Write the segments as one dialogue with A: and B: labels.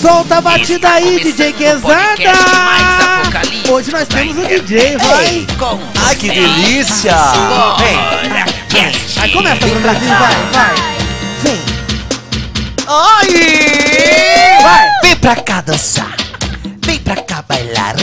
A: Solta a batida aí, DJ Quesada! Hoje nós temos um DJ, vai!
B: Ai, que delícia!
A: Aí começa, Bruno Brasil, vai, vai! Vem!
B: Oi! Vai! Vem pra cá dançar! Vem pra cá bailar!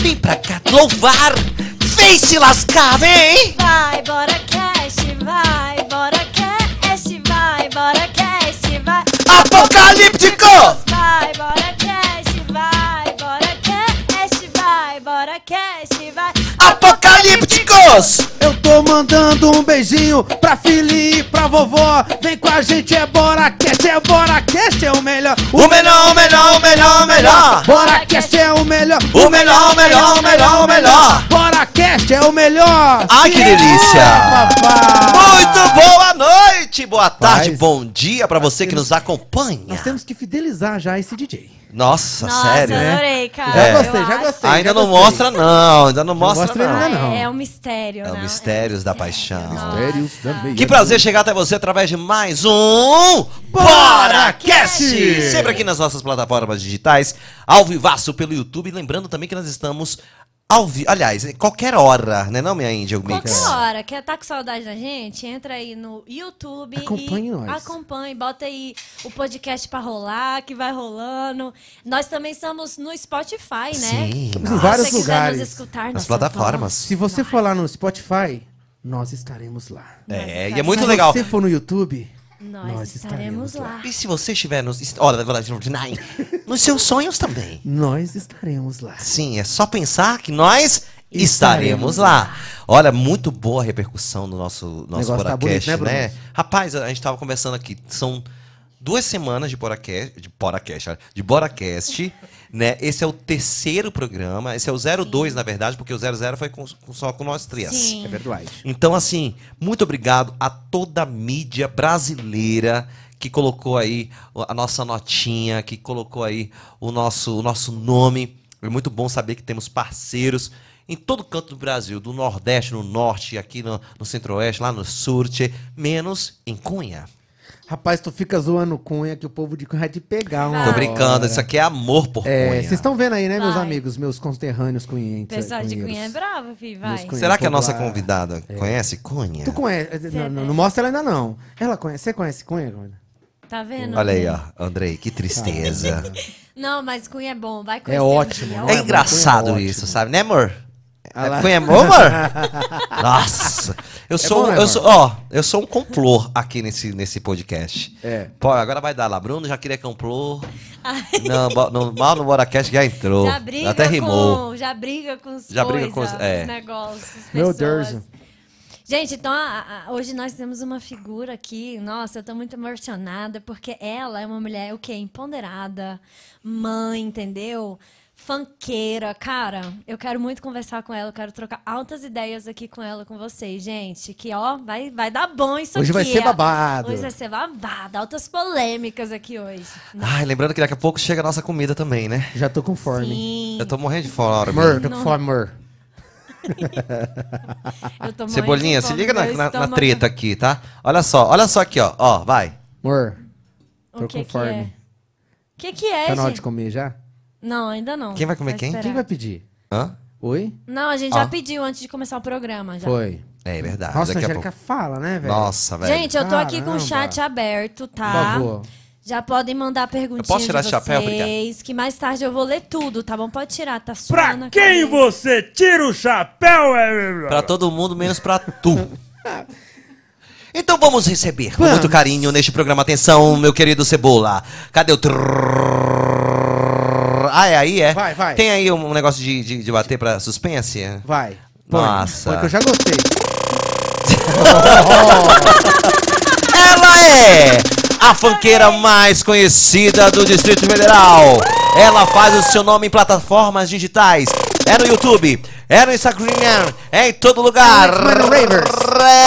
B: Vem pra cá louvar! Vem se lascar, vem!
C: Vai, bora cast, vai, bora cast, vai, bora cast, vai.
B: Apocalíptico!
C: Vai, bora cast, vai, bora cast, vai, bora cast, vai.
A: Tá
B: Apocalípticos!
A: Eu tô mandando um beijinho pra filha e pra vovó. Vem com a gente, é Bora Cast, é Bora Cast, é o melhor.
B: O melhor, o melhor, o melhor, o melhor!
A: Bora Cast é o melhor.
B: O melhor, o melhor, o melhor, o melhor!
A: Bora Cast é o melhor.
B: Ai, que delícia!
A: Papai.
B: Muito boa noite, boa tarde,
A: Rapaz.
B: bom dia pra você que nos acompanha.
A: Nós temos que fidelizar já esse DJ.
B: Nossa,
C: Nossa,
B: sério?
C: adorei, cara.
A: né? Já
B: É.
A: gostei,
C: eu
A: já
C: acho.
A: gostei.
B: Ainda
A: já
B: não
A: gostei.
B: mostra não, ainda não mostra
A: mostra
B: não.
A: ainda, não.
C: É, é um mistério,
B: É o
C: né?
B: Mistérios da Paixão.
A: Mistérios da meia.
B: Que prazer chegar até você através de mais um BoraCast! Sempre aqui nas nossas plataformas digitais, ao vivaço pelo YouTube. Lembrando também que nós estamos ao vivo. Aliás, em qualquer hora, né não, minha Índia
C: Qualquer
B: Mix?
C: hora, quer tá com saudade da gente? Entra aí no YouTube
A: Acompanhe
C: e
A: nós.
C: acompanhe, bota aí o podcast pra rolar, que vai rolando. Nós também estamos no Spotify, né?
B: Sim,
A: Estamos em
B: nossa.
A: vários
C: Se você quiser
A: lugares.
C: nos escutar,
B: nas
C: nós
B: plataformas.
A: Se você
C: é.
A: for lá no Spotify, nós estaremos lá.
B: É,
C: Mas
B: e é muito
A: Se
B: legal.
A: você for no YouTube,
C: estamos lá. Nós,
A: Nós
C: estaremos
A: estaremos
C: lá.
B: E se você estiver nos. Olha, nos seus sonhos também.
A: nós estaremos lá.
B: Sim, é só pensar que nós estaremos
A: Estaremos
B: lá. Olha, muito boa a repercussão do nosso, nosso
A: negócio tá
B: podcast,
A: bonito, né,
B: né?
A: Bruno?
B: Rapaz, a gente tava conversando aqui, são duas semanas de podcast, de podcast, olha, de Boracast, né? Esse é o terceiro programa, esse é o 02, na verdade, porque o 00 foi com- com- só com nós três.
C: Sim.
A: É verdade.
B: Então, assim, muito obrigado a toda a mídia brasileira que colocou aí o- a nossa notinha, que colocou aí o nosso, o nosso nome. É muito bom saber que temos parceiros em todo canto do Brasil, do Nordeste, no Norte, aqui no, no Centro-Oeste, lá no Surte, menos em Cunha.
A: Rapaz, tu fica zoando Cunha que o povo de Cunha vai te pegar, mano.
B: Tô brincando, isso aqui é amor por
A: Ah. É,
B: Cunha.
A: vocês estão vendo aí, né, meus
C: Vai.
A: amigos, meus conterrâneos cunhenses.
C: Pessoal de Cunha é
A: cunheiros.
C: bravo, filho, vai.
A: Nos
B: Será que a
A: Cunha
B: nossa
A: popular.
B: convidada conhece Cunha?
A: Tu conhece? Não, não, não mostra ela ainda não. Ela conhece? Você conhece Cunha? Bruna?
C: Tá vendo?
B: Olha aí, ó, Andrei, que
A: Ah.
B: tristeza.
C: Não, mas Cunha é bom, vai conhecer.
A: ótimo,
C: Um
A: não
C: dia.
B: É
A: Cunha é
B: engraçado
A: ótimo.
B: isso, sabe, né, amor?
A: Ah lá.
B: É Cunha amor, amor? Nossa. Eu sou,
A: bom, né,
B: eu
A: amor?
B: sou, ó, eu sou um complô aqui nesse, nesse podcast.
A: É.
B: Pô, agora vai dar lá. Bruno já queria complô.
C: Ah,
B: Não, bo- no, mal no Boracast já entrou.
C: Já briga
B: Até rimou.
C: com, já briga com os
B: Já briga com os-
C: coisa,
B: é.
C: os negócios, as
A: Meu
C: pessoas.
A: Deus.
C: Gente, então a- a- hoje nós temos uma figura aqui. Nossa, eu tô muito emocionada porque ela é uma mulher o quê? Empoderada, mãe, entendeu? Fanqueira, cara, eu quero muito conversar com ela, eu quero trocar altas ideias aqui com ela, com vocês, gente. Que ó, vai, vai dar bom isso
A: Hoje vai
C: aqui.
A: ser babado.
C: Hoje vai ser babado, altas polêmicas aqui hoje.
B: Ai, lembrando que daqui a pouco chega a nossa comida também, né?
A: Já tô com fome.
C: Sim,
B: Eu tô morrendo de fome.
A: Mor, tô com fome, Mor.
C: eu tô morrendo de
B: Cebolinha, se
C: fome,
B: liga na,
C: meu
B: na- na
C: estômago-
B: treta aqui, tá? Olha só, olha só aqui, ó. Ó, vai.
A: Mor,
C: O
A: tô com
C: que que é?
A: fome.
C: O que, que é,
A: Tá na hora de
C: gente?
A: comer já?
C: Não, ainda não.
B: Quem vai comer
C: Vai
B: quem?
C: esperar.
A: Quem vai pedir?
B: Hã?
A: Oi?
C: Não, a gente
B: Ah.
C: já pediu antes de começar o programa. Já.
A: Foi.
B: É verdade.
A: Nossa, a
B: daqui a
A: Angélica
B: pouco.
A: fala, né, velho?
B: Nossa, velho.
C: Gente, eu tô aqui com o chat
A: Caramba.
C: aberto,
A: Por
C: tá?
A: favor.
C: Já podem mandar perguntinhas
B: Eu posso tirar
C: de
B: esse chapéu,
C: vocês, que mais tarde eu vou ler tudo, tá bom? Pode tirar, tá
D: Pra
C: suando. a
D: quem
C: cabeça.
D: você tira o chapéu, é...
B: Pra todo mundo, menos pra tu. Então vamos receber com muito
A: Vamos.
B: carinho neste programa. Atenção, meu querido Cebola. Cadê o. trrrr? Ah, é aí, é?
A: Vai, vai.
B: Tem aí um negócio de, de, de bater pra suspense? é?
A: Vai.
B: Nossa.
A: Põe que eu já gostei.
B: Ela é a fanqueira mais conhecida do Distrito Federal. Ela faz o seu nome em plataformas digitais. É no YouTube, é no Instagram, é em todo lugar.
A: Alex Mano Ravers.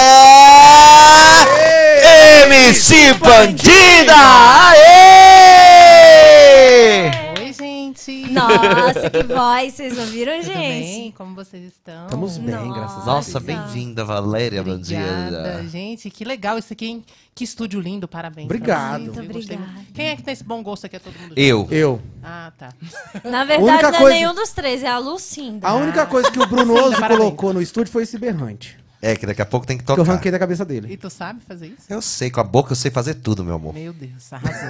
B: É MC Bandida! Aê!
E: Oi, gente. gente!
C: Nossa, que voz! Vocês ouviram,
E: Tudo bem?
C: gente?
E: Como vocês estão?
A: Estamos bem,
C: Nossa.
A: graças a
B: Nossa,
C: Nossa.
B: bem-vinda, Valéria
E: Obrigada,
B: Bandeira.
E: gente. Que legal isso aqui, hein? Que estúdio lindo, parabéns. pra
A: Obrigado.
E: vocês, eu
C: Muito
E: gostei
C: obrigada.
E: muito. Quem é que tem esse bom gosto aqui? É todo mundo?
B: Eu.
E: junto?
A: Eu.
E: Ah, tá.
C: Na verdade,
A: única
C: não
A: coisa-
C: é nenhum dos três, é a Lucinda.
A: A única coisa que o Bruno
E: Sim,
A: Oso
E: parabéns.
A: colocou no estúdio foi esse berrante.
B: É, que daqui a pouco tem que
A: Que eu
B: tocar.
A: ranquei da cabeça dele.
E: E tu sabe fazer isso?
B: Eu sei, com a boca eu sei fazer tudo, meu amor.
E: Meu Deus, arrasou.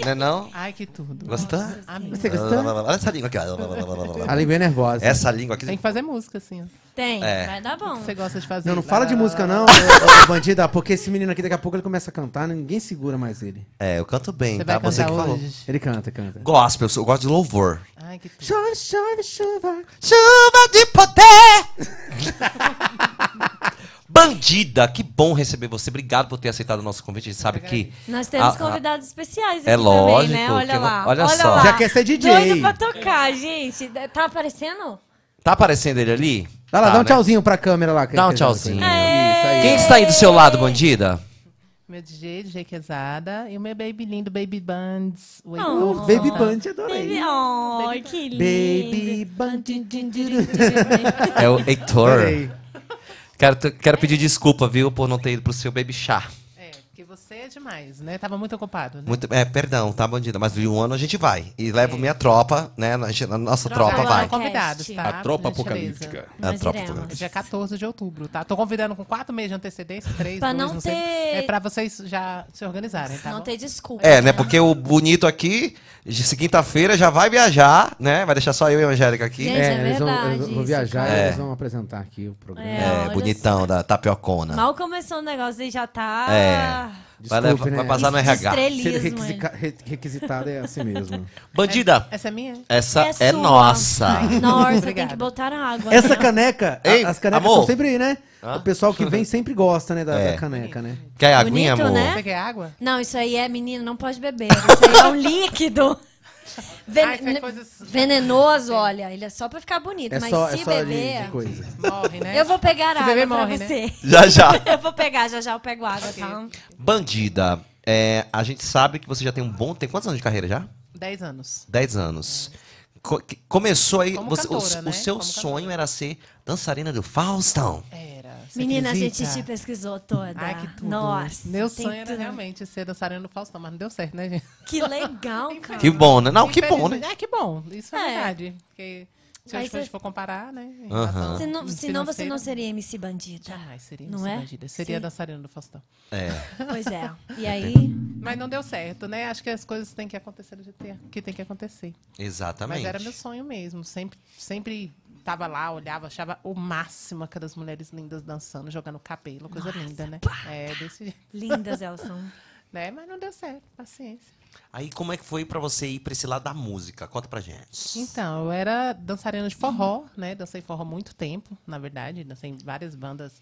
B: Não é não?
E: Ai, que tudo.
B: Gostou?
E: Amém.
A: Você gostou?
B: Olha essa língua aqui.
A: A língua é nervosa.
B: Essa língua aqui.
E: Tem que fazer música, assim, ó.
C: Tem,
B: É.
C: vai dar bom.
E: Você gosta de fazer.
A: Não, não fala de
E: Lá, lá,
A: música
E: lá, lá.
A: não, ô, ô, bandida, porque esse menino aqui daqui a pouco ele começa a cantar, ninguém segura mais ele.
B: É, eu canto bem,
E: Você
B: tá?
E: vai
B: Você que
E: cantar
B: falou.
E: hoje.
A: Ele canta, canta.
B: Gospel, eu sou- eu gosto de louvor.
E: Ai, que tudo.
A: Chove, chove, chuva.
B: Chuva de poder! Bandida, que bom receber você. Obrigado por ter aceitado o nosso convite. A gente sabe que.
C: Nós temos
B: Ah, ah,
C: convidados especiais aqui
B: É
C: também, né?
B: lógico, que
C: Olha
B: eu
C: lá.
B: não- olha só.
C: lá.
A: Já quer ser DJ.
C: Doido pra tocar, gente. Tá aparecendo?
B: Tá aparecendo ele ali?
A: Vai lá,
B: Tá,
A: dá um
B: né?
A: tchauzinho pra câmera lá. que-
B: Dá um
A: que-
B: tchauzinho.
A: Isso aí.
B: Quem está aí do seu lado, bandida?
E: Meu DJ, DJ Quezada. E o meu baby lindo, Baby Bands. Wake
C: Oh.
E: up,
A: Baby
E: Santa.
A: Band,
C: Baby,
A: adorei.
C: oh, que lindo.
A: Baby Band.
B: É o Heitor.
A: Adorei.
B: Quero, te- quero pedir desculpa, viu, por não ter ido pro seu baby chá.
E: É, porque você é demais, né? Tava muito ocupado, né?
B: Muito, é, perdão, tá, bandida? Mas de um ano a gente vai. E levo minha tropa, né? A, gente- a nossa
C: Tropa
B: tropa
E: Não,
B: vai.
E: Convidados, tá?
F: A tropa
E: Por gentileza.
F: apocalíptica.
C: Nós
B: A tropa
C: iremos.
B: também.
E: Dia 14 de outubro, tá? Tô convidando com quatro meses de antecedência, três,
C: Pra
E: dois,
C: não
E: sei.
C: ter-
E: É pra vocês já se organizarem, tá
C: Não
E: bom?
C: tem desculpa.
B: É, né? Porque o bonito aqui, de quinta-feira, já vai viajar, né? Vai deixar só eu e a Angélica aqui.
C: Gente,
A: É,
C: é
A: eles vão,
C: verdade
A: eu vou
C: isso,
A: viajar
B: cara.
A: e
B: É.
A: eles vão apresentar aqui o programa.
C: É.
B: É,
C: olha
B: bonitão, da tapiocona.
C: Mal começou o negócio e já tá.
B: É. vai,
A: Desculpe,
B: levar-
A: né?
B: vai passar no
C: Isso de
B: RH.
A: Ser
C: Estrelismo. hein?
A: requisica- re- requisitado é assim mesmo.
B: Bandida,
E: Essa é minha?
B: essa é,
C: É sua.
B: nossa.
C: Nossa, tem
E: Obrigada.
C: que botar água.
A: Essa
C: né?
A: caneca, a-
B: Ei,
A: as canecas
B: amor.
A: são sempre aí, né?
B: Hã?
A: O pessoal que vem sempre gosta, né, da,
B: É.
A: da caneca, né?
B: Quer aguinha,
C: Bonito,
B: amor?
C: né?
E: Você quer água?
C: Não, isso aí é menino, não pode beber. Isso aí é um líquido. Ven-
E: Ai, isso é coisa-
C: Venenoso, olha. Ele é só pra ficar bonito,
A: É
C: mas
A: só, é
C: se
A: só de,
C: beber.
A: de coisa.
E: Morre, né?
C: Eu vou pegar
E: Se
C: água
E: beber,
C: pra
E: morre, né?
C: você.
B: Já, já.
C: Eu vou pegar, já já eu pego água, tá?
B: Bandida, é, a gente sabe que você já tem um bom tempo. Quantos anos de carreira já?
E: Dez anos.
B: 10 anos. Co- que- começou aí.
E: Como
B: você- o-
E: cantora,
B: o,
E: né?
B: seu
E: Como
B: sonho era ser dançarina do Faustão.
E: Era. você
C: Menina, a gente
E: acredita?
C: te pesquisou toda.
E: Ai, que tudo.
C: Nossa.
E: Meu
C: tem
E: sonho era
C: tudo.
E: realmente ser dançarina do Faustão, mas não deu certo, né, gente?
C: Que legal, cara.
B: Que bom, né? Não, que bom, né?
E: Infelizmente- É, que bom. Isso é,
C: É.
E: verdade. Porque
C: Aí
E: se hoje a gente
C: você-
E: for comparar, né? em
B: Aham.
E: relação
C: Senão, senão você não
E: financeiro,
C: seria MC Bandida.
E: Jamais seria
C: Não
E: Miss
C: é?
E: Bandida. Seria
C: Sim.
E: dançarina do Faustão.
B: É.
C: Pois é. E aí,
E: Mas não deu certo, né? Acho que as coisas têm que acontecer do jeito que- que tem que acontecer.
B: Exatamente.
E: Mas era meu sonho mesmo. Sempre, sempre tava lá, olhava, achava o máximo aquelas mulheres lindas dançando, jogando cabelo, coisa linda, né? É, desse jeito.
C: lindas elas são.
E: Né? Mas não deu certo, paciência.
B: Aí como é que foi pra você ir pra esse lado da música? Conta pra gente.
E: Então, eu era dançarina de forró, né? Dancei forró há muito tempo, na verdade. Dancei em várias bandas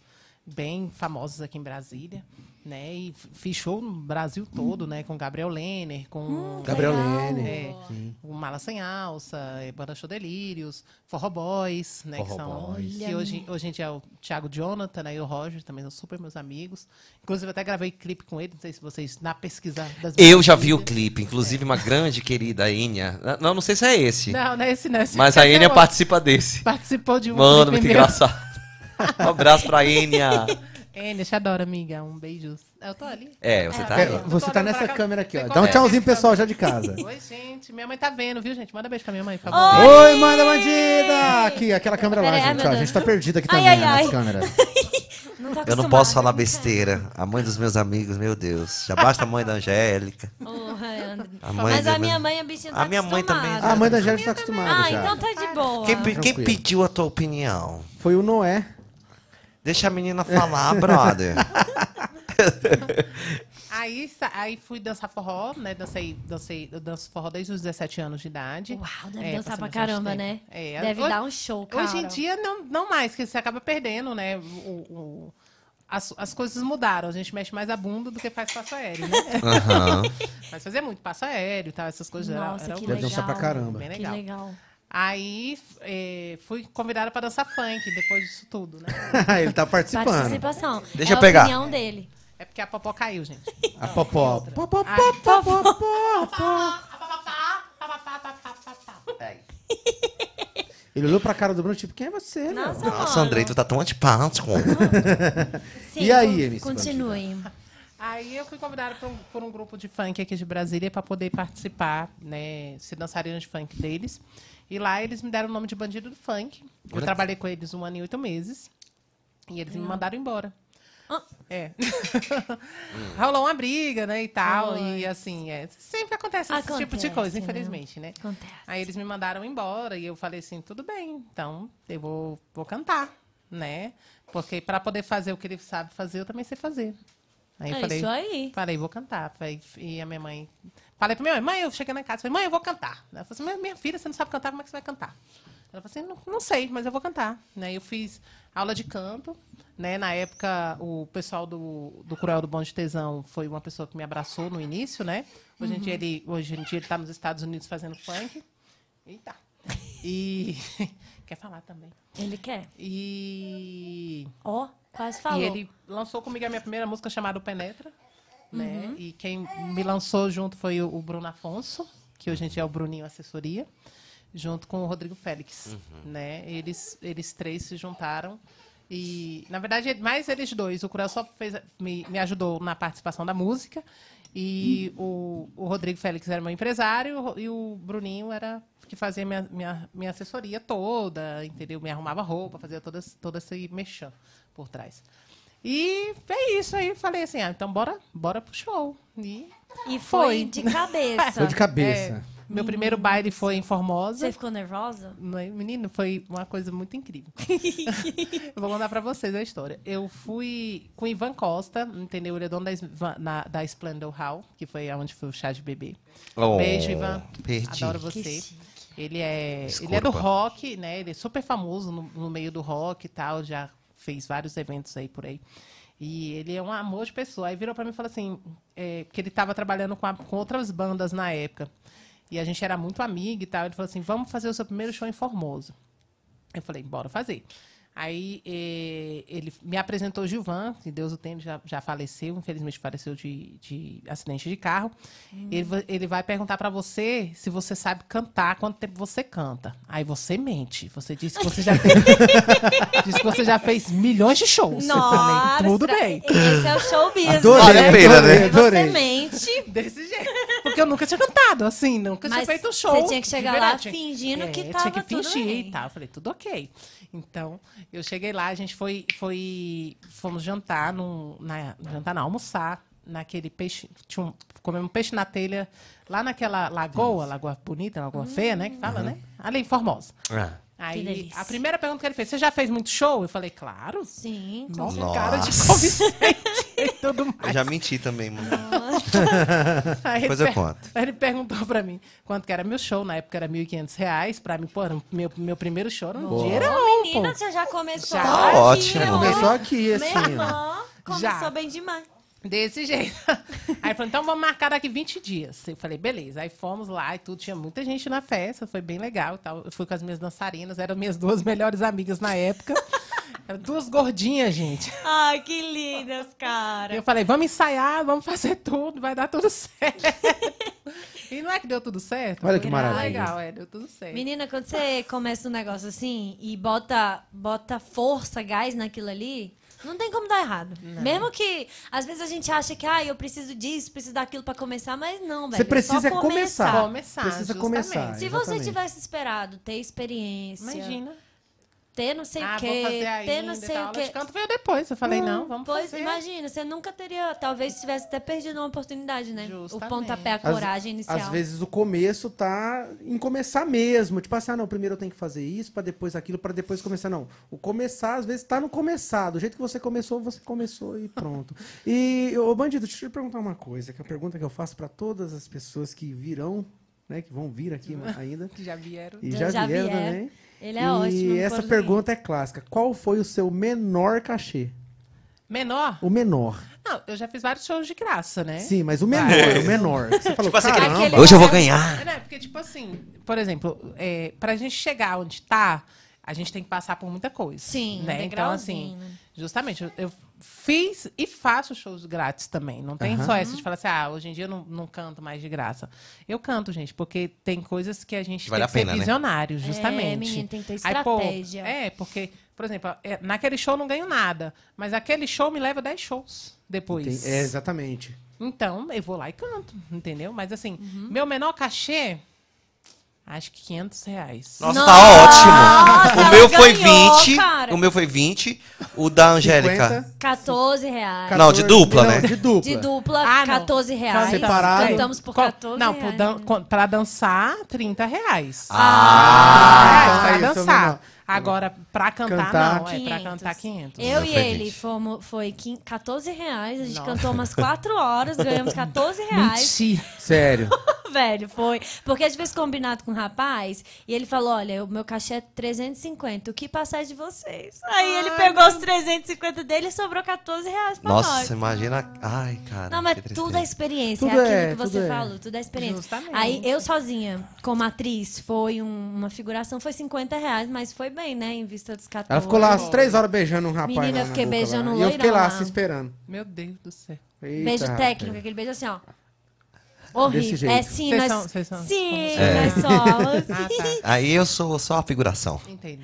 E: bem famosas aqui em Brasília, né? E f- fiz show no Brasil todo, né? Com Gabriel Lenner, com...
A: Gabriel
C: Legal.
A: Lene.
E: É, o Mala Sem Alça, eh, Banda Show Delírios, Forró Boys, né?
B: Forró
E: que são,
B: Boys.
E: Que hoje, hoje em dia é o Thiago Jonathan né, e o Roger, também são super meus amigos. Inclusive, eu até gravei clipe com ele, não sei se vocês, na pesquisa das
B: Eu
E: minhas
B: já vi o
E: filhas.
B: clipe, inclusive uma grande querida, a Enya. Não, não sei se é esse.
E: Não, não é esse, não. Esse
B: mas a
E: é
B: Enya
E: outro.
B: participa desse.
E: participou de um
B: Mano,
E: clipe
B: muito
E: meu.
B: engraçado. Um abraço pra Enya.
E: Enia, te adoro, amiga. Um beijo. Eu tô ali.
B: É, você tá
A: É,
B: aí.
E: Eu tô
A: você tá
E: olhando
A: nessa
E: pra cá.
A: câmera aqui, ó.
E: Tem
A: Dá um
E: qualquer
A: tchauzinho pro
E: pessoa.
A: pessoal já de casa.
E: Oi, gente. Minha mãe tá vendo, viu, gente? Manda beijo pra minha mãe, por favor.
A: Oi, manda bandida! Aqui, aquela câmera lá,
C: Peraí, ai,
A: gente.
C: meu
A: Ó, a
C: Deus.
A: gente tá perdido aqui
C: Ai,
A: também,
C: ai,
A: né, nas
C: ai.
A: câmeras.
C: Não tá
B: Eu não
C: acostumada
B: posso falar
C: com
B: besteira. A mãe dos meus amigos, meu Deus. Já basta a mãe da Angélica.
C: Porra, André.
B: A mãe
C: Mas
B: da
C: a minha
B: minha-
C: mãe, a bichinha
B: A
C: tá
B: minha mãe também
C: acostumada.
A: Ah, a mãe da Angélica tá acostumada
C: Ah,
A: já.
C: então tá de boa.
B: Quem, pe- quem
A: Tranquilo.
B: pediu a tua opinião?
A: Foi o Noé.
B: Deixa a menina falar, brother.
E: Aí, sa- aí fui dançar forró, né? Dancei, dancei, eu danço forró desde os 17 anos de idade.
C: Uau, deve dançar
E: É, passei
C: pra
E: bastante
C: caramba,
E: tempo.
C: né?
E: É,
C: deve
E: hoje-
C: dar um show, cara.
E: Hoje em dia, não, não mais, porque você acaba perdendo, né? o- o- as, as coisas mudaram, a gente mexe mais a bunda do que faz passo aéreo, né?
B: Aham.
E: Mas fazia muito passo aéreo e tal, essas coisas. era-
C: Nossa,
E: era
C: que
E: um-
A: Deve
C: legal.
A: dançar pra caramba.
E: Bem
C: Que
E: legal.
C: legal.
E: Aí f- eh, fui convidada pra dançar funk depois disso tudo, né?
A: Ele tá participando.
C: Participação.
B: Deixa
C: é
B: eu pegar.
C: a opinião dele.
E: É porque a popó caiu, gente.
A: A popó. Popó,
C: tá
E: Ai.
A: popó, popó, popó.
E: Pá, pá, pá, pá, pá, pá.
B: Pegue.
A: Ele olhou pra cara do Bruno, tipo, quem é você, meu?
C: Nossa,
B: Nossa,
C: mano.
B: Andrei, tu tá tão antipático.
C: Sim,
A: E aí,
C: con-
A: MC
C: Continue.
E: Aí eu fui convidada por um, por um grupo de funk aqui de Brasília para poder participar, né, ser dançarina de funk deles. E lá eles me deram o nome de Bandido do Funk. Eu
B: Olha.
E: trabalhei com eles um ano e oito meses. E eles
C: Hum.
E: me mandaram embora.
C: Ah.
E: É. Rolou uma briga, né, e tal. E assim, é, sempre acontece esse tipo de
C: Acontece,
E: coisa,
C: né?
E: infelizmente, né?
C: Acontece.
E: Aí eles me mandaram embora e eu falei assim, tudo bem, então eu vou, vou cantar, né? Porque para poder fazer o que ele sabe fazer, eu também sei fazer. Aí eu
C: É
E: falei,
C: isso aí.
E: falei, vou cantar. Falei, e a minha mãe. Falei pra minha mãe, mãe, eu cheguei na casa, falei, mãe, eu vou cantar. Ela falou assim, "Mas minha filha, você não sabe cantar, como é que você vai cantar? Ela falou assim, não, não sei, mas eu vou cantar. Né? Eu fiz aula de canto, né? Na época, o pessoal do, do Cruel do Bom de Tesão foi uma pessoa que me abraçou no início, né? Hoje em dia
C: Uhum.
E: ele, hoje em dia ele tá nos Estados Unidos fazendo funk. Eita! E. Quer falar também.
C: Ele quer.
E: E.
C: Ó, quase falou.
E: E ele lançou comigo a minha primeira música chamada O Penetra. Né? E quem me lançou junto foi o, o Bruno Afonso, que hoje em dia é o Bruninho Assessoria, junto com o Rodrigo Félix. Né? Eles, eles três se juntaram. E, na verdade, é mais eles dois. O Curel só fez, me, me ajudou na participação da música. E o, o Rodrigo Félix era meu empresário e o Ro- e o Bruninho era que fazia minha, minha, minha assessoria toda, entendeu? Me arrumava roupa, fazia todas, toda esse mexão por trás. E é isso aí. Falei assim, ah, então bora, bora pro show. E
C: E foi de cabeça.
A: Foi de cabeça.
E: é, meu primeiro baile foi em Formosa.
C: Você ficou nervosa?
E: Né, Menino, foi uma coisa muito incrível. Eu Vou mandar pra vocês a história. Eu fui com o Ivan Costa, entendeu? Ele é dono da, Sva- na- da Splendor Hall, que foi onde foi o chá de bebê.
B: Oh,
E: Beijo, Ivan.
B: perdi.
E: Adoro
C: Que
E: você.
C: chique.
E: Ele é, ele
B: Desculpa.
E: é do rock, né? Ele é super famoso no, no meio do rock e tal. Já fez vários eventos aí por aí. E ele é um amor de pessoa. Aí virou pra mim e falou assim: é, que ele tava trabalhando com, a- com outras bandas na época. E a gente era muito amiga e tal. Ele falou assim: vamos fazer o seu primeiro show em Formoso. Eu falei, bora fazer. Aí eh, ele me apresentou Gilvan, que Deus o tenha, já, já faleceu, infelizmente faleceu de, de acidente de carro. Ele, va- ele vai perguntar pra você se você sabe cantar, quanto tempo você canta. Aí você mente, você diz que você já tem- diz que você já fez milhões de shows. Eu falei, tudo bem.
C: Esse é o showbiz.
A: Adorei,
B: Vale a pena,
A: adorei,
B: né?
A: adorei.
C: Você mente,
E: Desse jeito. Porque eu nunca tinha cantado, assim, nunca
C: mas
E: tinha feito um show.
C: você tinha que
E: de
C: chegar
E: verdade,
C: lá
E: tinha-
C: fingindo que
E: É,
C: tava
E: tinha que
C: tudo
E: fingir
C: bem.
E: e tal. Eu falei, tudo ok. Então, eu cheguei lá, a gente foi, foi fomos jantar, num, na, jantar não, almoçar, naquele peixe, tinha um, comemos um peixe na telha, lá naquela lagoa, lagoa bonita, lagoa feia, né, que fala, né? Ali em Formosa.
B: Ah,
E: Aí,
C: delícia.
E: a primeira pergunta que ele fez, você já fez muito show? Eu falei, claro.
C: Sim. com
E: Nossa,
B: Nossa.
E: cara de convincente e tudo mais.
B: eu já menti também, mano.
E: Aí ele
B: Depois eu
E: per-
B: conto.
E: Aí ele perguntou pra mim quanto que era meu show. Na época era R$ 1.500 reais. Pra mim, pô, era um- meu, meu primeiro show era um dinheiro bom, pô.
C: Menina, você já começou.
E: Já.
B: Tá ótimo.
C: ó.
A: Começou aqui, assim,
C: Meu
A: ó.
C: irmão, começou
E: Já.
C: bem demais.
E: Desse jeito. Aí ele falou, então vamos marcar daqui 20 dias. Eu falei, beleza. Aí fomos lá e tudo. Tinha muita gente na festa, foi bem legal e tal. Eu fui com as minhas dançarinas, eram minhas duas melhores amigas na época. Eram duas gordinhas, gente.
C: Ai, que lindas, cara.
E: E Eu falei, vamos ensaiar, vamos fazer tudo, vai dar tudo certo. e não é que deu tudo certo?
A: Olha que
E: Foi
A: maravilha.
E: Legal, é, deu tudo certo.
C: Menina, quando você começa um negócio assim e bota, bota força, gás naquilo ali, não tem como dar errado. Mesmo que, às vezes a gente acha que, ah, eu preciso disso, preciso daquilo pra começar, mas não, velho.
A: Você
C: é
A: precisa
C: só
A: começar.
E: Começar,
A: Precisa
E: justamente.
A: começar.
C: Se você
A: exatamente.
C: tivesse esperado ter experiência,
E: Imagina.
C: ter não sei
E: ah,
C: o quê,
E: vou fazer
C: ter
E: ainda,
C: não sei
E: tal.
C: o
E: Aula de
C: quê. Hum,
E: canto veio depois. Eu falei, não, vamos
C: Pois,
E: fazer.
C: imagina, você nunca teria, talvez tivesse até perdido uma oportunidade, né? O
E: Justamente.
C: pontapé, a
A: Às-
C: coragem inicial.
A: Às vezes o começo tá em começar mesmo. Tipo assim, ah, não, primeiro eu tenho que fazer isso, pra depois aquilo, pra depois começar. Não, o começar às vezes tá no começar. Do jeito que você começou, você começou e pronto. E, ô bandido, deixa eu te perguntar uma coisa, que é a pergunta que eu faço pra todas as pessoas que virão, né, que vão vir aqui ainda.
E: Que já vieram.
A: E já,
C: Já
A: vieram
C: vieram.
A: também.
C: Ele é
A: e
C: ótimo. no
A: essa
C: português.
A: pergunta é clássica. Qual foi o seu menor cachê?
E: Menor?
A: O menor.
E: Não, eu já fiz vários shows de graça,
C: É?
E: né?
A: Sim,
C: Ah,
A: mas o menor, o menor. Você falou,
B: Tipo assim,
A: caramba.
C: Aquele-
B: Hoje eu vou ganhar.
E: É, né? Porque, tipo assim, por exemplo, é, pra gente chegar onde tá, a gente tem que passar por muita coisa.
C: Sim, um
E: né? Então, assim,
C: degrauzinho.
E: justamente, eu, eu fiz e faço shows grátis também. Não tem só essa de falar assim, ah, hoje em dia eu não, não canto mais de graça. Eu canto, gente, porque tem coisas que a gente
B: Vale a
E: tem que
B: pena,
E: ser
B: né?
E: visionário, justamente.
C: É, menino, tem que ter
E: Aí, pô,
C: estratégia.
E: é, porque, por exemplo, é, naquele show eu não ganho nada, mas aquele show me leva 10 shows depois.
A: Tem- é, exatamente.
E: Então, eu vou lá e canto, entendeu? Mas assim,
C: Uhum.
E: meu menor cachê, acho que 500 reais.
B: Nossa, tá
C: Nossa,
B: ótimo.
C: ela
B: O meu foi
C: ganhou,
B: 20.
C: cara.
B: O meu foi 20. O da Angélica.
C: 14 reais.
B: Não, de dupla, né?
A: De dupla.
C: De dupla,
E: Ah, não.
C: 14 reais.
A: tá Separado.
C: Cantamos por 14
E: Não, pro
C: reais.
E: dan- co- pra dançar, 30 reais.
A: Ah,
E: Ah,
A: tá,
E: pra
A: esse é o
E: dançar.
A: menor.
E: Agora, pra cantar,
A: Cantar.
E: não. É, pra cantar 500.
C: Eu
B: Meu
C: e
B: foi
C: ele
B: 20.
C: fomos, foi quin- 14 reais, a gente
E: Nossa.
C: cantou umas 4 horas, ganhamos 14 reais,
E: Mentira.
A: Sério.
C: velho, foi. Porque a gente fez combinado com o rapaz, e ele falou, olha, o meu cachê é 350, o que passar de vocês? Aí
E: Ah,
C: ele pegou os 350 dele e sobrou 14 reais pra nós.
B: Nossa, imagina. Ai,
A: Ah,
B: cara.
C: Tá Não, mas
B: que tristeza.
C: tudo é experiência,
A: Tudo
C: é aquilo
A: é,
C: que você
A: tudo é.
C: falou, tudo é experiência.
E: Justamente.
C: Aí eu sozinha, como atriz, foi um- uma figuração, foi 50 reais, mas foi bem, né? Em vista dos 14.
A: Ela ficou lá às três horas beijando um rapaz.
C: Oh. Menina,
A: lá
C: eu
A: na
C: fiquei
A: boca,
C: beijando
A: lá.
C: um
A: E eu fiquei lá,
C: loirão lá.
A: se esperando.
E: Meu Deus do céu.
A: Eita,
C: Beijo
A: rapaz.
C: técnico, aquele beijo assim, ó. Horrível.
A: Desse jeito.
C: É sim,
E: Vocês
C: nós.
E: são- vocês são-
C: sim,
E: como-
C: nós
E: É.
C: somos.
E: Ah, tá.
B: Aí eu sou só a figuração.
E: Entendo.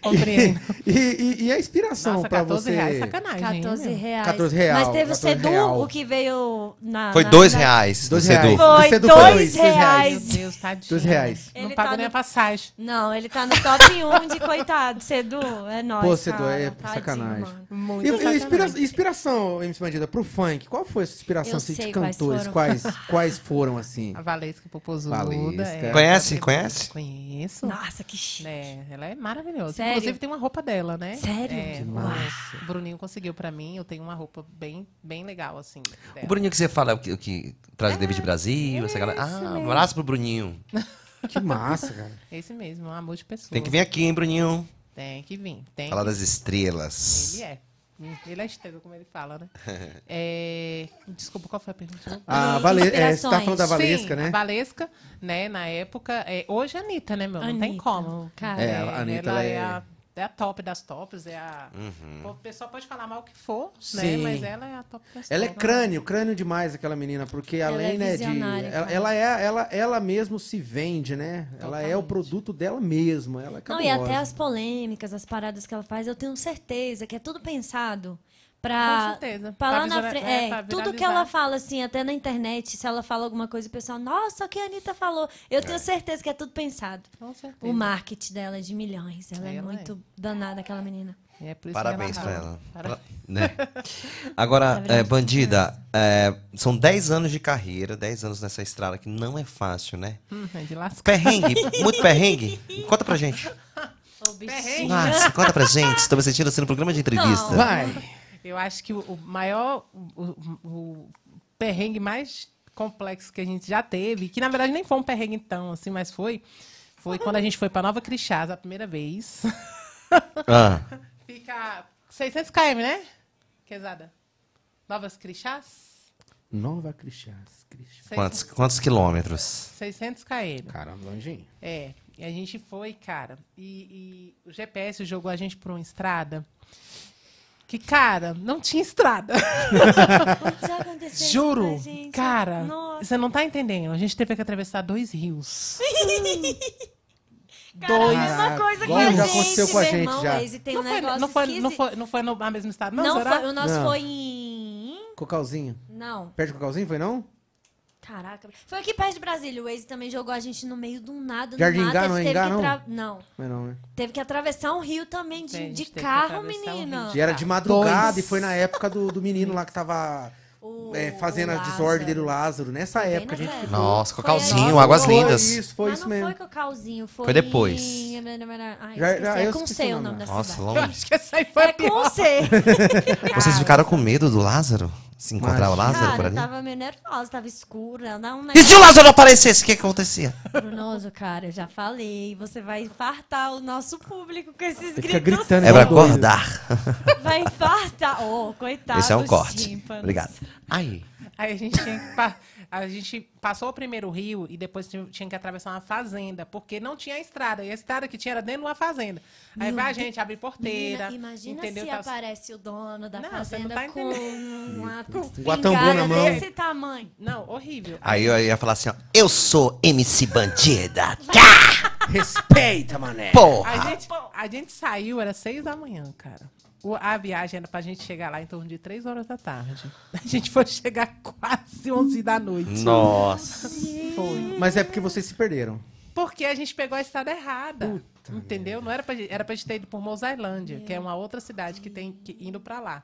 E: Compreendo.
A: E, e- e a inspiração
E: Nossa,
A: pra
E: 14
A: você.
E: reais é sacanagem. hein,
C: 14
E: meu?
C: reais.
A: 14 real,
C: Mas teve o
A: 14
C: Sedu,
A: real.
C: o que veio na.
B: Foi
C: Ah, na-
B: dois
C: na-
B: reais.
A: Dois
B: do Sedu.
A: reais.
C: Foi
A: Você é do
C: dois
A: dois
E: Ai,
C: reais.
E: Meu Deus, tadinho.
A: Dois reais.
E: Não
C: Ele
E: pago
C: tá
E: nem
C: no-
E: a passagem.
C: Não, ele tá no top 1 de coitado. Sedu, é nóis.
A: Pô, Sedu,
C: cara.
A: é
C: Tadinho,
A: sacanagem.
C: mano.
A: E,
E: Muito
A: e inspira-
E: sacanagem.
A: inspiração, MC Bandida, pro funk, qual foi a sua inspiração
C: Eu
A: assim, de
C: sei quais
A: cantores?
C: foram.
A: Quais, quais foram, assim?
E: A Valesca Popozuda.
A: Valesca.
E: é.
B: Conhece? Conhece?
E: Conheço.
C: Nossa, que chique.
E: É, ela é maravilhosa.
C: Sério?
E: Inclusive tem uma roupa dela, né?
C: Sério?
E: É,
C: Que
E: o
A: massa.
E: Bruninho conseguiu pra mim. Eu tenho uma roupa bem, bem legal assim.
B: O
A: É.
E: dela.
B: Bruninho que você fala, o que, o que
C: É.
B: traz o David Brasil, essa galera. Ah, um abraço pro Bruninho.
A: Que massa, cara.
E: Esse mesmo, um amor de pessoa.
B: Tem que vir aqui, hein, Bruninho?
E: Tem que vir. Tem
B: Falar
E: que
B: das estrelas.
E: Ele é. Ele é estrela, como ele fala, né? É, Desculpa, qual foi a pergunta?
A: A Vale... é, você tá
C: inspirações.
A: falando da Valesca,
E: A
A: né?
E: Valesca, né, na época. é, hoje é a Anitta, né, meu? Não tem
C: Anitta.
E: como.
C: Cara.
A: É, a Anitta, ela
E: ela é...
A: é-
E: a, é a top das tops. É a... O pessoal pode falar mal o que for, né?
A: Sim.
E: Mas ela é a top das
A: Ela é
E: tops.
A: crânio, crânio demais aquela menina, porque
C: Ela
A: além
C: é
A: né, de.
C: visionária,
A: Ela,
C: cara.
A: ela é, ela, ela mesmo se vende, né? Ela é o
E: Totalmente.
A: produto dela mesma. Ela é
C: Não, e até
A: cabulosa.
C: as polêmicas, as paradas que ela faz, eu tenho certeza que é tudo pensado
E: Com
C: pra.
E: certeza.
C: pra
E: Pra
C: lá Ah, na
E: visualizar-
C: frente.
E: é,
C: É,
E: pra
C: tudo que
E: viralizar.
C: ela fala, assim, até na internet, se ela fala alguma coisa, o pessoal, nossa, o que a Anitta falou. Eu tenho certeza que é tudo pensado.
E: Com certeza.
C: O marketing dela é de milhões. Ela é,
E: Ela
C: muito danada, aquela menina.
E: É por isso que
B: Parabéns
E: ela
B: pra
E: arrasa.
B: ela.
E: Parabéns.
B: Né? Agora, é, Bandida, é, são 10 anos de carreira, 10 anos nessa estrada que não é fácil, né?
E: Hum, é de lascar.
B: Perrengue, muito perrengue. Conta pra gente.
C: Ô, bichinho.
E: Perrengue.
B: Nossa, conta pra gente. Estou me sentindo assim no programa de entrevista.
C: Não.
A: Vai!
E: Eu acho que o- o maior, o, o- o perrengue mais complexo que a gente já teve, que na verdade nem foi um perrengue então, assim, mas foi, foi quando a gente foi para Nova Crixás a primeira vez.
B: Ah,
E: Fica 600 km, né? Quezada. Novas Crixás?
A: Nova Crixás. Crixás.
B: quantos, quantos quilômetros?
E: 600 km.
A: Caramba, longinho.
E: É, e a gente foi, cara. E, e o GPS jogou a gente pra uma estrada que, cara, não tinha estrada.
C: Quando já aconteceu isso
E: Juro,
C: com a gente?
E: cara,
C: Nossa.
E: você não tá entendendo. A gente teve que atravessar dois rios.
C: Cara,
E: dois.
C: a mesma coisa que
A: Igual
C: a
A: já
C: gente.
A: aconteceu com a
C: meu
A: gente,
C: irmão,
A: já.
C: Waze tem um
E: Não foi,
C: negócio
E: não foi,
C: esquisito.
E: não foi, não foi no ah, mesmo estado, não,
C: Não
E: será?
C: foi- um- o nosso
A: Não.
C: foi em...
A: Cocalzinho.
C: Não.
A: Perde o cocalzinho, foi não?
C: Caraca. Foi aqui perto de Brasília. O Waze também jogou a gente no meio do nada.
A: Jardim
C: do nada.
A: Ingá,
C: a gente
A: não é
C: teve
A: Ingá,
C: que
A: não?
C: Não.
A: Foi não, né?
C: Teve que atravessar um rio também
E: É, a
C: de,
E: gente
C: de
E: teve que
C: carro,
E: atravessar um
C: menina.
E: rio.
A: E é, era de madrugada
E: Dois.
A: e foi na época do, do menino lá que tava
C: O-
A: é, fazendo
C: o
A: a
C: Lázaro.
A: desordem dele, o Lázaro. Nessa
C: Bem
A: época a
C: nessa
A: gente.
C: época.
B: Nossa,
C: Foi
B: Cocalzinho,
C: a-
B: Águas
A: Foi
B: Lindas.
A: isso, foi
C: Mas
A: isso
C: não foi
A: mesmo.
C: Cocalzinho, foi...
B: Foi depois.
C: Ai,
A: Já-
C: esqueci,
A: já- eu
C: é com
A: esqueci
C: C
A: o
C: o
A: nome.
C: nome da
B: Nossa,
C: cidade.
E: Eu
B: longe.
E: acho que essa aí foi a
C: É com
E: pior.
C: C.
B: Vocês ficaram com medo do Lázaro? Se encontrar o
A: Imagina.
B: Lázaro
C: Cara,
B: por
C: eu
B: ali?
C: tava meio nervosa, tava escura. Não, um
B: E se
C: negócio
B: o Lázaro não aparecesse, o que acontecia?
C: brunoso, cara, eu já falei. Você vai infartar o nosso público com esses
A: Ele fica
C: gritos. assim.
A: gritando.
B: É pra
A: igual doido.
B: acordar.
C: Vai infartar. Ô, coitado.
B: Esse é um
C: dos
B: corte.
C: tímpanos.
B: Obrigado. Aí.
E: Aí a gente tinha que. pa- A gente passou o primeiro rio e depois tinha- tinha que atravessar uma fazenda, porque não tinha estrada. E a estrada que tinha era dentro de uma fazenda. Aí
C: Meu
E: vai a
C: Deus.
E: gente abrir porteira.
C: Menina, imagina
E: entendeu? Tá assim,
C: se
E: Tal-
C: aparece o dono da
E: Não, você não
C: fazenda
E: tá
C: com uma
B: Com a tambor um na
C: espingarda
B: mão.
C: desse tamanho.
E: Não, horrível.
B: Aí eu ia falar assim, ó, eu sou MC Bandida,
A: Respeita, mané.
E: A
B: porra!
E: gente, a gente saiu, era seis da manhã, cara. O- a viagem era pra gente chegar lá em torno de três horas da tarde. A gente foi chegar quase 11 da noite.
B: Nossa.
E: Foi.
A: Mas é porque vocês se perderam.
E: Porque a gente pegou a estrada errada.
A: Puta
E: entendeu? Não era pra gente, era pra gente ter ido por Mosailândia, que é uma outra cidade que tem que, indo pra lá.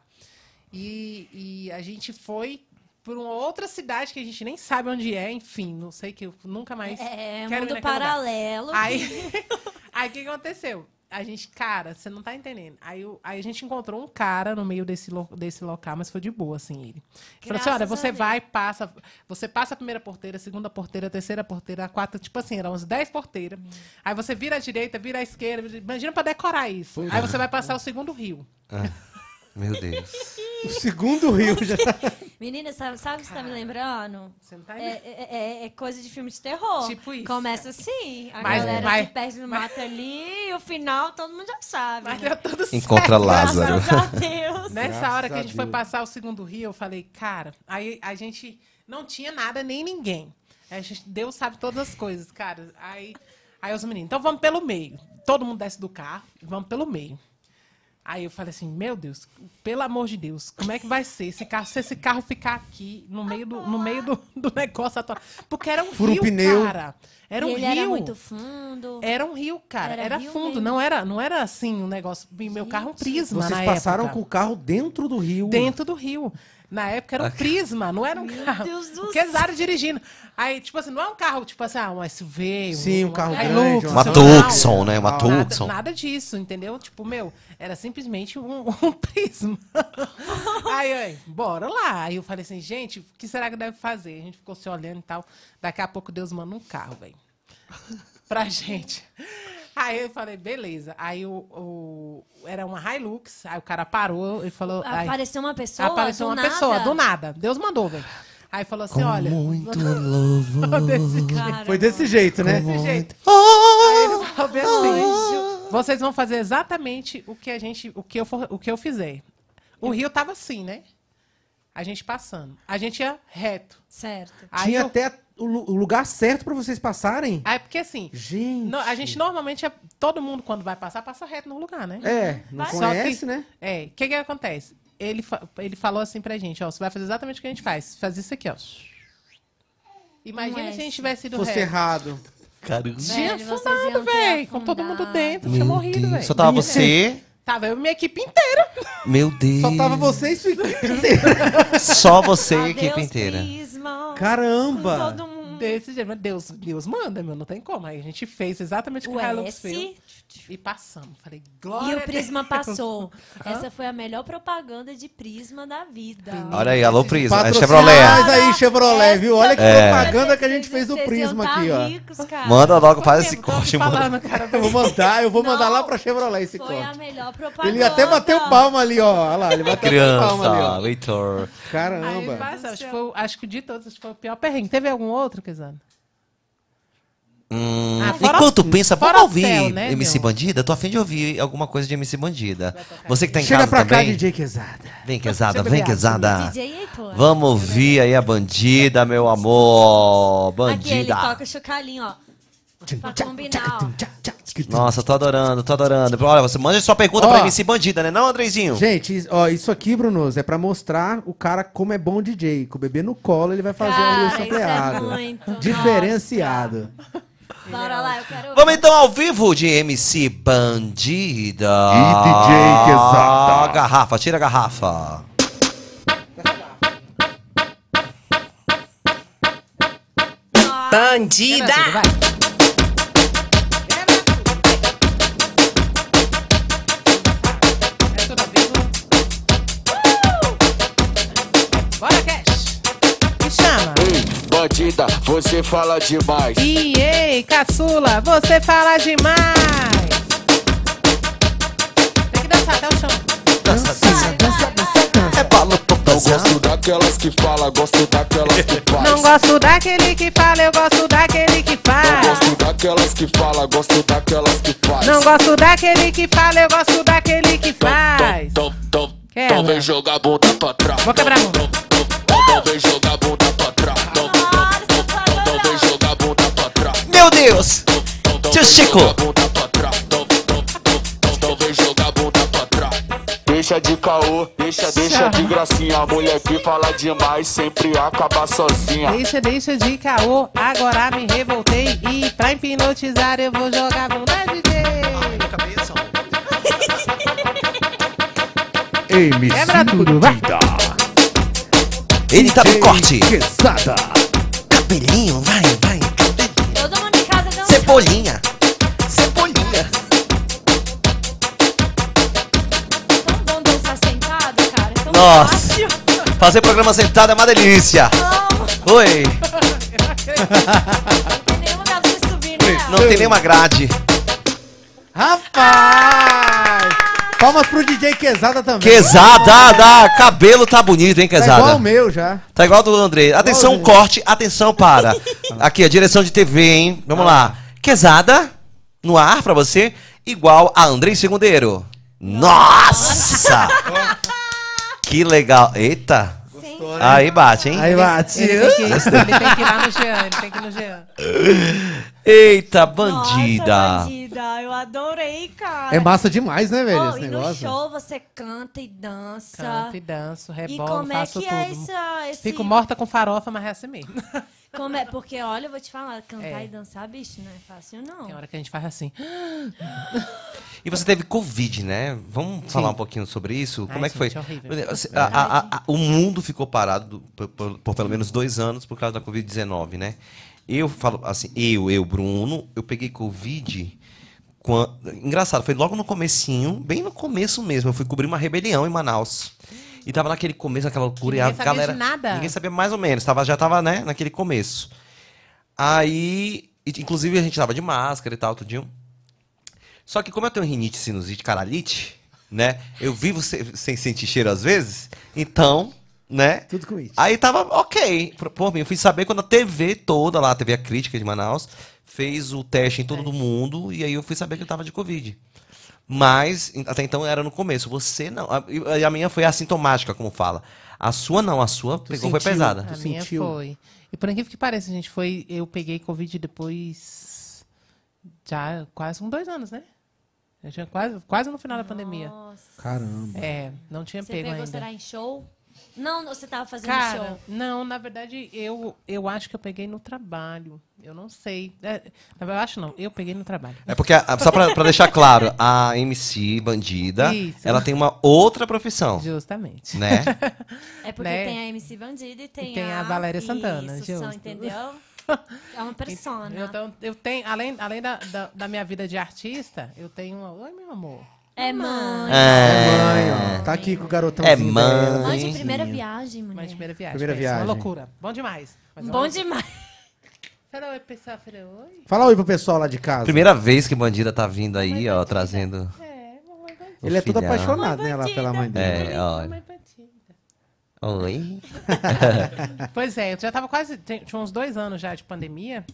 E: E, e a gente foi por uma outra cidade que a gente nem sabe onde é, enfim, não sei que eu nunca mais
C: É,
E: quero ir
C: mundo
E: naquele lugar.
C: paralelo.
E: Aí, aí o que que aconteceu? A gente, cara, você não tá entendendo. Aí, o- aí a gente encontrou um cara no meio desse, lo- desse local, mas foi de boa, assim, ele. Falou assim,
C: Graças
E: olha,
C: a
E: você
C: Deus.
E: vai, passa... Você passa a primeira porteira, a segunda porteira, a terceira porteira, a quarta... Tipo assim, eram uns 10 porteiras.
C: Hum.
E: Aí você vira à direita, vira à esquerda. vira- Imagina pra decorar isso.
B: é.
E: Aí você vai passar o segundo rio.
B: Meu Deus.
A: O segundo rio já tá...
C: Menina, sabe, sabe o que você tá me lembrando?
E: Você não tá
C: É,
E: entendendo.
C: é- é- é coisa de filme de terror.
E: Tipo isso,
C: Começa assim, a
E: Mas-
C: galera
E: mas-
C: se perde no mato ali, e o final todo mundo já sabe.
E: Mas deu tudo certo.
B: Encontra Lázaro.
C: Graças a Deus.
E: Nessa
A: Graças
E: hora que
A: a
E: a gente foi
A: Deus.
E: passar o segundo rio, eu falei, cara, aí a gente não tinha nada nem ninguém. A gente, Deus sabe todas as coisas, cara. Aí, aí os meninos, então vamos pelo meio. Todo mundo desce do carro, vamos pelo meio. Aí eu falei assim, meu Deus, pelo amor de Deus, como é que vai ser esse carro, se esse carro ficar aqui no meio do, no meio do, do negócio atual? Porque era um
A: Fura o
E: rio,
A: pneu.
E: cara. Era
C: E
E: um
C: ele
E: rio.
C: era muito fundo.
E: Era um rio, cara.
C: Era
E: Era,
C: rio
E: fundo,
C: mesmo.
E: não era, não era assim um negócio. Meu carro é um prisma
A: Vocês
E: na
A: passaram
E: época
A: com o carro dentro do rio.
E: dentro do rio. Na época era um prisma, não era um carro.
C: Deus do
E: Porque eles eram dirigindo. Aí, tipo assim, não é um carro, tipo assim, ah, um SUV.
A: Sim, um carro grande,
E: Hilux,
A: uma
E: não,
B: Tucson, né? Uma
E: nada-
B: Tucson.
E: Nada disso, entendeu? Tipo, meu, era simplesmente um, um prisma. aí, aí, bora lá. Aí eu falei assim, gente, o que será que deve fazer? A gente ficou se olhando e tal. Daqui a pouco Deus manda um carro, velho. Pra gente. Aí eu falei, beleza. Aí o, o- era uma Hilux, aí o cara parou e falou. aí-
C: Apareceu uma pessoa.
E: Apareceu
C: do
E: uma
C: nada.
E: pessoa, do nada. Deus mandou, velho. Aí falou assim, olha...
B: muito louvor.
E: desse
C: Cara,
A: Foi desse jeito, né?
E: jeito. Aí ele falou bem assim, vocês vão fazer exatamente o que a gente... O que eu, for, o que eu fizer. O rio tava assim, né? A gente passando. A gente ia reto.
C: Certo.
E: Aí
A: Tinha
E: eu-
A: até o lu- o lugar certo pra vocês passarem.
E: Aí, porque assim...
A: Gente.
E: no- a gente normalmente... é- todo mundo, quando vai passar, passa reto no lugar, né?
A: É, não
E: Vai.
A: conhece,
E: Só que-
A: né?
E: É, o que que acontece? Ele, fa- ele falou assim pra gente, ó, você vai fazer exatamente o que a gente faz. Faz isso aqui, ó. Imagina
C: Não é
E: se a gente
C: assim.
E: tivesse ido
A: Fosse
E: reto.
A: errado.
B: Caramba.
E: Tinha
C: Velho, vocês
E: afundado,
C: iam ter
E: velho. Com todo
C: afundado.
E: mundo dentro, tinha
B: Meu
E: morrido,
B: Deus.
E: velho.
B: Só tava você.
E: Tava eu e minha equipe inteira.
B: Meu Deus.
A: Só tava você e sua equipe inteira.
B: Só você e a
C: Adeus,
B: equipe inteira.
C: Prisma.
A: Caramba!
C: Todo mundo.
E: Desse jeito. Mas Deus, Deus manda, meu, não tem como. Aí a gente fez exatamente o que
C: O
E: o Hilux fez.
C: S.
E: E passamos. Falei,
C: E
E: glória a
C: o Prisma
E: Deus.
C: passou. Essa foi a melhor propaganda de Prisma da vida.
B: Olha aí, alô, Prisma. É
A: Patrocina
B: Chevrolet.
A: nós aí, Chevrolet, viu? Olha que
B: É.
A: propaganda que a gente fez do
C: Vocês iam
A: Prisma
C: tá
A: aqui, ó.
C: ricos, cara.
B: Manda logo, faz
E: Eu
B: esse
E: tô te
B: corte, mano.
E: falando, cara.
A: Eu vou mandar, eu vou mandar
C: Não,
A: lá pra Chevrolet esse
C: Foi a
A: corte.
C: melhor propaganda.
A: Ele até bateu palma ali, ó. Olha lá, ele bateu palma
B: Criança,
A: ali, ó.
B: Heitor.
E: Aí
A: Caramba.
E: passa, acho, que foi, o- acho que de todos, acho que foi o pior perrengue. Teve algum outro, Kizana?
B: Hum,
E: Ah, fora-
B: enquanto pensa,
E: fora
B: vamos
E: o
B: ouvir
E: céu, né,
B: MC
E: meu?
B: Bandida? Tô afim de ouvir alguma coisa de MC Bandida. Você que tá em
A: Chega
B: casa
A: pra cá,
B: também.
A: DJ Quezada.
B: Vem, quesada,
E: Chega
B: vem, é
E: pra cá,
B: quesada.
C: DJ Heitor.
B: Vamos ouvir aí a bandida, meu amor.
C: Aqui ele
B: Bandida.
C: toca chocalinho, ó. Pra combinar, ó.
B: Nossa, tô adorando, tô adorando. Olha, você manda sua pergunta
A: Ó.
B: pra MC Bandida, né não, Andrezinho?
A: Gente, is- ó, isso aqui, Brunoso, é pra mostrar o cara como é bom DJ. Com o bebê no colo, ele vai fazer um
C: Cara,
A: Wilson
C: isso é
A: Freado.
C: muito.
A: Diferenciado.
C: Nossa. Bora lá, eu quero.
B: Vamos então ao vivo de MC Bandida.
D: E DJ Quesada.
B: Garrafa, tira a garrafa.
F: Bandida!
E: É tudo ao vivo. Bora, Cash! Me chama!
G: Ei, bandida, você fala demais.
E: E ei, caçula, você fala demais! Tem que dançar até o chão.
B: Dança, dança, dança, dança, dança. É balo, popô,
G: Não gosto daquelas que fala, gosto daquelas que faz.
E: Não gosto daquele que fala, eu gosto daquele que
G: Não
E: faz.
G: gosto daquelas que fala, gosto daquelas que faz.
E: Não gosto daquele que fala, eu gosto daquele que
G: Tom,
E: faz.
G: tom, tom, tom,
E: Quer,
G: Então vem
E: Léo?
G: jogar a bunda pra trás.
E: Vou quebrar a bunda.
G: Tom, tom, tom, tom, vem jogar a bunda pra trás. Tom, tom,
C: Ah,
G: tom, tom, tom, vem jogar a bunda pra trás.
B: Meu Deus!
G: Tom, tom,
B: Tio
G: vem
B: Chico.
G: jogar a bunda pra trás. Tom, tom, tom, tom, tom, vem jogar a bunda pra trás. Deixa de caô, deixa, deixa de gracinha. A mulher que fala demais sempre acaba sozinha.
E: Deixa, deixa de caô, agora me revoltei. E pra hipnotizar eu vou jogar bunda de Deus.
D: MC
E: Quebra tudo, vai.
D: Dudida.
B: Ele tá no
D: DJ
B: corte!
D: Quesada.
B: Cabelinho, vai, vai!
C: Todo mundo em casa um dançando.
B: Cebolinha! Cebolinha!
C: Tão bom dançar um sentado, cara. É tão
B: Nossa.
C: fácil.
B: Fazer programa sentado é uma delícia!
C: Não,
B: Oi!
C: não tem nenhuma das duas subir, né?
B: Não tem nenhuma grade.
A: Rapaz! Palmas pro DJ Quesada também.
B: Quesada, dá, cabelo tá bonito, hein,
A: Tá igual o
B: Quesada?
A: meu já.
B: Tá igual do André. Atenção,
A: Igualzinho.
B: corte, atenção, para. Aqui, a direção de TV, hein? Vamos lá. Quesada, no ar pra você, igual a Andrei Segundeiro. Nossa! que legal. Eita! Aí bate, hein?
A: Aí bate.
E: Ele tem, que, ele tem que ir lá no Jean, ele tem que ir no Jean.
B: Eita,
C: Nossa,
B: bandida!
C: bandida. Eu adorei, cara.
A: É massa demais, né, velho,
C: Oh,
A: esse
C: e no
A: negócio.
C: show você canta e dança.
E: Canto e danço,
C: e
E: rebolo,
C: como é
E: faço
C: que
E: tudo.
C: é essa, esse...
E: Fico morta com farofa, mas é assim mesmo.
C: como é- Porque, olha, eu vou te falar, cantar
E: É.
C: e dançar, bicho, não é fácil, não.
E: Tem hora que a gente faz assim.
B: E você teve Covid, né? Vamos falar um pouquinho sobre isso?
E: Ai,
B: Como é que
E: gente,
B: foi?
E: é horrível.
B: Assim, a- a- a- a- o mundo ficou parado por, por- por pelo menos dois anos por causa da Covid-19, né? Eu falo assim, eu, eu, Bruno, eu peguei Covid. quan- Engraçado, foi logo no comecinho, bem no começo mesmo. Eu fui cobrir uma rebelião em Manaus. E tava naquele começo, aquela loucura.
E: Que
B: e a
E: ninguém sabia de
B: galera.
E: nada.
B: Ninguém sabia mais ou menos. Tava, já tava, né, naquele começo. Aí. e- Inclusive a gente tava de máscara e tal, tudinho. Só que como eu tenho rinite, sinusite, caralite, né? Eu vivo se- sem sentir cheiro às vezes, então, né?
A: Tudo com isso.
B: Aí tava ok. Por- Por mim, eu fui saber quando a TV toda lá, a TV a Crítica de Manaus, fez o teste em todo mundo, e aí eu fui saber que eu tava de Covid. Mas, em- até então era no começo. Você não. A, e a minha foi assintomática, como fala. A sua não, a sua pegou, foi
A: sentiu?
B: pesada.
A: Tu
E: A minha
A: sentiu?
E: foi. E por incrível que pareça, gente, foi. Eu peguei Covid depois. Já quase com dois anos, né? Eu tinha quase, quase no final da pandemia.
C: Nossa.
A: Caramba.
E: É, não tinha
C: Você
E: pego
C: pegou,
E: ainda.
C: será, em show? Não, não, você tava fazendo
E: Cara,
C: show.
E: não, na verdade, eu, eu acho que eu peguei no trabalho. Eu não sei. É, na verdade, eu acho não, eu peguei no trabalho.
B: É porque, a- só pra, pra deixar claro, a MC bandida,
E: Isso.
B: ela tem uma outra profissão,
E: Justamente.
B: né?
C: É porque
E: né?
C: tem a MC Bandida e tem,
E: E tem a Valéria Santana,
C: Isso,
E: justo. Então,
C: são, entendeu? É uma persona.
E: Eu, tenho- Então, eu tenho, além, além da, da, da minha vida de artista, eu tenho uma. Oi, meu amor.
C: É mãe.
A: É
B: É.
A: mãe, ó. Tá aqui com o garotão.
B: É mãe.
C: Mãe de primeira viagem, mulher.
E: Mas de primeira viagem.
A: Primeira
E: pensa,
A: viagem.
E: Uma loucura. Bom demais. Mas
C: É. Bom
E: olha-
C: demais.
E: Fala oi, pessoal. Fala oi.
A: Fala oi pro pessoal lá de casa.
B: Primeira vez que bandida tá vindo aí, ó, trazendo.
E: É, mamãe bandida.
A: Ele é todo
B: Filhão.
A: apaixonado, né, lá pela mãe dele.
B: É, ó.
E: Mamãe bandida.
B: Oi.
E: Pois é, eu já tava quase. tem- Tinha uns dois anos já de pandemia.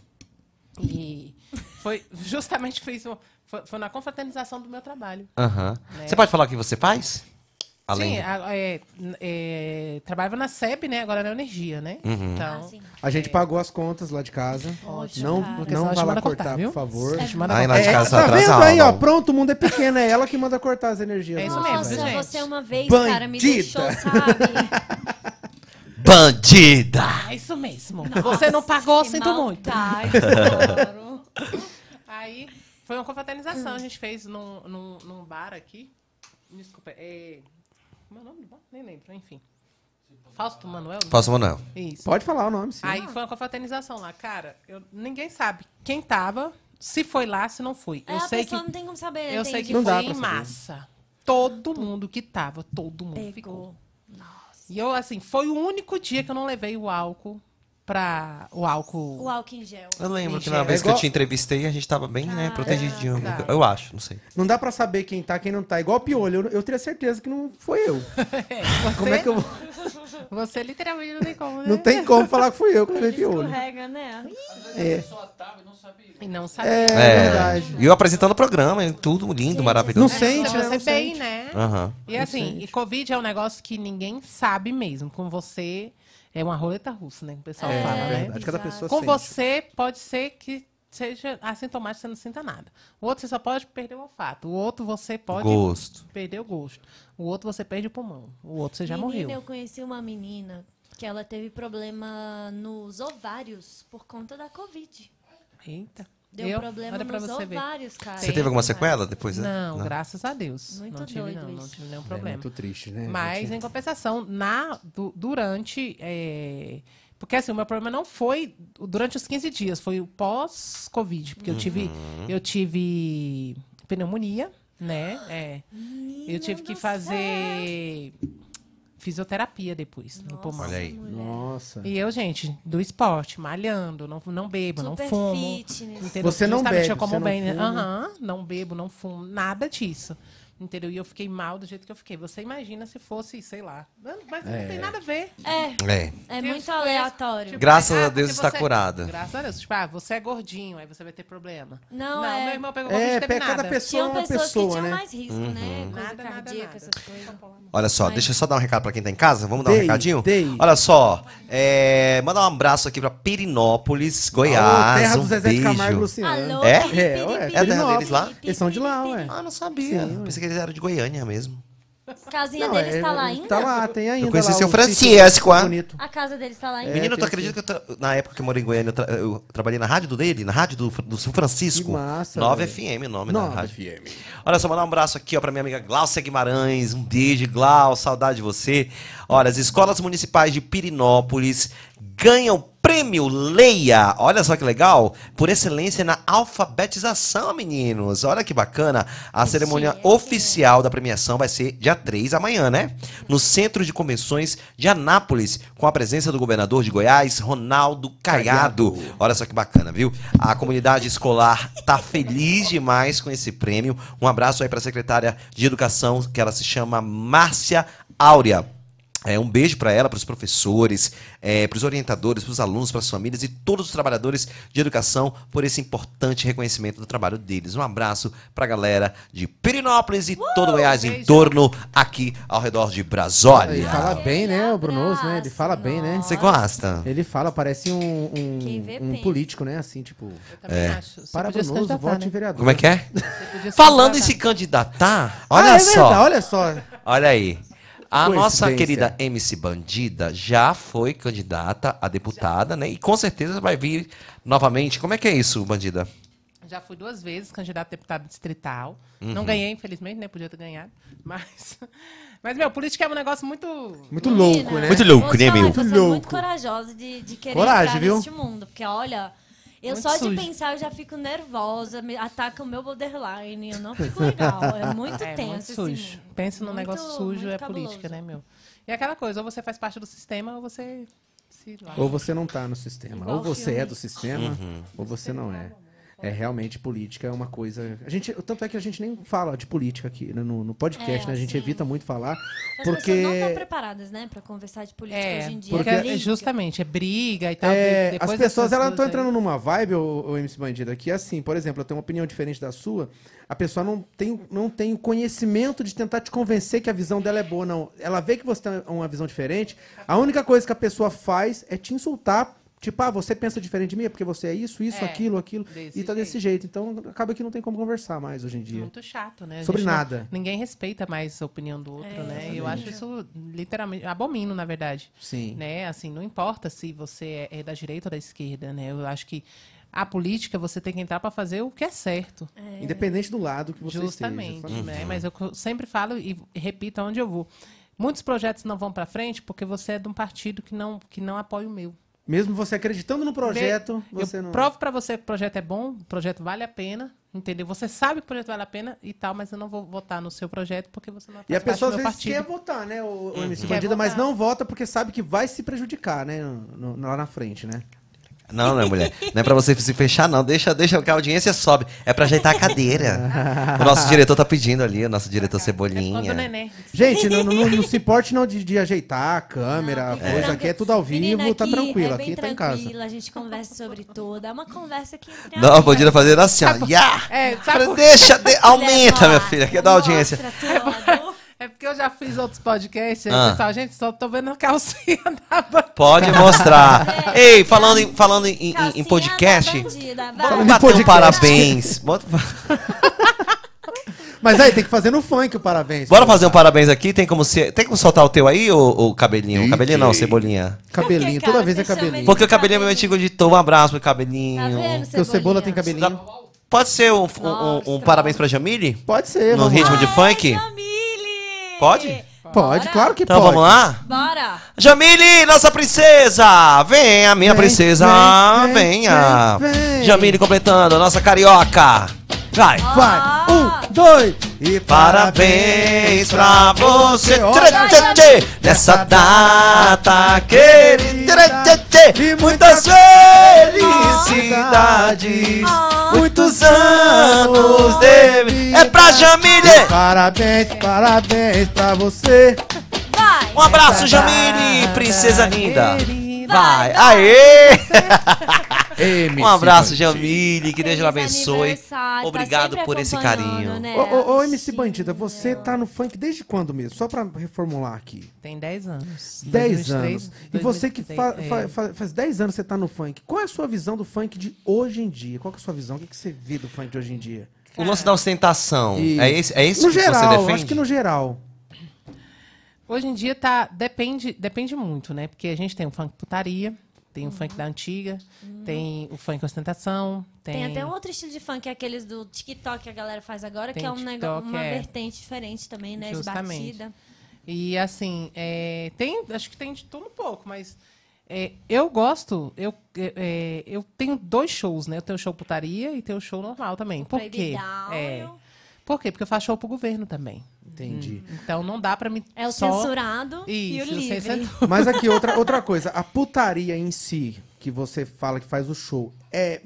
E: E foi justamente foi isso. Foi, foi na confraternização do meu trabalho.
B: Aham. Você pode falar o que você faz? Além.
E: Né? Sim, a- é, n- é, trabalhava na SEB, né? Agora na Energia, né?
A: Uhum.
C: Ah,
E: Então.
C: sim.
A: A gente pagou as contas lá de casa.
C: Ótimo,
A: Não,
C: cara.
E: Porque
A: não
E: senão a
A: vai
E: gente
A: lá
E: manda
A: cortar,
E: cortar, viu?
A: por favor.
E: A gente manda
B: Ai,
E: cortar.
B: lá de
A: É,
B: casa
A: tá
B: atrasa
A: vendo
B: a
A: aí, ó?
B: aula.
A: Pronto, o mundo é pequeno. É ela que manda cortar as energias.
E: É isso
A: nossas,
E: mesmo,
A: velho.
E: gente.
C: Nossa, você uma vez,
A: Bandida.
C: cara, me deixou, sabe?
B: Bandida!
E: É isso mesmo. Você não pagou,
C: Que
E: sinto muito.
C: maldade, claro.
E: Aí foi uma confraternização, a gente fez num, num, num bar aqui. Desculpa, é. Como é o nome do bar? Nem lembro, enfim. Fausto Manuel? né?
B: Posso ou não?
E: Isso.
A: Pode falar o nome, sim.
C: Ah.
E: Aí foi uma confraternização lá, cara. Eu, ninguém sabe quem tava, se foi lá, se não foi.
C: É,
E: eu
C: a
E: sei que
C: pessoa não tem como saber, né?
E: eu
C: Tem
E: sei que
A: Não dá
E: foi
A: pra
E: em
A: saber.
E: massa. Todo mundo que tava, todo mundo ficou.
C: Pegou.
E: E eu assim, foi o único dia que eu não levei o álcool pra o álcool.
C: O álcool em gel.
B: Eu lembro que
E: Ixi,
B: na
E: é Ah,
B: vez que eu
A: igual-
B: te entrevistei, a gente tava bem, né, protegidinho.
E: tá.
B: Eu acho, não sei.
A: Não dá pra saber quem tá, quem não tá. Igual piolho. Eu, eu teria certeza que não foi eu.
E: Você
A: Como é que eu vou...
E: Você literalmente não tem como, né?
A: Não tem como falar que fui eu que levei
E: é
A: piolho.
C: Escorrega, né?
A: É,
E: E não sabe.
A: é verdade.
B: E eu apresentando o programa, hein, tudo lindo,
A: Não
B: maravilhoso.
A: sente, né?
E: É, você
A: Não
E: bem,
A: sente. Ah,
E: né?
B: Aham.
E: E assim, e Covid é um negócio que ninguém sabe mesmo. Com você, é uma roleta russa, né? Que o pessoal
A: É,
E: fala, né?
A: verdade. Cada pessoa
E: Com
A: sente.
E: você, pode ser que seja assintomático, você não sinta nada. O outro, você só pode perder o olfato. O outro, você pode
B: Gosto.
E: perder o gosto. O outro, você perde o pulmão. O outro, você já
C: Menina,
E: morreu.
C: Eu conheci uma menina que ela teve problema nos ovários por conta da Covid.
E: Eita.
C: Deu
E: Eu-
C: um problema
E: olha pra
C: nos
E: você ver.
C: ovários, cara.
B: Você teve alguma sequela depois? né?
E: Não, graças a Deus.
C: Muito
E: não tive,
C: doido
E: não. Não
C: isso.
E: tive nenhum
A: É
E: problema.
A: muito triste, né?
E: Mas, é
A: gente?
E: em compensação, na, du- durante. é, porque assim, o meu problema não foi durante os 15 dias, foi o pós-Covid. Porque eu tive.
A: Uhum.
E: Eu tive pneumonia, né? É. eu tive que fazer fisioterapia depois no pulmão.
B: Olha aí.
A: Nossa.
E: E eu, gente, do esporte, malhando, não, não bebo,
C: Super
E: não fumo.
C: fitness.
E: Entendeu?
A: Você não
E: Justamente
A: bebe,
E: eu como
A: você não
E: bem, né?
A: fuma.
E: Aham, não bebo, não fumo, nada disso. Entendeu? E eu fiquei mal do jeito que eu fiquei. Você imagina se fosse, sei lá. Não, Mas não tem nada a ver.
C: É,
B: É.
C: é
E: Deus
C: muito
E: conhece,
C: aleatório.
B: Graças
E: ah,
B: a Deus
E: porque
B: está
E: você-
B: curada.
E: Graças a Deus. Tipo, ah, você é gordinho, aí você vai ter problema.
C: Não,
E: não
C: é.
E: meu irmão pegou Covid,
A: É,
E: teve
A: pe- cada
E: nada.
A: pessoa é
C: Tinham
A: uma
C: pessoas que
A: pessoa,
C: tinham
A: né?
C: mais risco, né?
B: Uhum.
C: Coisa
E: Nada, nada,
C: cardíaca,
E: nada.
C: essas coisas.
B: Olha só, deixa eu só dar um recado pra quem tá em casa. Vamos dar um
A: Dei,
B: recadinho?
A: dei.
B: Olha só, é, mandar um abraço aqui pra Pirinópolis,
A: Alô,
B: Goiás.
A: terra do
B: um
A: Zezé de
B: beijo.
A: Camargo e Luciano.
C: Alô,
B: É?
C: piri,
A: É,
C: piri,
A: ué,
C: piri,
A: é a
B: terra
C: piri,
B: deles lá?
C: piri,
A: Eles são de lá,
C: piri,
A: ué.
B: Ah, não sabia.
A: Sim, ué.
B: Pensei que eles eram de Goiânia mesmo.
C: piri. Casinha
A: Não,
C: deles
A: é,
C: tá lá ainda?
A: Tá lá, tem ainda.
B: Eu conheci
A: lá
B: seu
A: o
B: Francisco,
A: sítio
B: ah.
A: bonito.
C: A casa deles tá lá ainda?
B: Menino, tu
A: tem
B: acredita que eu tra- na época que eu morei em Goiânia, eu, tra- eu trabalhei na rádio do dele, na rádio do, do São Francisco.
A: Que massa,
B: 9
A: velho.
B: FM o nome da
A: 9
B: rádio. FM. Olha só, mandar um abraço aqui ó, pra minha amiga Glaucia Guimarães. Um beijo, Glau, saudade de você. Olha, as escolas municipais de Pirinópolis ganham prêmio Leia. Olha só que legal. Por excelência na alfabetização, meninos. Olha que bacana. A cerimônia
C: chique.
B: oficial da premiação vai ser dia 3 amanhã, né? No Centro de Convenções de Anápolis, com a presença do governador de Goiás, Ronaldo Caiado. Olha só que bacana, viu? A comunidade escolar tá feliz demais com esse prêmio. Um abraço aí para a secretária de Educação, que ela se chama Márcia Áurea. É, um beijo para ela, para os professores, para os orientadores, para os alunos, para as famílias e todos os trabalhadores de educação por esse importante reconhecimento do trabalho deles. Um abraço para a galera de Pirinópolis e todo Goiás em
E: beijo.
B: torno, aqui ao redor de
A: Ele
B: Brasólia.
A: fala bem, né, o Brunoso, né? Ele
C: Abraço,
A: fala bem, né?
C: nossa.
B: Você gosta?
A: Ele fala, parece um, um-
C: Quem vê,
A: um
C: pensa.
A: político, né? Assim, tipo,
E: Eu também
B: É.
E: acho. Você
A: para
E: podia se
A: Brunoso,
E: candidatar,
A: vote em
E: né?
A: vereador.
B: Como é que é?
E: Você podia se
B: Falando em
E: candidatar.
B: se candidatar,
A: um Ah,
B: olha
A: é verdade,
B: só,
A: olha só.
B: olha aí. A nossa
A: Coincidência.
B: querida MC Bandida já foi candidata a deputada, né? E com certeza vai vir novamente. Como é que é isso, Bandida?
E: Já fui duas vezes candidata a deputado distrital.
B: Uhum.
E: Não ganhei, infelizmente, né? Podia ter ganhado. Mas, mas meu, política é um negócio muito.
A: Muito
C: Menina,
A: louco, né?
B: Muito louco,
C: vou te
B: né,
C: falar,
B: meu?
C: Você é
A: Muito
C: muito
A: louco.
C: corajosa de, de querer
A: Coragem,
C: entrar
A: viu?
C: neste mundo. Porque, olha, eu
E: Muito
C: só
E: sujo.
C: de pensar eu já fico nervosa, me ataca o meu borderline, eu não fico legal. É muito
E: É,
C: tenso
E: muito
C: esse
E: sujo.
C: mundo.
E: Pensa num
C: Muito-
E: negócio sujo,
C: muito
E: é
C: cabuloso.
E: política, né, meu? E é aquela coisa, ou você faz parte do sistema, ou você se lá.
A: Ou você não tá no sistema.
C: Igual
A: ou você
C: filme. Tá
A: é do sistema, ou você não é. É realmente política, é uma coisa. A gente, tanto é que a gente nem fala de política aqui né, no, no podcast,
C: É,
A: né? A gente
C: sim.
A: evita muito falar.
C: As
A: porque.
C: pessoas não estão preparadas, né, pra conversar de política
E: É,
C: hoje em dia.
E: porque
C: Briga.
E: é justamente, é briga e tal.
A: É,
E: depois
A: as
E: dessas
A: pessoas elas
E: coisas
A: estão
E: aí.
A: entrando numa vibe, o, MC Bandido, aqui assim, por exemplo, eu tenho uma opinião diferente da sua, a pessoa não tem, não tem o conhecimento de tentar te convencer que a visão dela é boa, não. Ela vê que você tem uma visão diferente, a única coisa que a pessoa faz é te insultar, tipo, ah, você pensa diferente de mim, é porque você é isso, isso,
E: É,
A: aquilo, aquilo,
E: desse
A: e tá desse jeito. Então acaba que não tem como conversar mais hoje em dia.
E: Muito chato, né? A
A: Sobre
E: gente não-
A: nada.
E: ninguém respeita mais a opinião do outro,
C: É,
E: né? Eu acho isso literalmente. Abomino, na verdade.
A: Sim.
E: né? Assim, não importa se você é é da direita ou da esquerda, né? Eu acho que a política você tem que entrar para fazer o que é certo,
A: Independente do lado que você
E: justamente,
A: esteja. sabe?
B: Uhum.
E: né? Mas eu co- sempre falo e repito aonde eu vou. Muitos projetos não vão para frente porque você é de um partido que não que não apoia o meu.
A: Mesmo você acreditando no projeto, você
E: eu
A: não.
E: provo para você que o projeto é bom, o projeto vale a pena, entendeu? Você sabe que o projeto vale a pena e tal, mas eu não vou votar no seu projeto porque você
A: E
E: não
A: a
E: faz parte
A: pessoa
E: do
A: às
E: meu
A: vezes
E: partido.
A: quer votar, né, o,
B: Uhum.
A: o MC
E: Quer
A: Bandida, mas
E: votar.
A: não vota porque sabe que vai se prejudicar, né, no- no- lá na frente, né?
B: Não, não, mulher. Não é pra você se fechar, não. Deixa, deixa que a audiência sobe. É pra ajeitar a cadeira. O nosso diretor tá pedindo ali, o nosso diretor
C: É
E: Quando o
C: né?
B: Cebolinha.
E: neném.
A: Gente, não, não- não se importe não de, de ajeitar a câmera,
C: Não,
A: a
C: fica
A: coisa.
C: tranquilo.
A: Aqui é tudo ao vivo,
C: Menina,
A: tá
C: aqui
A: tranquilo.
C: é bem
A: aqui tá em casa.
C: tranquilo, A gente conversa sobre tudo. É uma conversa que entre
B: Não,
C: amigas.
B: podia fazer assim, ó. Yeah!
E: É, sabe por-
B: Deixa, de- aumenta,
C: Leva
B: minha
C: lá.
B: filha, que dá audiência.
C: Mostra tudo.
E: É porque eu já fiz outros podcasts, aí
B: Ah.
E: o pessoal, gente, só tô vendo a calcinha da Band.
B: Pode mostrar. Ei, falando em, falando em, em- em
C: Calcinha
B: podcast,
C: da bandida, vai.
B: vamos
A: em
B: bater um
A: podcast.
B: parabéns. Bota-
A: Mas aí tem que fazer no funk o parabéns.
B: Bora fazer um parabéns aqui? Tem como, ser, tem como soltar o teu aí, ô, ô cabelinho? Cabelinho não, cebolinha.
A: Cabelinho,
C: Por que,
A: toda
C: cara,
A: vez é
C: você chama
A: cabelinho.
C: ele-
B: Porque o cabelinho é meu antigo editor. Um abraço pro
C: Tá
B: cabelinho.
C: vendo,
A: Porque o Cebola tem cabelinho.
B: Pode ser um, um- um- um
C: Nossa.
B: parabéns pra Jamile?
A: Pode ser,
B: No
A: vamos
B: ritmo
A: lá.
B: de funk?
C: Jamile!
B: Pode?
A: Pode, claro que
B: Então
A: pode.
B: vamos lá?
C: Bora!
B: Jamile, nossa princesa! Venha, minha
A: Vem,
B: princesa!
A: vem, vem,
B: venha!
A: vem, vem.
B: Jamile completando, nossa carioca! Vai!
A: Vai, um, dois e
B: Parabéns pra você tchê,
A: Olha,
B: tchê, tchê, nessa data querida tchê, tchê, e muitas felicidades, Ah. muitos anos de é pra Jamile.
A: Parabéns, parabéns pra você.
C: Vai!
B: Um abraço Jamile,
E: Ah,
B: princesa linda. Vai,
C: Vai,
B: aê!
D: MC
B: Um abraço
D: Bandinha.
B: Jamile, que Deus
C: Feliz
B: lhe abençoe.
C: aniversário, tá
B: Obrigado
C: sempre
B: por esse
C: acompanhando,
B: carinho.
C: né?
A: Ô, ô, ô, MC
C: Sim.
A: Bandida, você tá no funk desde quando mesmo? Só pra reformular aqui.
E: Tem 10 anos.
A: 10
E: 2003,
A: anos. E você que fa-
E: 2003,
A: fa-
E: é.
A: fa- faz 10 anos que você tá no funk. Qual é a sua visão do funk de hoje em dia? Qual que é a sua visão? O que, que você vê do funk de hoje em dia?
B: O lance da ostentação,
A: Isso.
B: é esse, é esse
A: no
B: que
A: geral,
B: você defende?
A: acho que no geral.
E: Hoje em dia tá depende, depende muito, né? Porque a gente tem o funk putaria, tem o funk da antiga, tem o funk ostentação, tem,
C: Hum. Tem até um outro estilo de funk, que é aqueles do TikTok que a galera faz agora,
E: Tem
C: que é um
E: TikTok,
C: negócio, uma
E: é.
C: vertente diferente também, né?
E: Justamente.
C: De batida.
E: E assim, é, tem, acho que tem de tudo um pouco, mas é, eu gosto, eu, é, é, eu tenho dois shows, né? Eu tenho o show putaria e tenho o show normal também. Por quê?
C: Proibidão.
E: É. Por quê? Porque eu faço show pro governo também.
A: Entendi.
E: Então não dá pra me
C: É o
E: só...
C: censurado e o
E: Isso,
C: livre.
E: censura-
A: Mas aqui, outra, outra coisa. A putaria em si, que você fala que faz o show, é.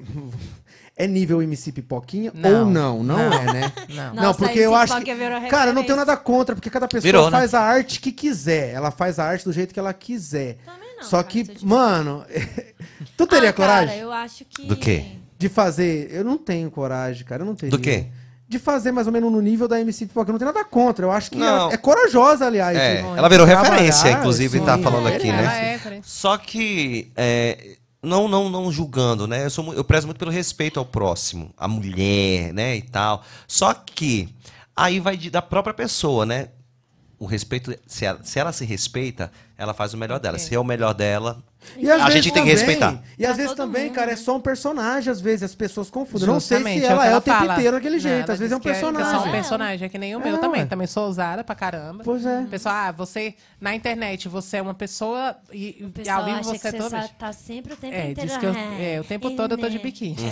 A: É nível MC Pipoquinha
E: Não.
A: ou não? Não,
E: Não.
A: é, né?
E: Não.
A: não,
C: Nossa,
A: porque
C: MC
A: eu acho. Que,
C: Pipoca virou
A: cara, eu não
C: referência.
A: tenho nada contra, porque cada pessoa
B: Virou, né?
A: faz a arte que quiser. Ela faz a arte do jeito que ela quiser.
C: Também não,
A: Só
C: cara,
A: que,
C: se eu te-
A: mano, tu teria
C: Ah,
A: coragem?
C: Cara, eu acho que.
B: Do quê?
A: De fazer. Eu não tenho coragem, cara. Eu não teria.
B: Do quê?
A: De fazer mais ou menos no nível da MC Pipoca. Eu não tenho nada contra. Eu acho que
B: Não.
A: ela é corajosa, aliás.
B: É,
A: de-
B: ela virou
A: trabalhar,
B: referência, inclusive,
A: sim,
B: tá falando
A: é,
B: aqui,
E: Ela
B: né?
E: é, peraí.
B: Só que é, não, não, não julgando, né? Eu, sou, mu- eu prezo muito pelo respeito ao próximo, à mulher, né? E tal. Só que aí vai de- da própria pessoa, né? O respeito, se ela se, ela se respeita, ela faz o melhor dela. Se é o melhor dela.
A: E às
B: A
A: vezes
B: gente tem que
A: também-
B: respeitar.
A: E às
C: Pra
A: vezes
C: todo
A: também,
C: mundo,
A: cara, é
C: né?
A: só um personagem, às vezes, as pessoas confundem. Eu não sei
E: Justamente,
A: se
E: é o
A: ela
E: que
A: é o tempo
E: fala.
A: inteiro daquele
E: Não,
A: jeito.
E: ela
A: Às vezes é um
E: diz que Que é só um
A: personagem.
E: personagem, é que nem o meu
A: É,
E: também.
A: ué.
E: Também sou ousada pra caramba.
A: Pois é.
E: Pessoal, ah, você na internet, você é uma pessoa e,
C: O
E: e
C: pessoal
E: ao vivo
C: acha
E: você é
C: que você
E: toda.
C: só tá sempre o tempo
E: É,
C: inteiro.
E: diz que eu-
C: ah,
E: é, o tempo todo eu tô de biquíni.
B: Uhum.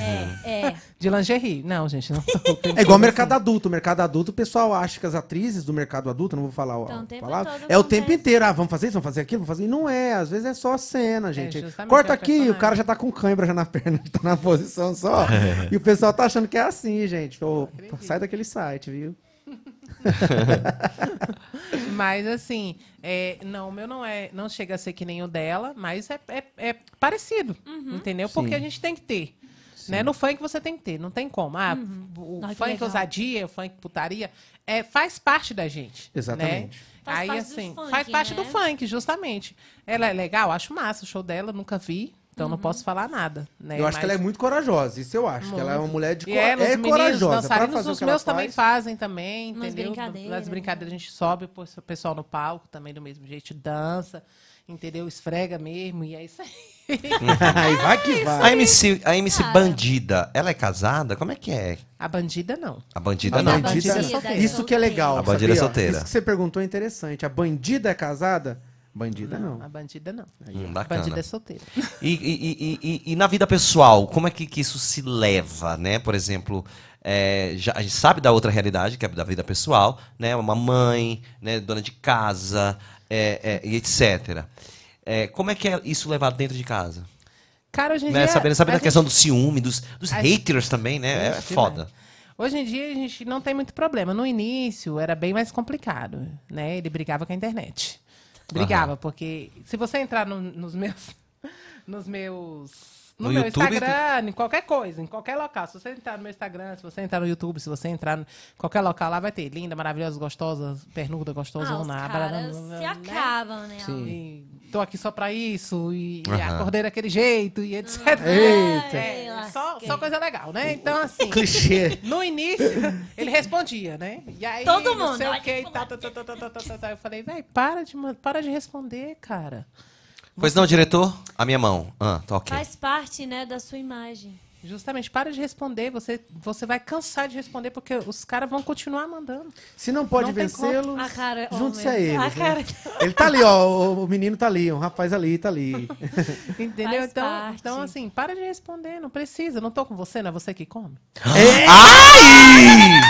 C: É, é.
E: De lingerie. Não, gente, não tô. o tempo
A: É igual
E: todo
A: mercado adulto. O mercado adulto, o pessoal acha que as atrizes do mercado adulto, não vou falar
C: Então,
A: a
C: o tempo
A: palavra,
C: todo
A: é o
C: acontece.
A: tempo inteiro. Ah, vamos fazer isso, vamos fazer aquilo, vamos fazer. E não é, às vezes é só a cena, gente.
E: justamente,
A: Corta
E: é o
A: aqui, o
E: personagem.
A: cara já tá com cãibra já na perna, tá na posição só. E o pessoal tá achando que é assim, gente. Ô, sai daquele site, viu?
E: assim. Mas assim, é, não, o meu não é. Não chega a ser que nem o dela, mas é, é- é parecido.
C: Uhum.
E: Entendeu? Porque a gente tem que ter. Né? No funk você tem que ter, não tem como. Ah, o
C: Ai, Uhum. é que
E: funk
C: legal.
E: ousadia, o funk putaria, é, faz parte da gente. Né?
A: Exatamente.
C: Faz
E: aí,
C: parte do
E: assim,
C: funk,
E: faz parte
C: né?
E: do funk, justamente. Ela é legal, acho massa o show dela, nunca vi, então
C: Uhum.
E: não posso falar nada. Né?
A: eu acho que ela é muito corajosa, isso eu acho. Que ela é uma mulher de
E: e
A: cora-
E: ela, os
A: é
E: meninos,
A: corajosa. Pra
E: dançarinos,
A: fazer o
E: os
A: que ela
E: meus também
A: faz,
E: fazem também,
C: Umas
E: entendeu?
C: brincadeiras, né?
E: Nas brincadeiras a gente sobe, pô, o pessoal no palco também do mesmo jeito, dança, entendeu? Esfrega mesmo, e é isso aí.
A: Aí vai que
B: A
A: vai.
B: MC, a MC
C: Cara.
B: Bandida, ela é casada? Como é que é?
E: A bandida não.
B: A bandida
A: A
B: não.
C: bandida-
A: bandida-
C: é solteira.
A: Isso que é legal.
B: A bandida é
A: sabia?
B: solteira.
A: Isso que você perguntou é interessante. A bandida é casada? Bandida não.
E: A bandida não.
B: Hum,
E: A bandida
B: bacana.
E: é solteira.
B: E, e- e- e- e na vida pessoal, como é que, que isso se leva, né? Por exemplo, é, já, a gente sabe da outra realidade, que é da vida pessoal, né? Uma mãe, né? dona de casa, é, é, e etc. É, como é que é isso levado dentro de casa?
E: Cara, hoje em
B: Né?
E: dia.
B: Sabendo, sabendo a,
A: é
E: gente-
B: questão do ciúme, dos, dos
E: a gente-
B: haters também, né? É
E: Ixi,
B: foda.
E: demais. Hoje em dia a gente não tem muito problema. No início era bem mais complicado, né? Ele brigava com a internet. Brigava, porque se você entrar no- nos meus. Nos meus. No,
B: No
E: meu
B: YouTube,
E: Instagram, em qualquer coisa, em qualquer local. Se você entrar no meu Instagram, se você entrar no YouTube, se você entrar em qualquer local, lá vai ter linda, maravilhosa, gostosa, pernuda, gostosa,
C: Ah, os
E: nabra,
C: caras
E: né?
C: se acabam, né?
A: Sim.
E: E tô aqui só pra isso, e, e
B: Aham.
E: acordei daquele jeito,
C: Ah,
E: e etc.
A: Eita.
E: É, só, só coisa legal, né? Então, assim.
A: Clichê.
E: No início, ele respondia, né? E aí,
C: Todo
E: não
C: mundo,
E: Sei
C: olha
E: o quê, tá,
C: que
E: e tal, tal, tal, tal, tal, tal, tal, tal. tá. Eu falei, velho, para de, man- para de responder, cara.
B: Pois não, diretor? A minha mão. Ah, tá ok.
C: Faz parte, né, da sua imagem.
E: Justamente, para de responder. Você, você vai cansar de responder, porque os caras vão continuar mandando.
A: Se não pode
E: Não tem
A: vencê-los,
C: A cara. oh,
A: junte-se
C: meu-
A: a eles.
C: A
A: né?
C: cara.
A: Ele tá ali, ó. O o menino tá ali, o rapaz ali, tá ali.
E: Entendeu?
C: Faz
E: Então,
C: parte.
E: então, assim, para de responder. Não precisa. Não tô com você, não é você que come.
B: Ai!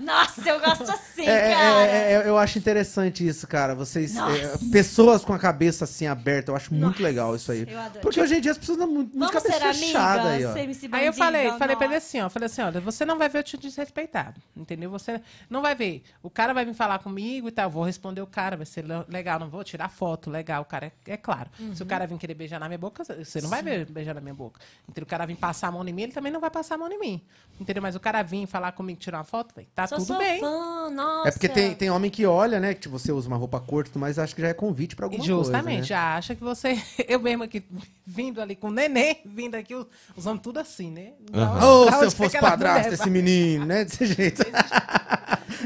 C: Nossa, eu gosto assim,
A: É, é,
C: cara.
A: é, é, eu acho interessante isso, cara. Vocês.
C: Nossa.
A: é, pessoas com a cabeça assim aberta, eu acho muito
C: Nossa,
A: legal isso aí.
C: eu adoro.
A: Porque hoje em dia as pessoas estão muito, muito
C: Vamos
A: cabeça
C: ser
A: fechada aí, ó.
C: amigas, MC
E: Aí eu
C: Bandida,
E: falei, falei
A: é.
E: pra ele
C: nossa.
E: assim, ó, falei assim, olha, você não vai ver eu te desrespeitar, entendeu? Você não vai ver. O cara vai vir falar comigo e tal, vou responder o cara, vai ser le- legal, não vou tirar foto, legal, o cara, é, é claro.
A: Uhum.
E: Se o cara vir querer beijar na minha boca, você não vai ver beijar na minha boca. Entendeu? O cara vir passar a mão em mim, ele também não vai passar a mão em mim, entendeu? Mas o cara vir falar comigo, tirar uma foto, véi, tá
C: Sou
E: tudo
C: sua
E: bem.
C: fã, nossa.
A: É porque tem, tem homem que olha, né? Que tipo, você usa uma roupa curta, e tudo mais, acho que já é convite pra alguma
E: Justamente,
A: coisa. né?
E: já acha que você. Eu mesmo aqui, vindo ali com o neném, vindo aqui, os, os homens tudo assim, né? Da
B: Aham.
E: onde-
A: Ou
E: da
A: se eu
E: onde
A: fosse
E: aquela
A: padrasto
E: mulher
A: desse
E: vai?
A: menino, né? Desse jeito.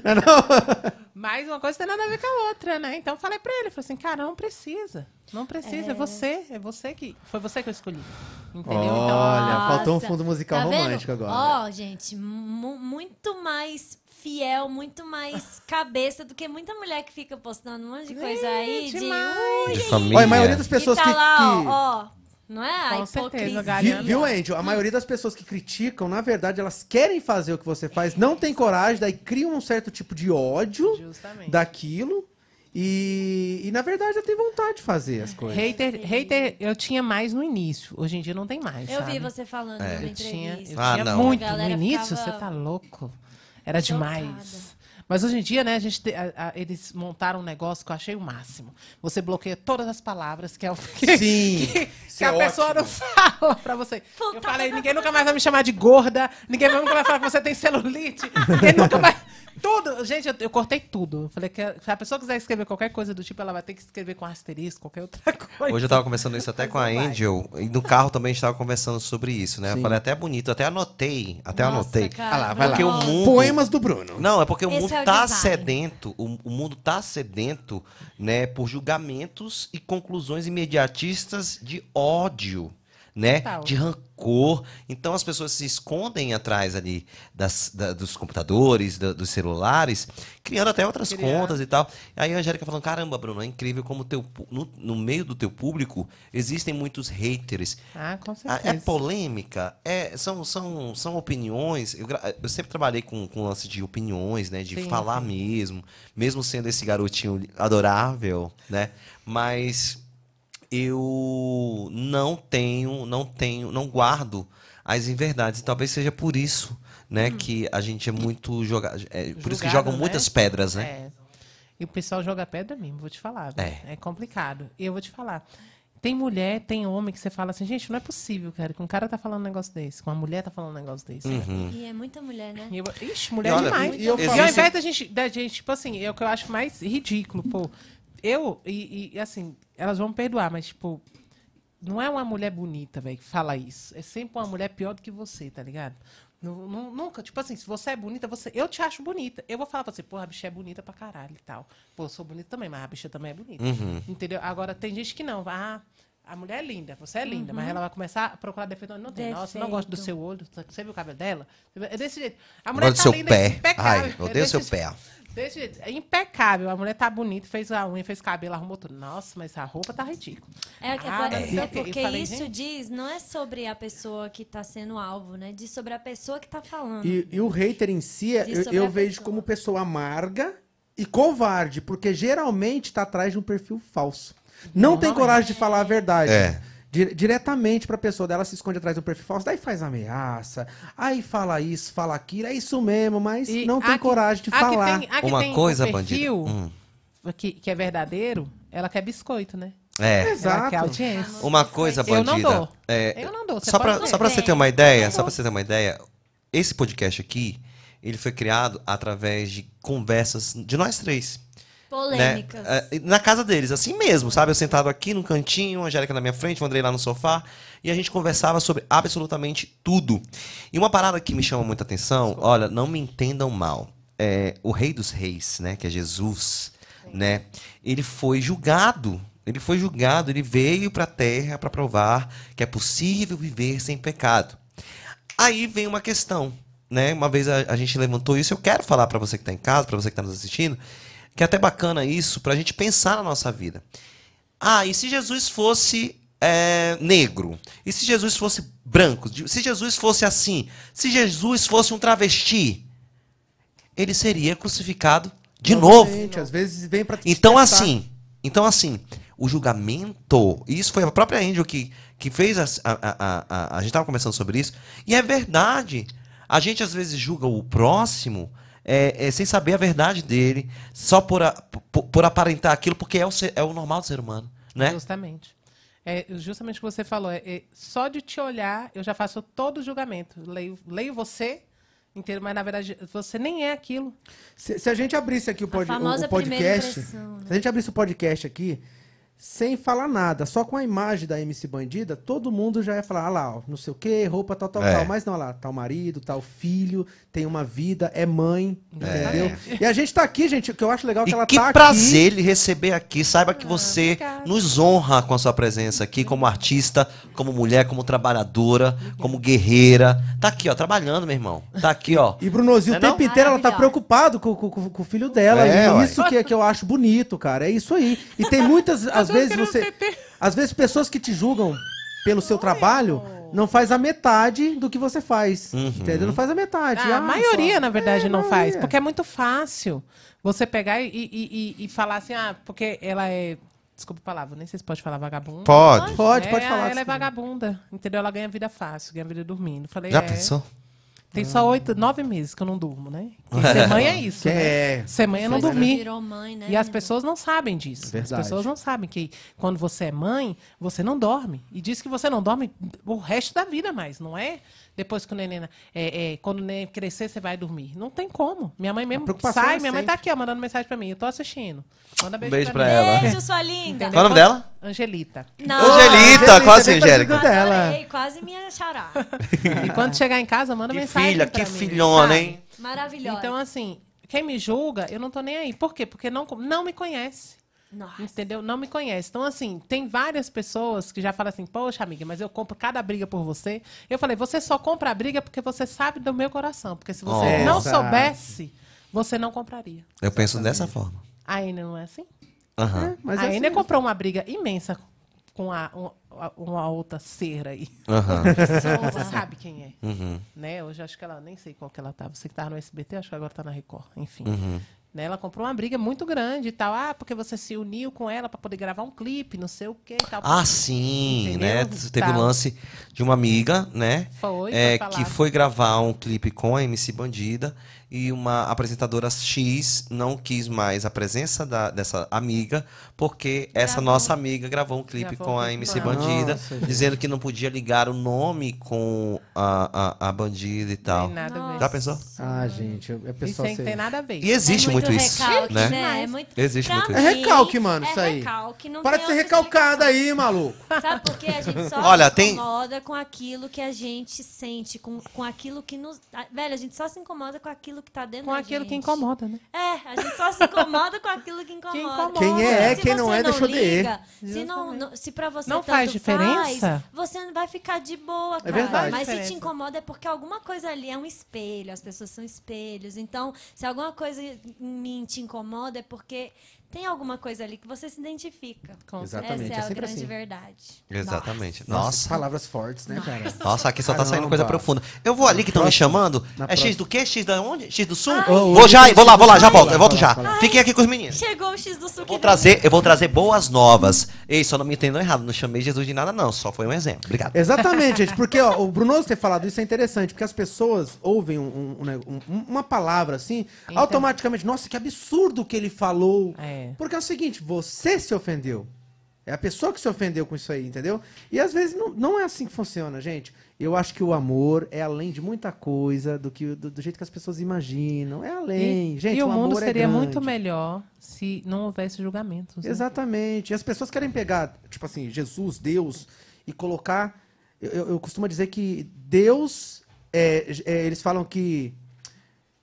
A: não, é não?
E: Mas uma coisa tem nada a ver com a outra, né? Então eu falei pra ele, eu falei assim, cara, não precisa. Não precisa, é, você, é você que. Foi você que eu escolhi. Entendeu?
A: Olha,
E: então,
A: faltou um
C: Nossa,
A: fundo musical
C: tá vendo?
A: romântico agora.
C: Ó, gente, mu- muito mais fiel, muito mais cabeça do que muita mulher que fica postando um monte de coisa aí. De,
E: demais.
C: ui,
B: De
A: Olha, a maioria
B: família.
A: das pessoas
C: e tá
A: que.
C: lá,
A: que-
C: ó, ó, não é? a
E: Com certeza,
C: hipocrisia.
E: galera.
A: Vi- Viu, Angel? A maioria das pessoas que criticam, na verdade, elas querem fazer o que você faz, não tem coragem, daí criam um certo tipo de ódio
E: justamente.
A: daquilo. E, e, na verdade, ela tem vontade de fazer as coisas.
E: Hater, hater, eu tinha mais no início. Hoje em dia não tem mais.
C: Eu
E: sabe?
C: vi você falando
B: É.
C: numa
E: Eu tinha, eu
C: entrevista.
B: Ah,
E: tinha
B: não.
E: muito.
C: A
E: No
C: galera
E: início,
C: ficava
E: você tá louco. Era demais. Mas hoje em dia, né, a gente te- a- a- eles montaram um negócio que eu achei o máximo. Você bloqueia todas as palavras que, é o que,
A: Sim,
E: que,
A: isso
E: que
A: é
E: a pessoa
A: ótimo.
E: não fala pra você.
C: Puta
E: Eu falei, ninguém nunca mais vai me chamar de gorda, ninguém nunca vai falar que você tem celulite, ninguém nunca mais... Tudo. Gente, eu, eu cortei tudo. Eu falei que a- se a pessoa quiser escrever qualquer coisa do tipo, ela vai ter que escrever com asterisco, qualquer outra coisa.
B: Hoje eu tava conversando isso até com a Angel. E no carro também a gente tava conversando sobre isso, né? Eu falei até bonito, até anotei. Até
C: Nossa,
B: anotei.
C: cara,
A: Ah lá, vai lá.
B: Porque o
C: nossa.
B: mundo.
A: Poemas do Bruno.
B: Não, é porque o
C: Esse
B: mundo
C: é o
B: tá
C: design.
B: sedento, o, o mundo tá sedento, né, por julgamentos e conclusões imediatistas de ódio, né,
E: Total.
B: de rancor. Então as pessoas se escondem atrás ali das, da- dos computadores, da- dos celulares, criando até outras
E: Criando.
B: contas e tal. Aí a Angélica falando, caramba, Bruno, é incrível como teu, pu- no, no meio do teu público existem muitos haters,
E: Ah, com
B: ah,
E: certeza.
B: É polêmica, é, são, são, são opiniões. Eu, gra- eu sempre trabalhei com, com lance de opiniões, né? De
E: Sim,
B: falar mesmo, mesmo sendo esse garotinho adorável, né? Mas eu não tenho, não tenho, não guardo as inverdades. E talvez seja por isso, né? Que a gente é muito joga, é, por isso que
E: Hum. Julgado,
B: jogam
E: né?
B: muitas pedras, né?
E: É. E o pessoal joga pedra mesmo, vou te falar. viu?
B: É.
E: É complicado. E eu vou te falar. Tem mulher, tem homem que você fala assim, gente, não é possível, cara, que um cara tá falando um negócio desse, que uma mulher tá falando um negócio desse. né?
C: E é muita mulher, né?
E: E eu- Ixi, mulher é
B: E olha,
E: demais. então."
A: e
E: E,
A: eu falo-
E: ao invés da gente, da gente, tipo assim, é o que eu acho mais ridículo, pô. Eu, e, e, assim, elas vão me perdoar, mas, tipo, não é uma mulher bonita, velho, que fala isso. É sempre uma mulher pior do que você, tá ligado? Nu- nu- Nunca, tipo assim, se você é bonita, você. Eu te acho bonita. Eu vou falar pra você, porra, a bicha é bonita pra caralho e tal. Pô, eu sou bonita também, mas a bicha também é bonita.
B: Uhum.
E: Entendeu? Agora tem gente que não. Ah, a mulher é linda, você é linda, mas ela vai começar a procurar defeito. Não tem, nossa, eu não gosto do
C: Defeito.
E: seu olho. Você viu o cabelo dela? É desse jeito. A
B: Agora do seu pé.
E: impecável.
B: Ai, eu
E: É
B: odeio
E: desse
B: seu
E: jeito.
B: pé.
E: Desse jeito. É impecável. A mulher tá bonita, fez a unha, fez cabelo, arrumou tudo. Nossa, mas a roupa tá ridícula.
C: É,
E: Ah,
C: que agora,
E: não sei
C: é
E: o quê. Eu
C: porque
E: falei,
C: isso
E: gente,
C: diz, não é sobre a pessoa que tá sendo alvo, né? Diz sobre a pessoa que tá falando.
A: E, né, e o hater em si, é-
C: Diz
A: eu,
C: sobre
A: eu
C: a
A: vejo
C: pessoa.
A: como pessoa amarga e covarde, porque geralmente tá atrás de um perfil falso. Não tem coragem de falar a verdade.
B: É.
A: di- diretamente pra pessoa dela, se esconde atrás do perfil falso, daí faz ameaça, aí fala isso, fala aquilo, é isso mesmo, mas
E: E
A: não tem
E: a que-
A: coragem de
E: a que
A: falar.
E: tem- a que tem
B: Uma coisa,
E: um
B: bandido.
E: perfil
B: Hum,
E: que, que é verdadeiro, ela quer biscoito, né?
B: é.
E: Ela quer
A: Exato.
E: audiência.
B: Uma coisa,
E: Eu não
B: bandida.
E: dou.
B: é,
E: Eu não dou. Você
B: só
E: pode Tá
B: pra,
E: ter.
B: só pra
C: Tem.
B: você ter uma ideia, só pra você ter uma ideia, esse podcast aqui, ele foi criado através de conversas de nós três. né?
C: Polêmicas.
B: É, Na casa deles, assim mesmo, sabe? Eu sentado aqui num cantinho, a Angélica na minha frente, o Andrei lá no sofá, e a gente conversava sobre absolutamente tudo. E uma parada que me chama muita atenção, olha, não me entendam mal. É, o rei dos reis, né? Que é Jesus, né? Ele foi julgado. Ele foi julgado, ele veio pra terra pra provar que é possível viver sem pecado. Aí vem uma questão, né? Uma vez a, a gente levantou isso, eu quero falar pra você que tá em casa, pra você que tá nos assistindo, que é até bacana isso pra gente pensar na nossa vida. Ah, e se Jesus fosse é, negro? E se Jesus fosse branco? De- Se Jesus fosse assim? Se Jesus fosse um travesti? Ele seria crucificado de novo.
A: Gente, às vezes vem pra te
B: Então
A: testar.
B: assim, então assim, o julgamento, e isso foi a própria Angel que, que fez as- a, a, a, a, a gente estava conversando sobre isso, e é verdade. A gente às vezes julga o próximo é, é, sem saber a verdade dele, só por, a- por, por aparentar aquilo, porque é o, ser- é o normal do ser humano, né?
E: Justamente. É justamente o que você falou. É, é, só de te olhar, eu já faço todo o julgamento. Leio, leio você inteiro, mas na verdade você nem é aquilo.
A: Se, se a gente abrisse aqui o, pod- o- o
C: famosa primeira
A: podcast. Se
C: impressão, né?
A: a gente abrisse o podcast aqui, sem falar nada, só com a imagem da MC Bandida, todo mundo já ia falar, ah lá, ó, não sei o quê, roupa, tal, tal,
B: É.
A: tal. Mas não, lá, tal marido, tal filho, tem uma vida, é mãe, entendeu?
E: Exatamente.
A: E a gente tá aqui, gente, o que eu acho legal é
B: E
A: que ela
B: que
A: tá aqui. Ah,
B: prazer lhe receber aqui. Saiba que você
E: obrigada.
B: nos honra com a sua presença aqui, como artista, como mulher, como trabalhadora, como guerreira. Tá aqui, ó, trabalhando, meu irmão. Tá aqui, ó.
A: E Brunozinho,
B: Não é
A: o tempo
C: não?
A: inteiro ela tá
C: Maravilhosa.
A: preocupada com, com- com- com o filho dela.
B: É,
A: e
B: ué.
A: isso que, que eu acho bonito, cara. É isso aí. E tem muitas, às vezes você, às vezes pessoas que te julgam pelo seu trabalho não faz a metade do que você faz,
B: Uhum.
A: entendeu? Não faz a metade.
E: Ah, a
A: Ah,
E: maioria, na verdade,
A: É,
E: não
A: maioria.
E: faz. Porque é muito fácil você pegar e, e, e, e falar assim, ah, porque ela é. Desculpa a palavra, nem sei se pode falar vagabunda.
B: Pode.
A: só- Pode,
E: É,
A: pode falar.
E: Ela é
A: assim.
E: é. né? é
A: é.
C: né?
E: é é?
A: é
E: tá
A: é
E: Então, assim, assim, Então, assim, é assim?
A: é assim.
B: Uhum.
E: é. Né?
A: Ah,
B: Uhum. Ah, né? É, um um né?
C: É né? é tá É, é um Então, é tem alguma coisa ali
E: tá. Né? Ah, um É né?
C: que você se identifica.
E: Com
A: Exatamente,
C: Essa é,
A: é
C: a
A: sempre
C: grande
A: assim.
C: verdade.
B: Exatamente.
A: Nossa,
B: Nossa.
A: palavras fortes, né, cara?
B: Nossa, aqui só tá saindo
A: Caramba.
B: coisa profunda. Eu vou ali que estão me chamando.
A: Na
B: É X
A: próxima.
B: do quê? X da onde? X do Sul?
A: Ô,
B: Vou
A: ô,
B: já,
A: X
B: vou lá,
A: do
B: vou lá, já
A: Sul.
B: volto,
A: Vai
B: eu volto
A: lá,
B: já.
A: vai lá.
B: Fiquem aqui com os meninos.
C: Chegou o X do Sul. que
B: Vou
C: vem.
B: trazer, eu vou trazer boas novas. Ei, só não me entendam errado, não chamei Jesus de nada não, só foi um exemplo. Obrigado.
A: Exatamente, gente, porque ó, o Brunoso ter falado isso é interessante, porque as pessoas ouvem um- um- um neg- um- uma palavra assim,
E: Então.
A: automaticamente, nossa, que absurdo que ele falou.
E: É.
A: Porque é o seguinte, você se ofendeu. É a pessoa que se ofendeu com isso aí, entendeu? E às vezes não, não é assim que funciona, gente. Eu acho que o amor é além de muita coisa do que do, do jeito que as pessoas imaginam. É além,
E: E,
A: gente.
E: e o mundo
A: amor é
E: seria muito
A: grande.
E: melhor se não houvesse julgamentos. né?
A: Exatamente. E as pessoas querem pegar, tipo assim, Jesus, Deus, e colocar. Eu, eu- eu costumo dizer que Deus. é, é, eles falam que.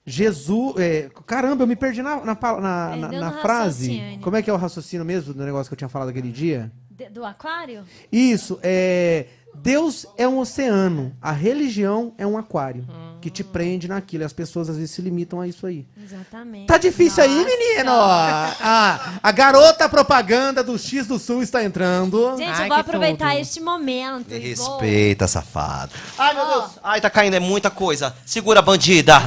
A: Jesus. é, caramba, eu me perdi na, na, pa- na- na-
C: Perdeu
A: na
C: no
A: frase.
C: raciocínio.
A: Como é que é o raciocínio mesmo do negócio que eu tinha falado aquele dia?
C: De- do aquário?
A: Isso, é. Deus é um oceano, a religião é um aquário que te prende naquilo. E as pessoas às vezes se limitam a isso aí.
C: Exatamente.
A: Tá difícil aí,
C: Nossa.
A: menino? Ah, a garota propaganda do X do Sul está entrando.
C: Gente,
E: Ai,
C: eu vou
E: que
C: aproveitar
E: tudo.
C: este momento.
B: Me
C: e vou-
B: respeita, safado. Ai, meu Deus. Ai, tá caindo, é muita coisa. Segura, bandida.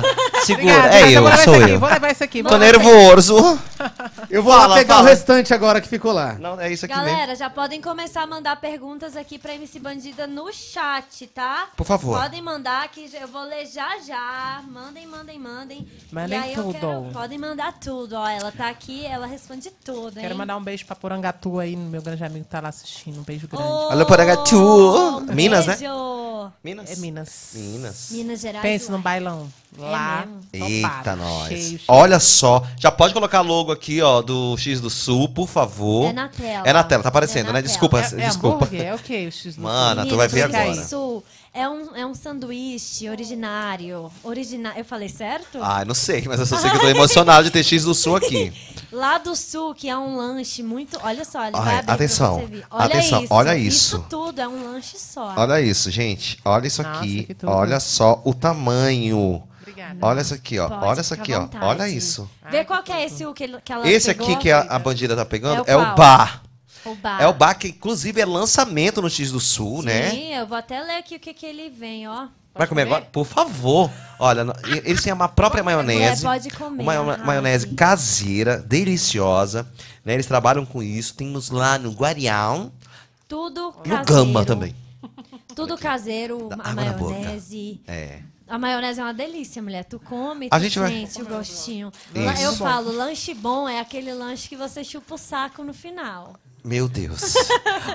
B: Segura.
E: Obrigada,
B: É
E: vou
B: eu,
E: levar
B: sou
E: esse aqui,
B: eu. é-
E: Vou levar isso aqui. vou
B: Tô
E: levar isso aqui.
B: nervoso.
A: Eu vou
B: Fala,
A: lá pegar
B: fala.
A: o restante agora que ficou lá.
B: Não, é isso aqui mesmo.
C: Galera, já podem começar a mandar perguntas aqui pra MC Bandida no chat, tá?
B: Por favor.
C: Podem mandar que eu vou ler já já. Mandem, mandem, mandem.
E: Mandem
C: e aí
E: tudo.
C: Eu quero... Podem mandar tudo. Ó, ela tá aqui, ela responde tudo, hein?
E: Quero mandar um beijo pra Porangatu aí, meu grande amigo que tá lá assistindo. Um beijo grande.
C: Ô,
B: Alô, Porangatu.
C: um
B: Minas, né?
C: beijo.
B: Minas.
E: É Minas.
B: Minas.
C: Minas Gerais.
E: Pense num
C: uai.
E: bailão.
A: é
E: Lá.
C: mesmo?
B: Eita,
E: topado,
B: nós.
E: cheio, cheio.
B: Olha só. Já pode colocar logo aqui, ó, do X do Sul, por favor.
C: É na tela.
B: É na tela, tá aparecendo,
C: É na
B: né?
C: tela.
B: Desculpa,
E: É, é
B: desculpa.
E: hambúrguer? É o quê? O X do
B: Mano,
E: Sul?
B: Ah, tu vai ver
C: Minas
B: agora.
C: do Sul é um, é um sanduíche originário. Origina... Eu falei certo?
B: Ai, não sei, mas eu só sei que eu tô emocionado de ter X do Sul aqui.
C: Lá do sul, que é um lanche muito. Olha só, ele
B: Ai,
C: vai abrir pra
B: atenção,
C: você ver. Olha
B: atenção,
C: isso,
B: olha isso.
C: Isso tudo é um lanche só.
B: Olha isso, gente. Olha isso
E: Nossa,
B: aqui.
E: que tudo.
B: Olha só o tamanho.
E: Obrigada.
B: Olha isso aqui, ó.
C: Pode,
B: Olha isso
C: fica à
B: aqui, ó.
C: vontade.
B: Olha isso.
C: Vê qual que é esse o que, ele- que ela
B: Esse
C: pegou.
B: aqui que a, a bandida tá pegando é
C: É
B: o,
C: o qual?
B: bar.
C: O bar.
B: É o bar que, inclusive, é lançamento no X do Sul, né?
C: Sim, eu vou até ler aqui o que, que ele vem, ó.
B: Vai comer agora? Por favor. Olha, no- e- eles têm a própria maionese.
C: Mulher, pode comer,
B: Uma ma-
C: arrase.
B: maionese caseira, deliciosa. né? Eles trabalham com isso. Temos lá no Guarião,
C: Tudo caseiro.
B: no Gama também.
C: Tudo caseiro,
B: Dá
C: a
B: água na boca.
C: maionese.
B: É.
C: A maionese é uma delícia, mulher. Tu come, tu
B: A gente vai-
C: sente o gostinho. Lá- Eu
B: Isso.
C: falo, lanche bom é aquele lanche que você chupa o saco no final.
B: Meu Deus.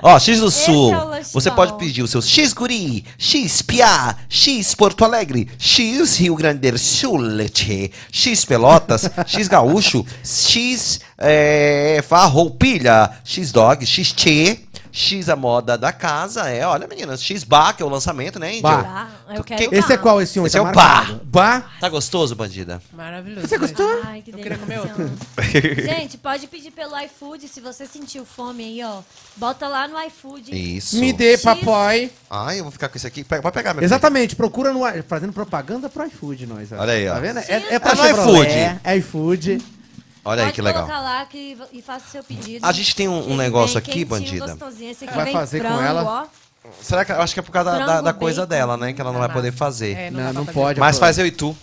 B: Ó, X do
C: Esse
B: Sul.
C: é o lanche
B: você
C: bom.
B: pode pedir o seu X Guri, X Piá, X Porto Alegre, X Rio Grande do Sul, tchê, X Pelotas, X Gaúcho, X eh, Farroupilha, X Dog, X Tchê, X a moda da casa. É, olha, meninas, X Bar, que é o lançamento, né, Índio?
A: Bar.
C: Tá? Eu
B: Tu-
C: quero
B: que-
C: o
A: Esse é
C: bar.
A: qual esse um?
B: Esse
A: Tá
B: é o
A: marcado. Bah.
B: Tá gostoso, bandida?
E: Maravilhoso.
A: Você
B: Tá.
A: gostou?
C: Ai, que
E: Eu queria comer
C: delícia. Gente, pode pedir pelo iFood se você sentiu fome aí, ó. Bota lá no iFood.
B: Isso.
A: Me dê,
C: X.
A: papai.
B: Ai, eu vou ficar com isso aqui. Pega- Pode pegar, meu
A: Exatamente, procura no i- fazendo propaganda pro iFood nós.
B: Olha aí, ó.
A: Tá vendo? É, é
B: É
A: pra
B: no
A: Chevrolet, é iFood.
B: filho. Olha aí
C: pode
B: que legal.
C: colocar lá que, e faça o seu pedido.
B: A gente tem um- um
C: Que ele
B: negócio
C: vem
B: aqui,
C: quentinho,
B: bandida.
C: gostosinho. Esse aqui
A: Vai
C: vem
A: fazer com
C: frango,
A: ela?
C: ó.
B: Será que eu acho que é por causa da- da,
C: Frango,
B: da coisa
C: bacon.
B: dela, né? Que ela não vai
E: Tá
B: poder
E: lá.
B: fazer.
E: É,
A: Não,
E: dá
A: não
E: pra
A: pode.
B: Mas
A: pô.
B: faz eu e tu.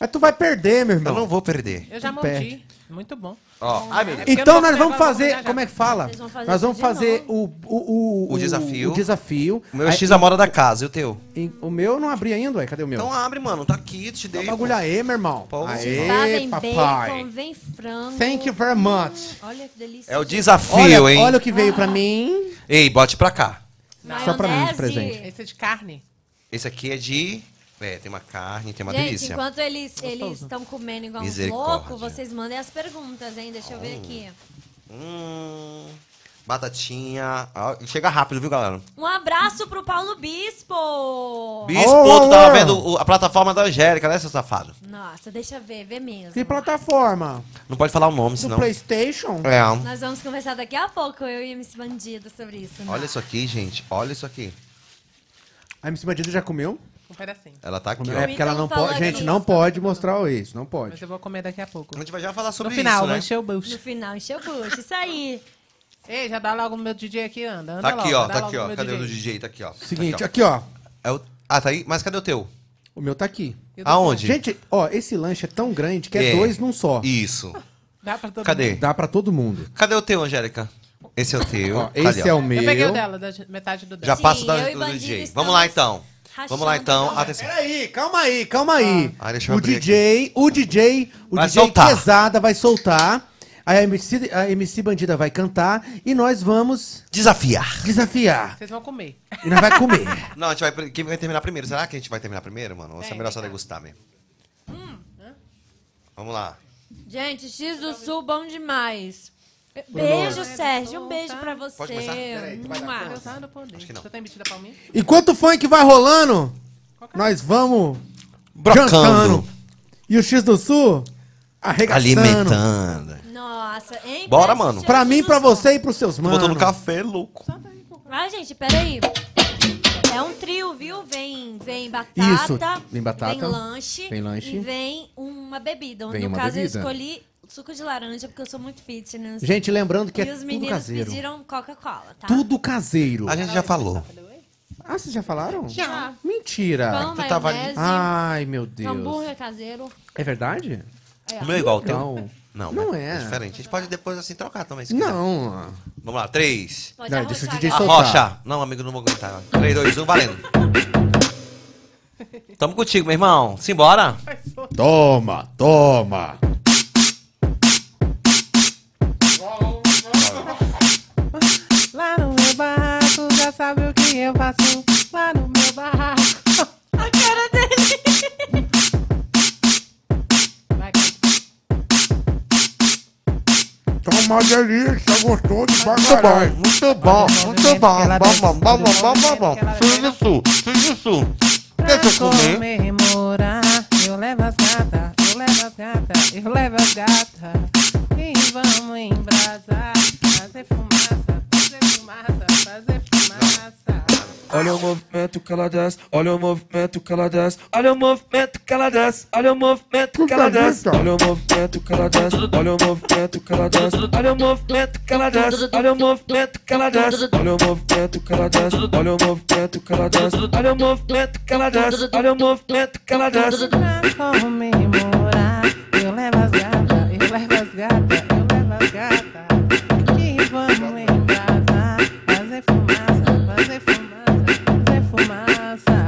A: Mas tu vai perder, meu
B: Eu
A: irmão.
B: não vou perder.
E: fazer. Eu já
A: Perde.
E: mordi. Muito bom.
B: Ó, ai, meu Deus.
E: eu
A: Então
E: não vou
A: nós vamos
E: levar, vamos
A: fazer,
E: viajar.
A: como é que fala?
C: Vocês vão fazer
A: Nós
C: isso
A: vamos
C: de
A: fazer
C: novo.
A: o o,
B: O desafio.
A: O desafio.
B: O meu é
A: Aí,
B: X a moda da casa, e o teu?
A: e- O meu eu não abri ainda, ué. Cadê o meu?
B: Então abre, mano. Tá aqui, te
A: Dá
B: dei.
A: um bagulho aí, meu irmão.
B: Pô.
C: Lá
A: Aê,
C: vem bacon,
A: papai.
C: vem frango.
A: Thank you very much.
C: Olha que delícia.
B: É o
C: gente.
B: desafio,
A: olha,
B: hein?
A: olha o que veio pra mim.
B: Ei, bote pra cá.
A: Só pra mim de
C: Maionese.
A: presente.
E: Esse é de carne.
B: Esse aqui é de... É, tem uma carne, tem uma
C: Gente,
B: delícia.
C: enquanto eles eles estão comendo igual uns
B: Misericórdia.
C: loucos, vocês mandem as perguntas, hein? Deixa eu ver aqui.
B: Hum, batatinha. Ó, chega rápido, viu, galera?
C: Um abraço pro Paulo Bispo!
B: Bispo,
A: Oh,
B: tu tava
A: oh, oh.
B: vendo o- a plataforma da Angélica, né, seu safado?
C: Nossa, deixa ver, vê mesmo.
A: Que plataforma?
B: Não pode falar o nome,
A: Do
B: senão...
A: PlayStation?
B: É.
C: Nós vamos conversar daqui a pouco, eu e MC Bandido, sobre isso. né?
B: Olha isso aqui, gente. Olha isso aqui.
A: A MC Bandido já comeu?
E: Um pedacinho.
B: Ela tá aqui,
A: Não
B: ó.
A: É porque ela
C: Então
A: não
C: fala
A: pode.
C: aí.
A: Gente, não pode mostrar o ex, não
E: Mas
A: pode.
E: eu vou comer daqui a pouco.
B: A gente vai já falar
E: No
B: sobre
E: final,
B: isso, né?
E: vou encher o
C: No
E: bucho.
C: final, encheu o bucho. Isso aí.
E: Ei, já dá logo o meu DJ aqui, anda. anda
B: Tá aqui,
E: logo,
B: ó,
E: dá
B: tá
E: logo
B: aqui,
E: no
B: ó.
E: meu
B: Cadê o do
E: DJ?
B: DJ? Tá aqui, ó.
A: Seguinte,
B: Tá aqui,
A: aqui, ó.
B: ó. É o- Ah, tá aí? Mas cadê o teu?
A: O meu tá aqui.
E: E o do-
B: Aonde?
A: Gente, ó, esse lanche é tão grande que é,
B: É.
A: dois num só.
B: Isso.
E: Dá pra todo
B: Cadê?
A: Dá pra todo mundo.
B: Cadê o teu, Angélica? Esse é o teu.
A: Ó,
B: Cadê,
A: esse é
B: ó?
A: o
E: mundo?
A: meu.
E: Eu peguei o dela, da metade do dela.
B: Já
C: Sim,
B: passa da-
C: eu e
B: do
C: Bandido
B: DJ.
C: estamos
B: Vamos lá, então.
C: rachando
B: Vamos lá, então.
C: o
B: Atenção.
A: Peraí, calma aí, calma aí.
B: Ah, deixa eu
A: o
B: abrir aqui.
A: DJ, o DJ, o
B: Vai
A: DJ
B: soltar.
A: pesada vai soltar. A MC, a MC Bandida vai cantar e nós vamos
B: Desafiar.
A: desafiar.
E: Vocês vão comer.
A: E nós vai comer.
B: Não, a gente vai... Quem vai terminar primeiro? Será que a gente vai terminar primeiro, mano? Ou se é
E: Vem,
B: melhor
E: vem
B: só
E: cá.
B: degustar mesmo?
C: Hum, né?
B: Vamos lá.
C: Gente, X do Sul, bom demais. Beijo, Sérgio. Um beijo pra você.
B: Pode começar? Peraí, tu vai dar
C: Mua.
E: Eu tava no poder.
B: Acho que não.
E: Você tem metida pra mim?
A: Enquanto o funk vai rolando, nós vamos
B: Brocando.
A: jantando. E o X do Sul arregaçando.
B: Alimentando.
C: Nossa, hein?
B: Bora,
C: Parece
B: mano.
C: X
A: Pra
C: do
A: mim, pra
C: Sul.
A: você e pros seus
B: Tô
A: manos.
B: botando café, louco.
C: um Ai, Ah, gente, peraí. É um trio, viu? Vem, vem batata,
A: Isso, vem batata,
C: vem lanche,
A: vem lanche.
C: e vem uma bebida.
A: Vem
C: no
A: uma
C: caso,
A: bebida.
C: eu escolhi suco de laranja porque eu sou muito fitness.
A: Gente, lembrando que
C: e
A: é
C: os
A: tudo
C: meninos
A: caseiro.
C: pediram Coca-Cola, tá?
A: Tudo caseiro.
B: A gente já falou.
A: Ah, vocês já falaram?
C: Já. Então,
A: Mentira.
C: Pão,
B: tu tava ali.
C: maionese,
A: Ai, Ah, meu Deus.
C: hambúrguer caseiro.
A: É verdade? Então.
C: É.
B: O meu é igual ao teu?
A: Não.
B: Não,
A: Não
B: né?
A: é.
B: diferente. A gente pode depois assim trocar também, se quiser.
A: Não.
B: Vamos lá, três.
C: Pode
A: Não, deixa o
C: arrochar,
A: DJ
C: galera.
A: soltar.
B: Arrocha. Não, amigo, não vou aguentar. 3, 2, 1, valendo. Tamo contigo, meu irmão. Simbora.
A: Toma, toma.
E: Lá no meu barraco, já sabe o que eu faço. Lá no meu barraco.
C: A cara dele.
E: Vai, cara.
A: Tá uma delícia, gostou de
B: Tá muito bom,
E: muito bom. Bom, bom, bom, bom, bom, bom.
B: Isso, isso.
E: Pra comemorar, eu levo as gatas, eu levo as gatas, eu levo as gatas. E vamos embrasar, fazer fumaça, fazer fumaça, fazer fumaça.
F: Olha o movimento que ela desce, olha o movimento que ela desce, olha o movimento que ela desce, olha o movimento que ela desce, olha o movimento que ela desce, olha o movimento que ela desce, olha o movimento que ela desce, olha o movimento que ela desce, olha o movimento que ela desce, olha o movimento que ela desce, olha o movimento que ela desce, olha o movimento que ela desce.
E: Pra comemorar, eu levo as gatas, eu levo as gatas, eu levo as gatas. E vamos embrasar, fazer fumaça, fazer fumaça, fazer fumaça.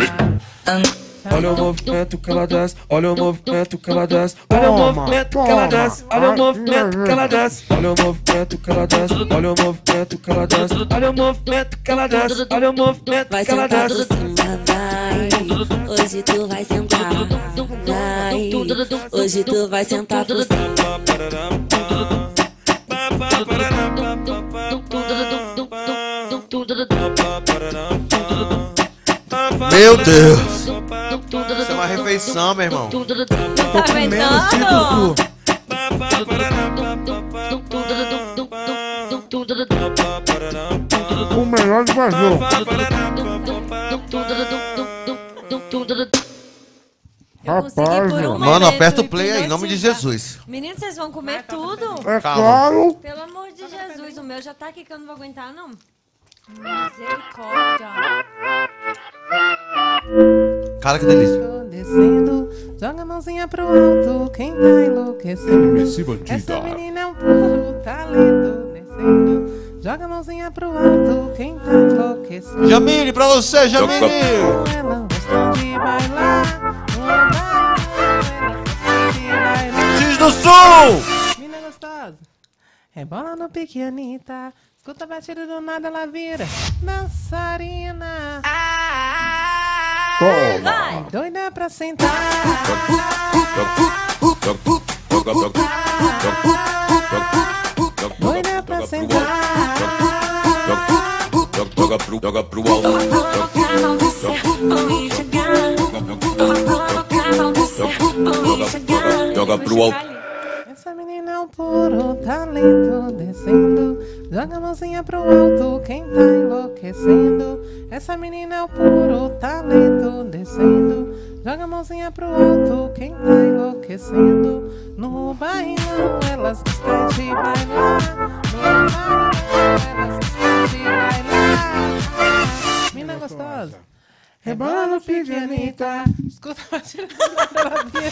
F: Olha o movimento que ela desce, olha o movimento que ela desce, olha o movimento que ela desce, olha o movimento que ela desce, olha o movimento que ela desce, olha o movimento que ela desce, olha o movimento que ela desce, olha o movimento
H: Vai
F: que ela
H: sentar, tu
F: desce.
H: senta, vai. Hoje tu vai sentar, vai. Hoje tu vai sentar, tu senta.
B: Meu Deus. Isso é uma refeição, meu irmão.
C: Tá ventando?
A: O melhor do Brasil.
C: Eu consegui
A: Rapaz,
C: por um
A: mano.
B: Mano,
C: momento
B: aperta o play aí, em nome de
C: hipnotizar.
B: Jesus.
C: Menino, vocês vão comer tudo?
A: É
B: Calma.
A: claro.
C: Pelo amor de Jesus, o meu já tá aqui que eu não vou aguentar, não. Misericórdia.
B: Cara, que delícia.
E: Tô descendo, joga a mãozinha pro alto, quem tá enlouquecendo? Essa menina é um puro talento, descendo, joga a mãozinha pro alto, quem tá enlouquecendo?
B: Jamile, pra você, Jamile.
E: Ela gosta de bailar, andar, ela gosta de bailar.
B: Diz do Sul.
E: Mina gostosa, rebola É no pique, Anitta, escuta a batida do nada, ela vira dançarina.
C: Vai!
E: Doida pra sentar. Doida pra sentar.
G: Joga pro, joga pro alto. Joga pro alto.
E: Essa menina é um puro talento descendo. Joga a mãozinha pro alto, quem tá enlouquecendo? Essa menina é o puro talento descendo. Joga a mãozinha pro alto, quem tá enlouquecendo? No bailão elas gostam de bailar. No bailão elas gostam de bailar. Mina gostosa. Rebola no pé de Anitta. Escuta a batida da minha.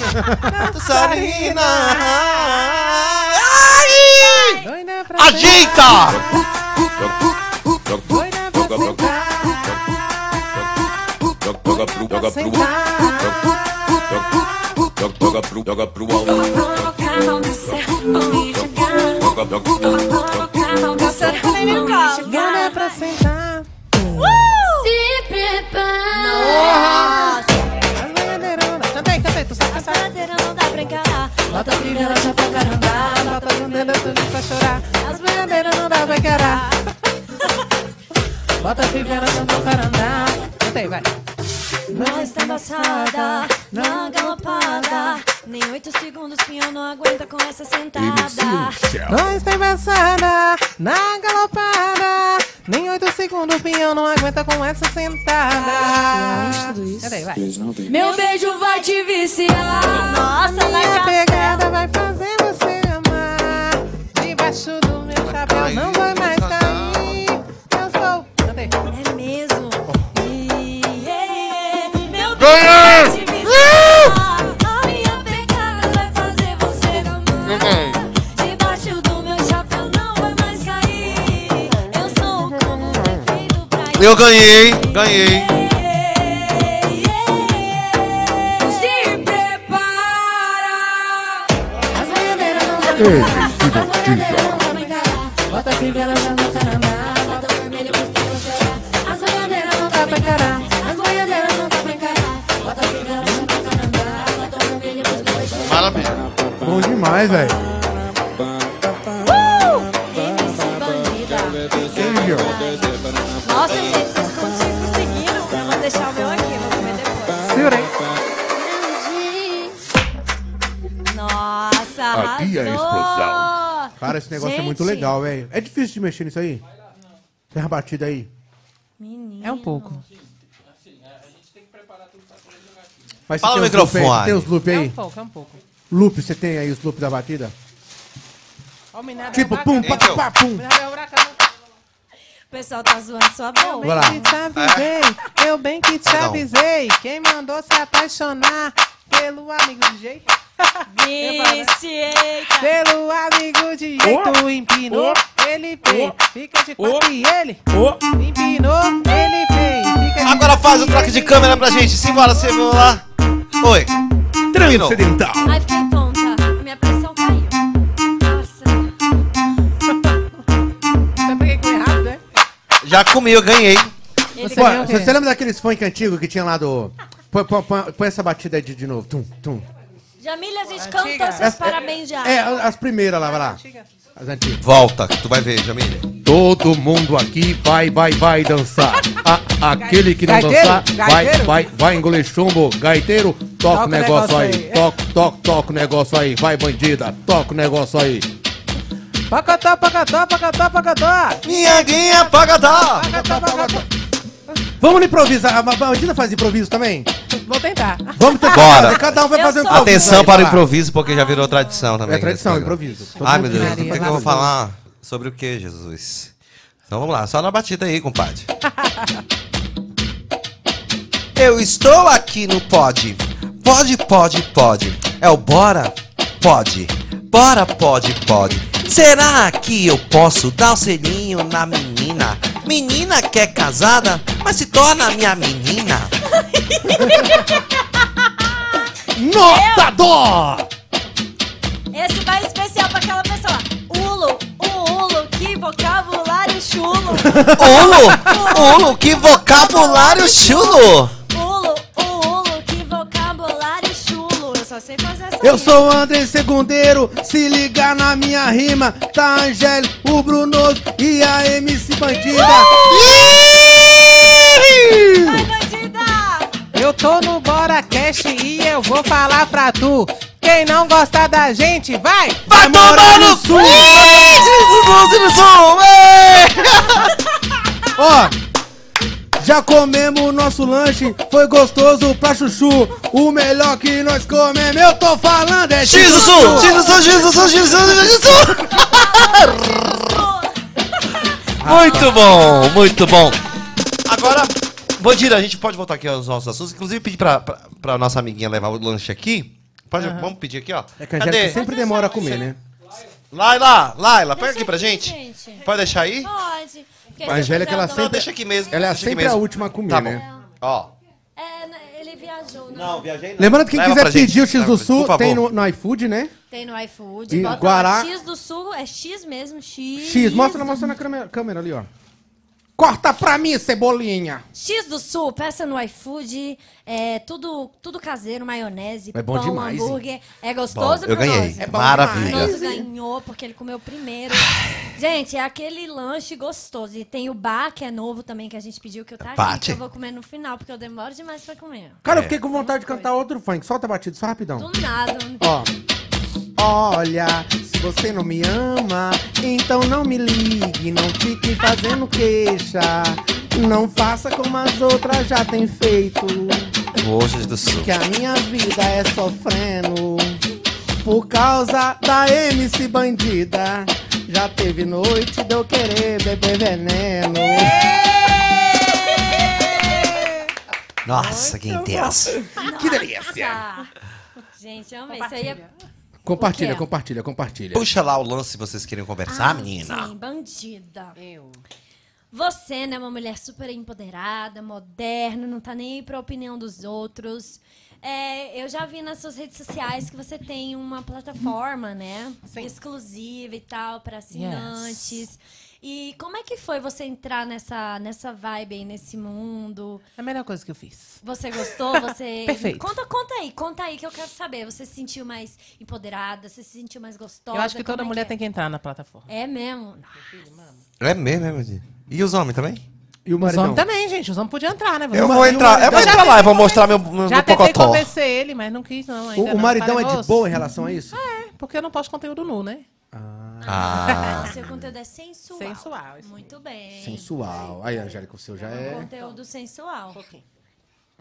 B: Sarina! Ai!
E: Doida pra
B: Ajeita!
E: Doida pra sentar. Doida pra sentar. Doida pra sentar.
I: Se prepara.
E: As banhadeironas. Canta aí, canta aí. Tu sabe
C: As
E: cantar.
C: banhadeiras não dá pra encarar.
E: Bota a primeira já pra caramba, bota a primeira tudo pra chorar. As banhadeiras não dá pra encarar. Bota a primeira já pra caramba. Canta aí, vai.
C: Não está embaçada, não galopada. Nem oito segundos que eu não aguento com essa sentada.
E: Nós tem passada é na galopada. Nem oito segundos o pinhão não aguenta com essa
C: é
E: sentada. Canta aí, vai.
I: Meu beijo vai te viciar.
C: Nossa, vai
E: Minha
C: cá.
E: pegada vai fazer você amar. Debaixo do meu chapéu não vai mais cair. Eu sou. Canta aí.
C: É mesmo. Iê, Meu Deus, te viciar. A minha pegada vai fazer você
B: Uhum.
C: gamar. Debaixo do meu chapéu não vai mais cair. Eu sou o cano perfeito pra ir.
B: Eu ganhei, ganhei.
I: Se prepara.
E: As banhadeiras não dá Bota a fivela já no caramba, bota o vermelho pros que vão chorar. As boiadeiras não dá pra encarar, as boiadeiras não dá pra encarar. Bota a fivela já no caramba, bota o vermelho pros que vão chorar.
A: Bom demais, velho.
C: MC Bandida.
A: Aí, ó.
C: Nossa, gente, vocês conseguiram. Eu vou deixar o meu aqui, vou comer depois.
E: Segura aí.
C: Nossa,
A: Aqui é a
C: arrasou!
A: Cara, esse negócio é
C: Gente.
A: muito legal, velho. É difícil de mexer nisso aí? Tem uma batida aí.
C: Menino.
E: É um pouco.
A: Mas
B: Fala
A: você
B: no
A: tem os loop aí? Você Tem os loop
B: microfone.
E: É um
A: aí?
E: pouco, é um pouco.
A: Loop, você tem aí os loop da batida?
E: Alminada
A: Tipo,
E: é
A: pum,
E: huracan.
A: pá, pá, pum.
E: Alminada é huracan.
C: O pessoal tá zoando sua boca.
E: Eu bem que te avisei, eu bem que te
B: Não.
E: avisei. Quem mandou se apaixonar pelo amigo de jeito?
C: Vixe, eita.
E: Pelo amigo de jeito, empinou, ele fez. Fica de quatro e ele empinou, ele fez. Fica de
B: Agora faz o
E: quatro e
B: track de
E: ele
B: câmera pra gente. Simbora, celular. Oi. Terminou.
A: Transcendental.
C: Ai, fiquei tonta. Minha pressão caiu. Nossa.
E: Você peguei com errado, né?
B: Já comi, eu ganhei.
C: Ele
E: Você-
A: Pô,
E: ganhou o quê?
A: você lembra daqueles funk antigos que tinha lá do. Põe, põe- põe- põe essa batida aí de, de novo. Tum, tum.
C: Jamília, a gente
E: Antiga.
C: cantou seus
A: Essa-
C: parabéns já.
A: É, as primeiras lá, vai lá. As antigas.
B: Volta, que tu vai ver, Jamile.
A: Todo mundo aqui vai, vai, vai dançar. A- aquele que não
E: Gaiteiro,
A: dançar, vai,
E: gaiteiro.
A: vai, vai engolir chumbo. Gaiteiro, toca
E: Toca
A: o
E: o
A: negócio
E: negócio
A: aí.
E: aí.
A: Toca, toca, toca o negócio aí. Vai, bandida, toca o negócio aí.
E: Pacotó, pacotó, pacotó, pacotó.
B: Minha guinha pagadá.
E: Pacotó, pacotó.
A: Vamos improvisar. A ba- bandida faz improviso também?
E: Vou tentar.
A: Vamos tentar.
B: Bora.
A: fazer, Cada um vai
C: Eu
A: fazer um
C: sou-
A: improviso.
B: Atenção
A: aí,
B: para o
A: vai lá.
B: improviso, porque já virou tradição também.
A: É tradição,
B: nesse programa.
A: improviso. Todo
B: Ai,
A: mundo
B: meu Deus,
E: Maria,
B: do que, que eu vou
E: vamos.
B: falar? Sobre o que, Jesus? Então vamos lá, só na batida aí, compadre. eu estou aqui no pod. Pode, pode, pode. É o bora, pode. Bora, pode, pode. Será que eu posso dar o selinho na menina? Menina que é casada, mas se torna minha menina.
A: Nota dó!
C: Esse vai especial pra aquela pessoa. Ulo, o ulo, que vocabulário chulo.
B: Olo! Olo, que vocabulário chulo!
C: Ulo, o ulo, que vocabulário chulo. Eu só sei fazer essa
A: Eu
C: aí.
A: sou o André Segundeiro, se ligar na minha rima, tá Angel, o Brunoso e a MC Bandida.
C: Vai, bandida!
A: um-
E: Eu tô no Bora Cast e eu vou falar pra tu. Quem não gosta da gente, vai!
A: Tá
B: Vai tomar no sul!
J: Ó, já comemos o nosso lanche, foi gostoso pra chuchu. O melhor que nós comemos, eu tô falando, é
B: X do Sul! X do Sul, X do Sul, X do Sul, X do Sul! Muito bom, muito bom. Agora, Bodira, a gente pode voltar aqui aos nossos assuntos. Inclusive, pedir pra, pra, pra nossa amiguinha levar o lanche aqui. Pode, Vamos pedir aqui, ó.
A: É que a Angélica sempre demora a comer, né?
B: Laila, Laila, pega aqui pra
C: aqui,
B: gente.
C: gente.
B: Pode deixar aí?
C: Pode. Porque
A: A Angélica, ela
B: Não,
A: sempre.
B: deixa aqui mesmo.
A: Ela é
B: deixa aqui
A: sempre a
B: mesmo.
A: última a comer,
B: Tá
A: né?
B: bom. Ó.
C: É, né, ele viajou, né?
B: Não, viajei
A: Lembrando que quem
B: Leva pra
A: quiser
B: gente,
A: pedir o X
B: leva
A: do
B: pra gente,
A: Sul,
B: por
A: tem no,
B: favor.
A: no iFood, né?
C: Tem no iFood.
A: E
C: bota lá,
A: Guará-
C: X do Sul, é X mesmo, X.
A: X, mostra, mostra na câmera, câmera ali, ó. Corta pra mim, cebolinha!
C: X do Sul, peça no iFood, é tudo, tudo caseiro, maionese,
A: É bom
C: pão,
A: demais,
C: hambúrguer. É gostoso
B: Bom,
C: pra
B: eu ganhei.
C: nós.
B: É
A: bom
B: Maravilha.
A: demais.
C: Nosso ganhou porque ele comeu primeiro. Gente, é aquele lanche gostoso. E tem o bar, que é novo também, que a gente pediu que eu tá aqui,
B: Bate.
C: que eu vou comer no final, porque eu demoro demais pra comer.
B: É.
A: Cara, eu fiquei com vontade de cantar outro funk. Solta a batida, só rapidão.
C: Do nada.
A: Ó. Olha, se você não me ama, então não me ligue, não fique fazendo queixa. Não faça como as outras já têm feito,
B: Poxa do Sul.
A: que a minha vida é sofrendo. Por causa da MC bandida, já teve noite de eu querer beber veneno.
B: Nossa, que intenso.
A: Que delícia!
C: Gente, eu amei. Isso aí é
A: Compartilha,
C: O quê?
A: compartilha, compartilha.
B: Puxa lá o lance se vocês querem conversar,
C: Ah,
B: menina.
C: Sim, bandida.
E: Eu.
C: Você, né, é uma mulher super empoderada, moderna, não tá nem aí pra opinião dos outros. É, eu já vi nas suas redes sociais que você tem uma plataforma, né?
E: Sim.
C: Exclusiva e tal, pra assinantes. E como é que foi você entrar nessa, nessa vibe aí, nesse mundo?
E: É A melhor coisa que eu fiz.
C: Você gostou? Você.
E: Perfeito.
C: Conta, conta aí, conta aí que eu quero saber. Você se sentiu mais empoderada? Você se sentiu mais gostosa?
E: eu acho que toda
C: Como é
E: mulher
C: é?
E: tem que entrar na plataforma.
C: É mesmo?
B: É mesmo, é mesmo. E os homens também?
A: E o
E: Os
A: maridão?
E: homens também, gente. Os homens podiam entrar, né?
B: então? Eu
E: Vocês-
B: vou entrar, eu vou
E: já
B: entrar lá e vou
E: tentei
B: mostrar meu, meu,
E: Já
B: meu
E: tentei
B: pocotó.
E: convencer ele, mas não quis, não.
A: O,
E: ainda
A: o
E: não.
A: maridão é
E: Falei,
A: de
E: "Moço,
A: boa em relação a isso?
E: É, porque eu não posto conteúdo nu, né?
B: Ah,
C: Ah, seu conteúdo é sensual.
E: Sensual, isso
C: Muito bem.
A: Sensual. Aí, Angélica, o seu já
C: Um
A: é.
C: conteúdo
E: Um
C: sensual.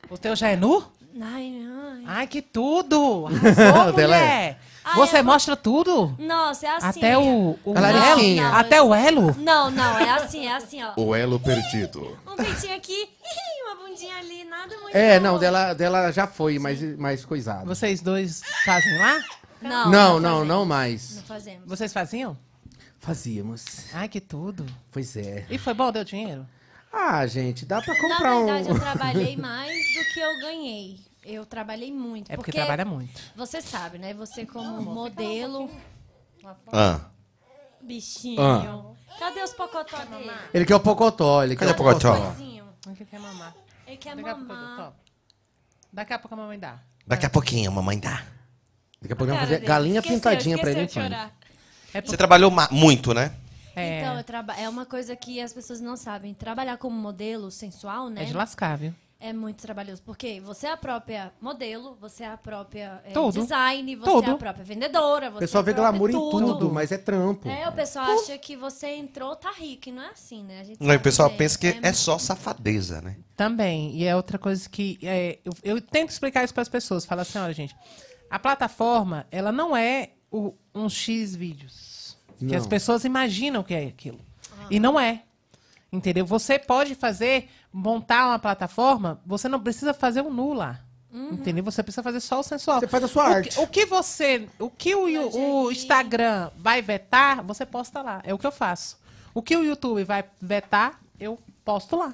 E: O teu já é nu?
C: Ai, ai.
E: Ai, que tudo! Arrasou,
A: O dela é.
E: mulher!
C: Ah,
E: Você
C: é,
E: mostra tudo?
C: Nossa, é assim.
E: Até o, o
A: A
B: é
E: elo?
A: Laricinha.
E: Até o elo?
C: Não, não, é assim, é assim, ó.
D: O elo perdido.
C: Um peitinho aqui, uma bundinha ali, nada muito.
A: É, não,
C: bom.
A: dela, dela já foi mais, mais coisada.
E: Vocês dois fazem lá?
C: Não,
A: Não, não,
C: fazemos.
A: não mais.
C: Não fazemos.
E: Vocês faziam?
A: Fazíamos.
E: Ai, que tudo!
A: Pois é.
E: E foi bom, deu dinheiro?
A: Ah, gente, dá pra
C: Na
A: comprar um.
C: verdade, eu trabalhei mais do que eu ganhei. Eu trabalhei muito.
E: É porque, trabalha muito.
C: Você sabe, né? Você como modelo,
B: ah.
C: bichinho.
A: Ah.
C: Cadê os pocotó dele?
A: Ele quer o Pocotó, ele quer
B: Cadê o pocotó?
C: Coisinho.
E: Ele quer mamar.
C: Ele quer
E: Daqui a pouco eu
C: mamar.
E: dou top. Daqui a pouco a mamãe dá.
B: Daqui a pouquinho, mamãe tá? dá.
A: Daqui a pouco
C: Cara
A: vamos fazer
C: dele.
A: galinha
C: Esqueceu,
A: pintadinha pra ele
C: esqueceu de
A: infante.
C: chorar.
B: Você
E: É porque...
B: trabalhou ma- muito, né?
E: É,
C: Então, eu traba- é uma coisa que as pessoas não sabem. Trabalhar como modelo sensual, né?
E: é de lascar, viu?
C: É muito trabalhoso. Porque você é a própria modelo, você é a própria é,
E: Tudo.
C: design, você é
E: Tudo.
C: a própria vendedora. Você
A: O pessoal
C: é a
A: vê
C: própria
A: glamour em tudo, mas é trampo.
C: É, o pessoal acha que você entrou, tá rico. E não é assim, né? A gente
B: Não,
C: sabe
B: o pessoal
C: é-
B: pensa que é
C: muito-
B: só safadeza, né?
E: Também. E é outra coisa que é, eu, eu tento explicar isso para as pessoas. Fala assim, olha, gente, a plataforma, ela não é o, um X vídeos. Que
A: Não.
E: as pessoas imaginam que é aquilo. E não é. Entendeu? Você pode fazer, montar uma plataforma, você não precisa fazer o nu lá. Entendeu? Você precisa fazer só o sensual.
A: Você faz a sua
E: o
A: arte.
E: Que, o que você. O que o, Yu- o Instagram vai vetar, você posta lá. É o que eu faço. O que o YouTube vai vetar, eu posto lá.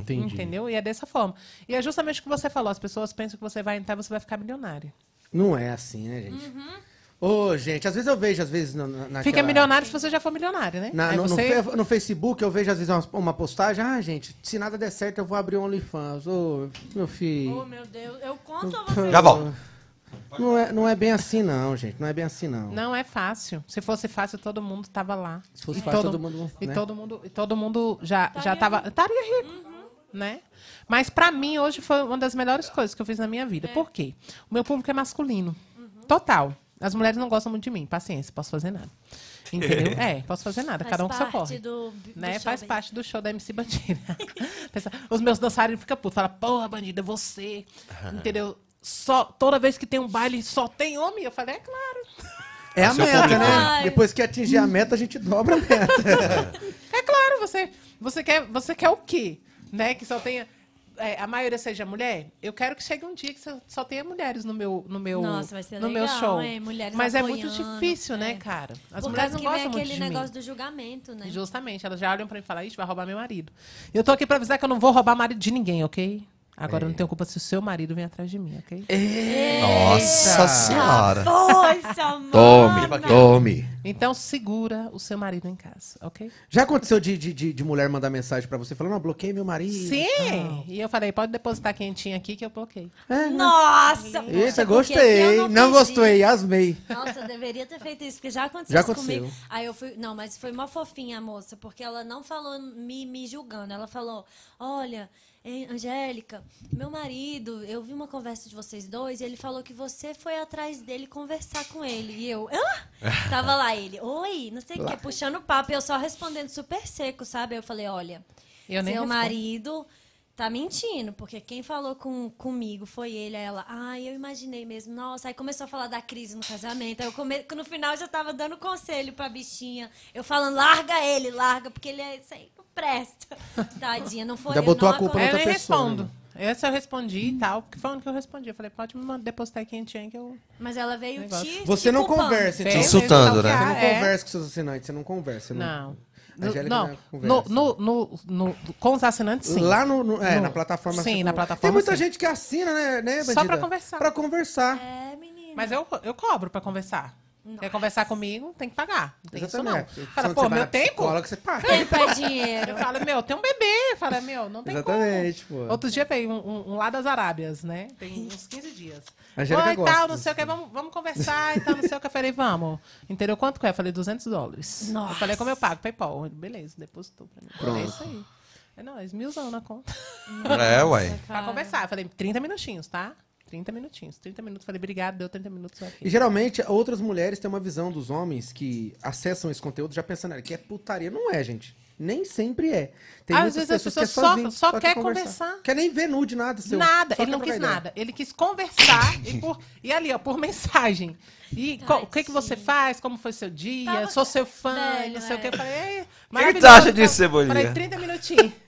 A: Entendi.
E: Entendeu? E é dessa forma. E é justamente o que você falou. As pessoas pensam que você vai entrar e você vai ficar milionário.
A: Não é assim, né, gente?
C: Uhum.
A: Ô, gente, às vezes eu vejo, às vezes na, na, naquela...
E: Fica milionário se você já for milionário, né?
A: Na-
E: Aí
A: no, no
E: você...
A: fe- no Facebook eu vejo às vezes uma, uma postagem, ah, gente, se nada der certo eu vou abrir um OnlyFans. Ô, meu
B: assim.
C: Oh,
A: filho.
C: meu Deus. Eu conto a você.
B: Já volto.
A: Não é, não é bem assim, não, gente. Não é bem assim, não.
E: Não é fácil. Se fosse fácil, todo mundo tava lá.
A: Se fosse
E: E
A: fácil, todo mundo,
E: E
A: né?
E: todo mundo, e todo mundo já, já tava. Estaria rico.
C: Uhum.
E: Né?
C: Uhum.
E: Mas pra mim, hoje foi uma das melhores coisas que eu fiz na minha vida. Por quê? O meu público é masculino. Total. As mulheres não gostam muito de mim. Paciência, posso fazer nada. Entendeu? É, posso fazer nada.
C: Faz
E: Cada um com seu
C: parte
E: corre.
C: do- do
E: né?
C: show
E: Faz
C: da
E: parte do show da MC Bandida. Pensa, Os meus dançarinos ficam putos. Fala, porra, bandida, você. Entendeu? Só, toda vez que tem um baile, só tem homem. Eu falei, é claro.
A: É a
E: Seu
A: meta,
E: público,
A: né?
E: né?
A: Depois que atingir a meta, a gente dobra a meta.
E: É claro, você, você, quer, você quer o quê? Né? Que só tenha. é, a maioria seja mulher? Eu quero que chegue um dia que só- só tenha mulheres no meu, no meu,
C: Nossa, vai ser
E: no
C: legal,
E: meu show.
C: hein? Mulheres
E: Mas é muito
C: apoiando,
E: difícil, né, cara? As
C: Por
E: mulheres
C: causa
E: não
C: que vem
E: gostam muito
C: aquele
E: de mim.
C: negócio do julgamento, né?
E: É. Justamente, elas já olham pra mim e falam, ixi, vai roubar meu marido. Eu tô aqui pra avisar que eu não vou roubar marido de ninguém, ok?
A: É.
E: Agora eu não tenho culpa se o seu marido vem atrás de mim, ok?
B: Nossa Senhora.
D: Tome, tome.
E: Então segura o seu marido em casa, ok?
A: Já aconteceu de, de, de, de mulher mandar mensagem pra você falando, não, bloqueei meu marido.
E: Sim!
A: tal.
E: E eu falei, pode depositar quentinha aqui que eu bloqueei.
C: Nossa!
A: Eita,
C: poxa,
A: gostei.
C: porque eu
A: Não,
C: fiz
A: gostei,
C: isso.
A: asmei.
C: Nossa, eu deveria ter feito isso, porque já aconteceu,
A: Já
C: isso
A: aconteceu.
C: comigo. Aí eu fui. Não, mas foi uma fofinha a moça, porque ela não falou me, me julgando. Ela falou: Olha, eh, Angélica, meu marido, eu vi uma conversa de vocês dois e ele falou que você foi atrás dele conversar com ele. E eu, hã? Tava lá ele, oi, não sei o
E: Lá.
C: quê, puxando papo e eu só respondendo super seco, sabe? Eu falei: Olha,
E: Eu nem
C: seu
E: respondo.
C: marido. Tá mentindo, porque quem falou com, comigo foi ele, aí ela. Ai, eu imaginei mesmo. Nossa, aí começou a falar da crise no casamento. Aí eu come... no final eu já tava dando conselho pra bichinha. Eu falando, larga ele, larga, porque ele é isso aí, não presta. Tadinha, não foi
A: Ainda
C: eu,
A: botou
C: não
A: a culpa na
C: aconteceu.
A: outra
E: Eu nem
A: pessoa, né?
E: respondo. Essa eu respondi e tal, porque foi onde que eu respondi. Eu falei, pode me mandar depositar quentinha que eu.
C: Mas ela veio
E: Negócio.
C: te.
A: Você
C: te
A: não
C: culpando.
A: conversa, então.
E: Te insultando,
A: Você
E: né?
A: não
E: É.
A: conversa né? com seus assinantes, você não conversa. você
E: Não.
A: A
E: No,
A: Angélica não
E: não,
A: é
E: no,
A: conversa.
E: no, no, no- com os assinantes, sim.
A: Lá no, no- é, na plataforma.
E: Sim,
A: você
E: na
A: falou.
E: plataforma.
A: Tem muita
E: sim.
A: gente que assina, né, né
E: Só
A: bandida?
E: pra conversar. É,
A: Pra conversar.
E: Mas eu, eu cobro pra conversar. Quer conversar comigo, tem que pagar. Não tem isso,
A: Exatamente.
E: não.
A: Só
E: Fala,
A: que
E: pô,
A: você vai
E: meu
A: na
E: tempo.
A: psicóloga, você paga.
C: Tempo é dinheiro.
E: Eu falo, meu, tem um bebê. Fala, meu, não tem
A: Exatamente,
E: como.
A: pô.
E: Outro dia veio um, um- um lá das Arábias, né? Tem uns 15 dias.
A: A Angélica
E: Oi,
A: gosta
E: tal, não
A: disso.
E: sei o que, vamos, vamos conversar e tal, não sei o que. Eu falei, vamos. Entendeu? Quanto que é? Eu falei, 200 dólares.
C: Nossa.
E: Eu falei, como eu pago? Paypal. Ele, Beleza, depositou pra mim.
B: Pronto.
E: É isso aí. É nóis, milzão na conta.
B: É, uai.
E: Pra conversar. Eu falei, 30 minutinhos, tá? 30 minutinhos. 30 minutos. Falei, obrigado, deu 30 minutos aqui.
A: E geralmente outras mulheres têm uma visão dos homens que acessam esse conteúdo já pensando "Ah, que é putaria. Não é, gente. Nem sempre é. Tem
E: Às
A: muitas
E: vezes as
A: pessoas que é
E: pessoas só-
A: sozinho,
E: só quer conversar.
A: Quer nem ver nude, nada seu.
E: Nada,
A: Só quer
E: ele não
A: trocar
E: quis
A: ideia.
E: nada. Ele quis conversar e, por- e ali, ó, por mensagem. E co- o que, que você faz? Como foi seu dia? Sou seu fã,
C: velho,
E: não sei o que.
C: é.
E: Eu falei, "Ei,
B: que
E: maravilhoso,
B: tu acha
E: tá?"
B: disso, Cebolinha?
E: Falei, 30 minutinhos.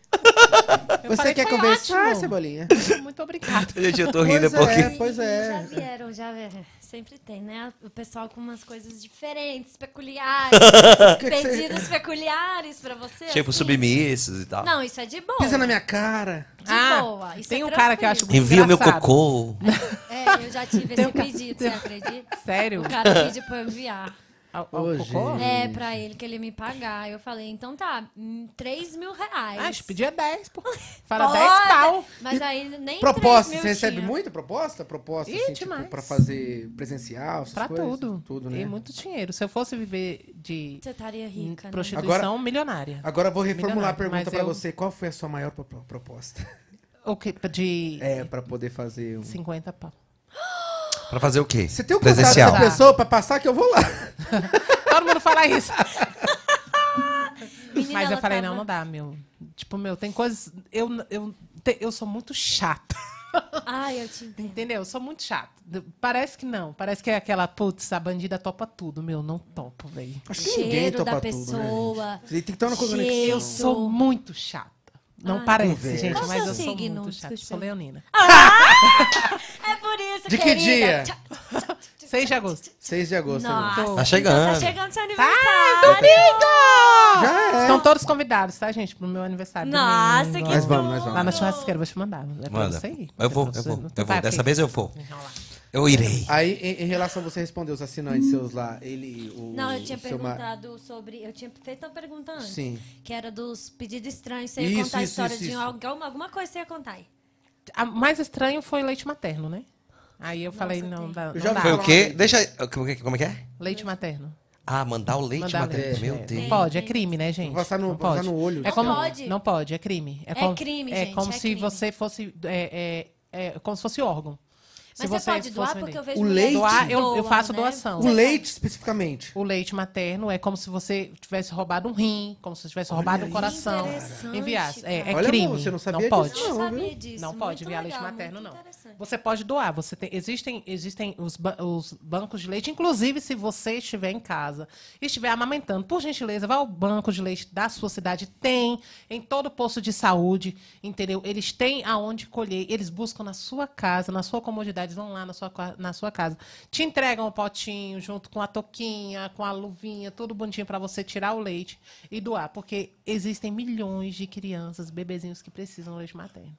E: Eu
A: Você
E: falei,
A: quer
E: "Foi
A: conversar,
E: ótimo."
A: Cebolinha?
E: Muito obrigado.
B: Gente, eu tô rindo
A: Pois
B: porque.
A: É, pois é.
C: Já vieram, já vieram. Sempre tem, né? O pessoal com umas coisas diferentes, peculiares.
A: que que você-
C: pedidos peculiares pra você.
B: Tipo,
C: assim.
B: submissos e tal.
C: Não, isso é de boa.
A: Pisa na minha cara.
C: De boa. Isso
E: tem
C: é
E: um cara que eu acho
C: tranquilo.
E: muito
B: Envia o meu
E: engraçado.
B: cocô.
C: É, eu já tive
E: Tem
C: esse
E: um cara-
C: pedido, você acredita?
E: É Sério? Hum.
C: O cara pediu pra eu enviar.
E: Ao- ao cocô?
C: É, pra ele que ele me pagar. Eu falei, então tá, 3 mil reais.
E: Ah, te pedia 10, pô. Fala
C: Foda!
E: 10 pau.
C: Mas aí nem 3
A: Proposta,
C: mil
A: você recebe
C: tinha.
A: muita proposta? Proposta,
E: Ih,
A: assim,
E: demais.
A: tipo, pra fazer presencial, essas
E: Pra
A: coisas?
E: tudo.
A: Tudo,
E: E
A: né?
E: muito dinheiro. Se eu fosse viver de
C: Você estaria rica, né?
E: prostituição milionária.
A: Agora eu vou reformular a
E: Milionário,
A: pergunta
E: mas
A: pra
E: eu-
A: você. Qual foi a sua maior pro- proposta?
E: O que, de
A: É, pra poder fazer um...
E: 50 pau.
B: Pra fazer o quê?
A: Você tem o contato
B: Presencial.
A: dessa pessoa pra passar que eu vou lá.
E: Todo mundo fala isso.
C: Menina,
E: Mas eu
C: ela tá
E: falei,
C: tava-
E: não, não dá, meu. Tipo, meu, tem coisas. Eu, eu, te- eu sou muito chata.
C: Ai, eu te entendo.
E: Entendeu? Eu sou muito chata. D- Parece que não. Parece que é aquela, putz, a bandida topa tudo. Meu, não topo, velho.
A: Acho que ninguém
C: Cheiro
A: topa
C: da
A: tudo,
C: pessoa.
A: né? gente? Você tem que estar na conexão.
C: Cheiro.
E: Eu sou muito chata. Não
C: Ai,
E: parece,
A: conversa.
E: gente,
C: Ah. Qual
E: mas
C: seu
E: eu sou
C: signo?
E: muito
C: Desculpa. Ah,
E: chata. Sou leonina.
C: É por isso,
A: De que
C: querida.
A: dia?
C: Tchau, tchau, tchau,
E: 6 de agosto.
A: 6 de agosto. né?
C: Nossa,
A: agora.
B: Tá
E: Tô.
C: então
B: chegando.
C: tá Tá chegando seu aniversário.
A: Já é.
E: Ah, Estão todos convidados, tá, gente? Pro meu aniversário.
C: Nossa,
E: domingo.
C: que
A: Mas vamos, mas
E: Lá
A: vamos.
E: na churrasqueira, eu vou te mandar. É pra
B: Manda.
E: você ir.
B: Eu vou, eu vou. Eu vou. Dessa vez eu vou. Eu irei.
A: Aí, em, em relação a você responder os assinantes seus lá, ele. O,
C: Não, eu tinha
A: o seu ma-
C: perguntado sobre. Eu tinha feito uma pergunta antes.
A: Sim.
C: Que era dos pedidos estranhos. Você ia
A: Isso,
C: contar a
A: isso,
C: história
A: isso,
C: de
A: isso.
C: Alguma, alguma coisa que você ia contar aí.
E: A mais estranho foi leite materno, né? Aí eu falei, não,
C: tem.
E: dá,
A: Eu
E: não
A: já vi
E: dá.
B: Foi o
A: falar
B: quê?
A: dele.
B: Deixa. Como que- como que é?
E: Leite materno.
B: Ah, mandar o leite,
E: Mandar
B: materno.
E: leite.
B: Meu
E: é.
B: Deus.
E: Não pode, é crime, né, gente?
A: Passar no-
E: não
A: passar
E: pode.
A: no olho.
E: É
A: Não
E: como,
C: pode.
E: Não pode, é crime. É,
C: É
E: como-
C: crime,
E: É
C: gente,
E: como
C: é
E: se
C: crime.
E: você fosse... É, é- é como se fosse órgão.
C: Mas você pode doar?
E: fosse
C: Porque eu
E: vender.
C: vejo
A: O leite?
E: Doar, eu, eu
C: doam,
E: faço
C: né?
E: doação.
A: O leite, especificamente.
E: O leite materno é como se você tivesse roubado um rim, como se tivesse roubado um coração.
C: interessante,
E: Enviasse. É, é
A: Olha,
E: crime.
A: amor, você não sabia
E: pode.
A: disso, não,
C: não
A: viu?
C: sabia disso.
E: Não pode
C: Muito
E: enviar
C: legal,
E: leite materno,
C: muito
E: não.
C: interessante.
E: Você pode doar. Você tem- existem existem os, ba- os bancos de leite. Inclusive, se você estiver em casa e estiver amamentando, por gentileza, vá ao banco de leite da sua cidade. Tem em todo posto de saúde, entendeu? Eles têm aonde colher. Eles buscam na sua casa, na sua comodidade. Eles vão lá na sua, qua- na sua casa. Te entregam o potinho junto com a toquinha, com a luvinha, tudo bonitinho para você tirar o leite e doar. Porque existem milhões de crianças, bebezinhos que precisam do leite materno.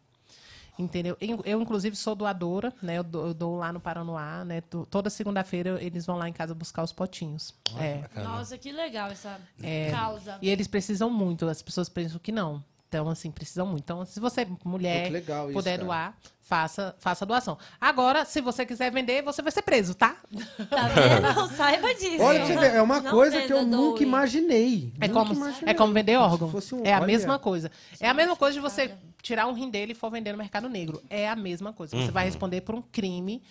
E: Entendeu? Eu, eu, inclusive, sou doadora, né? Eu dou, eu dou lá no Paranoá, né? To- Toda segunda-feira eu- eles vão lá em casa buscar os potinhos. É.
C: Nossa, que legal essa
E: É.
C: causa.
E: E eles precisam muito, as pessoas pensam que não. Então, assim, precisam muito. Então, se você,
A: Pô,
E: mulher,
A: Oh, que legal isso,
E: puder
A: cara.
E: doar, faça, faça a doação. Agora, se você quiser vender, você vai ser preso, tá?
C: Tá vendo? Não saiba disso.
A: Olha, pra você ver, é uma
C: Não
A: coisa
C: venda,
A: que eu nunca
C: doe.
A: imaginei.
E: É
A: Nunca
E: como,
A: imaginei.
E: é como vender
A: Como se
E: órgão.
A: fosse um-
E: é a
A: olha.
E: mesma coisa. É a mesma coisa de você tirar um rim dele e for vender no mercado negro. É a mesma coisa. Você
B: Uhum.
E: vai responder por um crime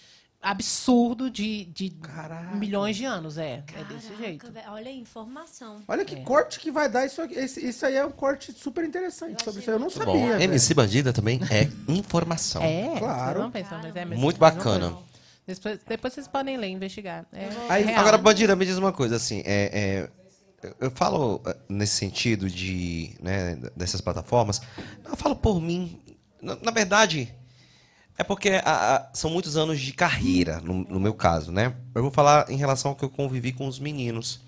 E: absurdo de, de
A: Caraca.
E: milhões de anos. É, é desse
C: Caraca,
E: jeito.
C: velho, Olha a informação.
A: Olha
E: É.
A: que corte que vai dar isso aqui. Esse- isso aí é um corte super interessante sobre isso. aí. Eu não
B: Muito
A: sabia.
B: bom.
A: velho.
B: MC Bandida também é informação.
E: É,
A: Claro.
E: vocês não pensam, mas é a mesma
B: Muito
E: coisa, não
B: bacana.
E: foi? Depois, depois vocês podem ler, investigar. É
A: Aí,
E: real.
B: Agora, Bandira, me diz uma coisa, assim, é, é, eu falo eh, nesse sentido de, né, dessas plataformas, eu falo por mim, na, na verdade, é porque a- a- são muitos anos de carreira, no, no meu caso, né? Eu vou falar em relação ao que eu convivi com os meninos.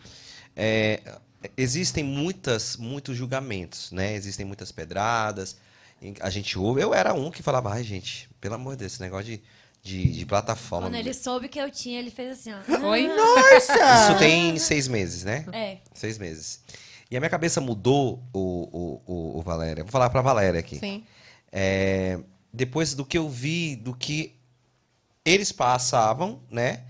B: É, existem muitas, muitos julgamentos, né? Existem muitas pedradas, em- a gente ouve, eu era um que falava, ai gente, pelo amor de Deus, esse negócio de, de, de plataforma...
C: Quando ele soube que eu tinha, ele fez assim, ó.
E: Oi?
B: Isso tem seis meses, né?
C: É.
B: Seis meses. E a minha cabeça mudou, o, o, o, o Valéria. Vou falar pra Valéria aqui.
E: Sim.
B: É, depois do que eu vi, do que eles passavam, né?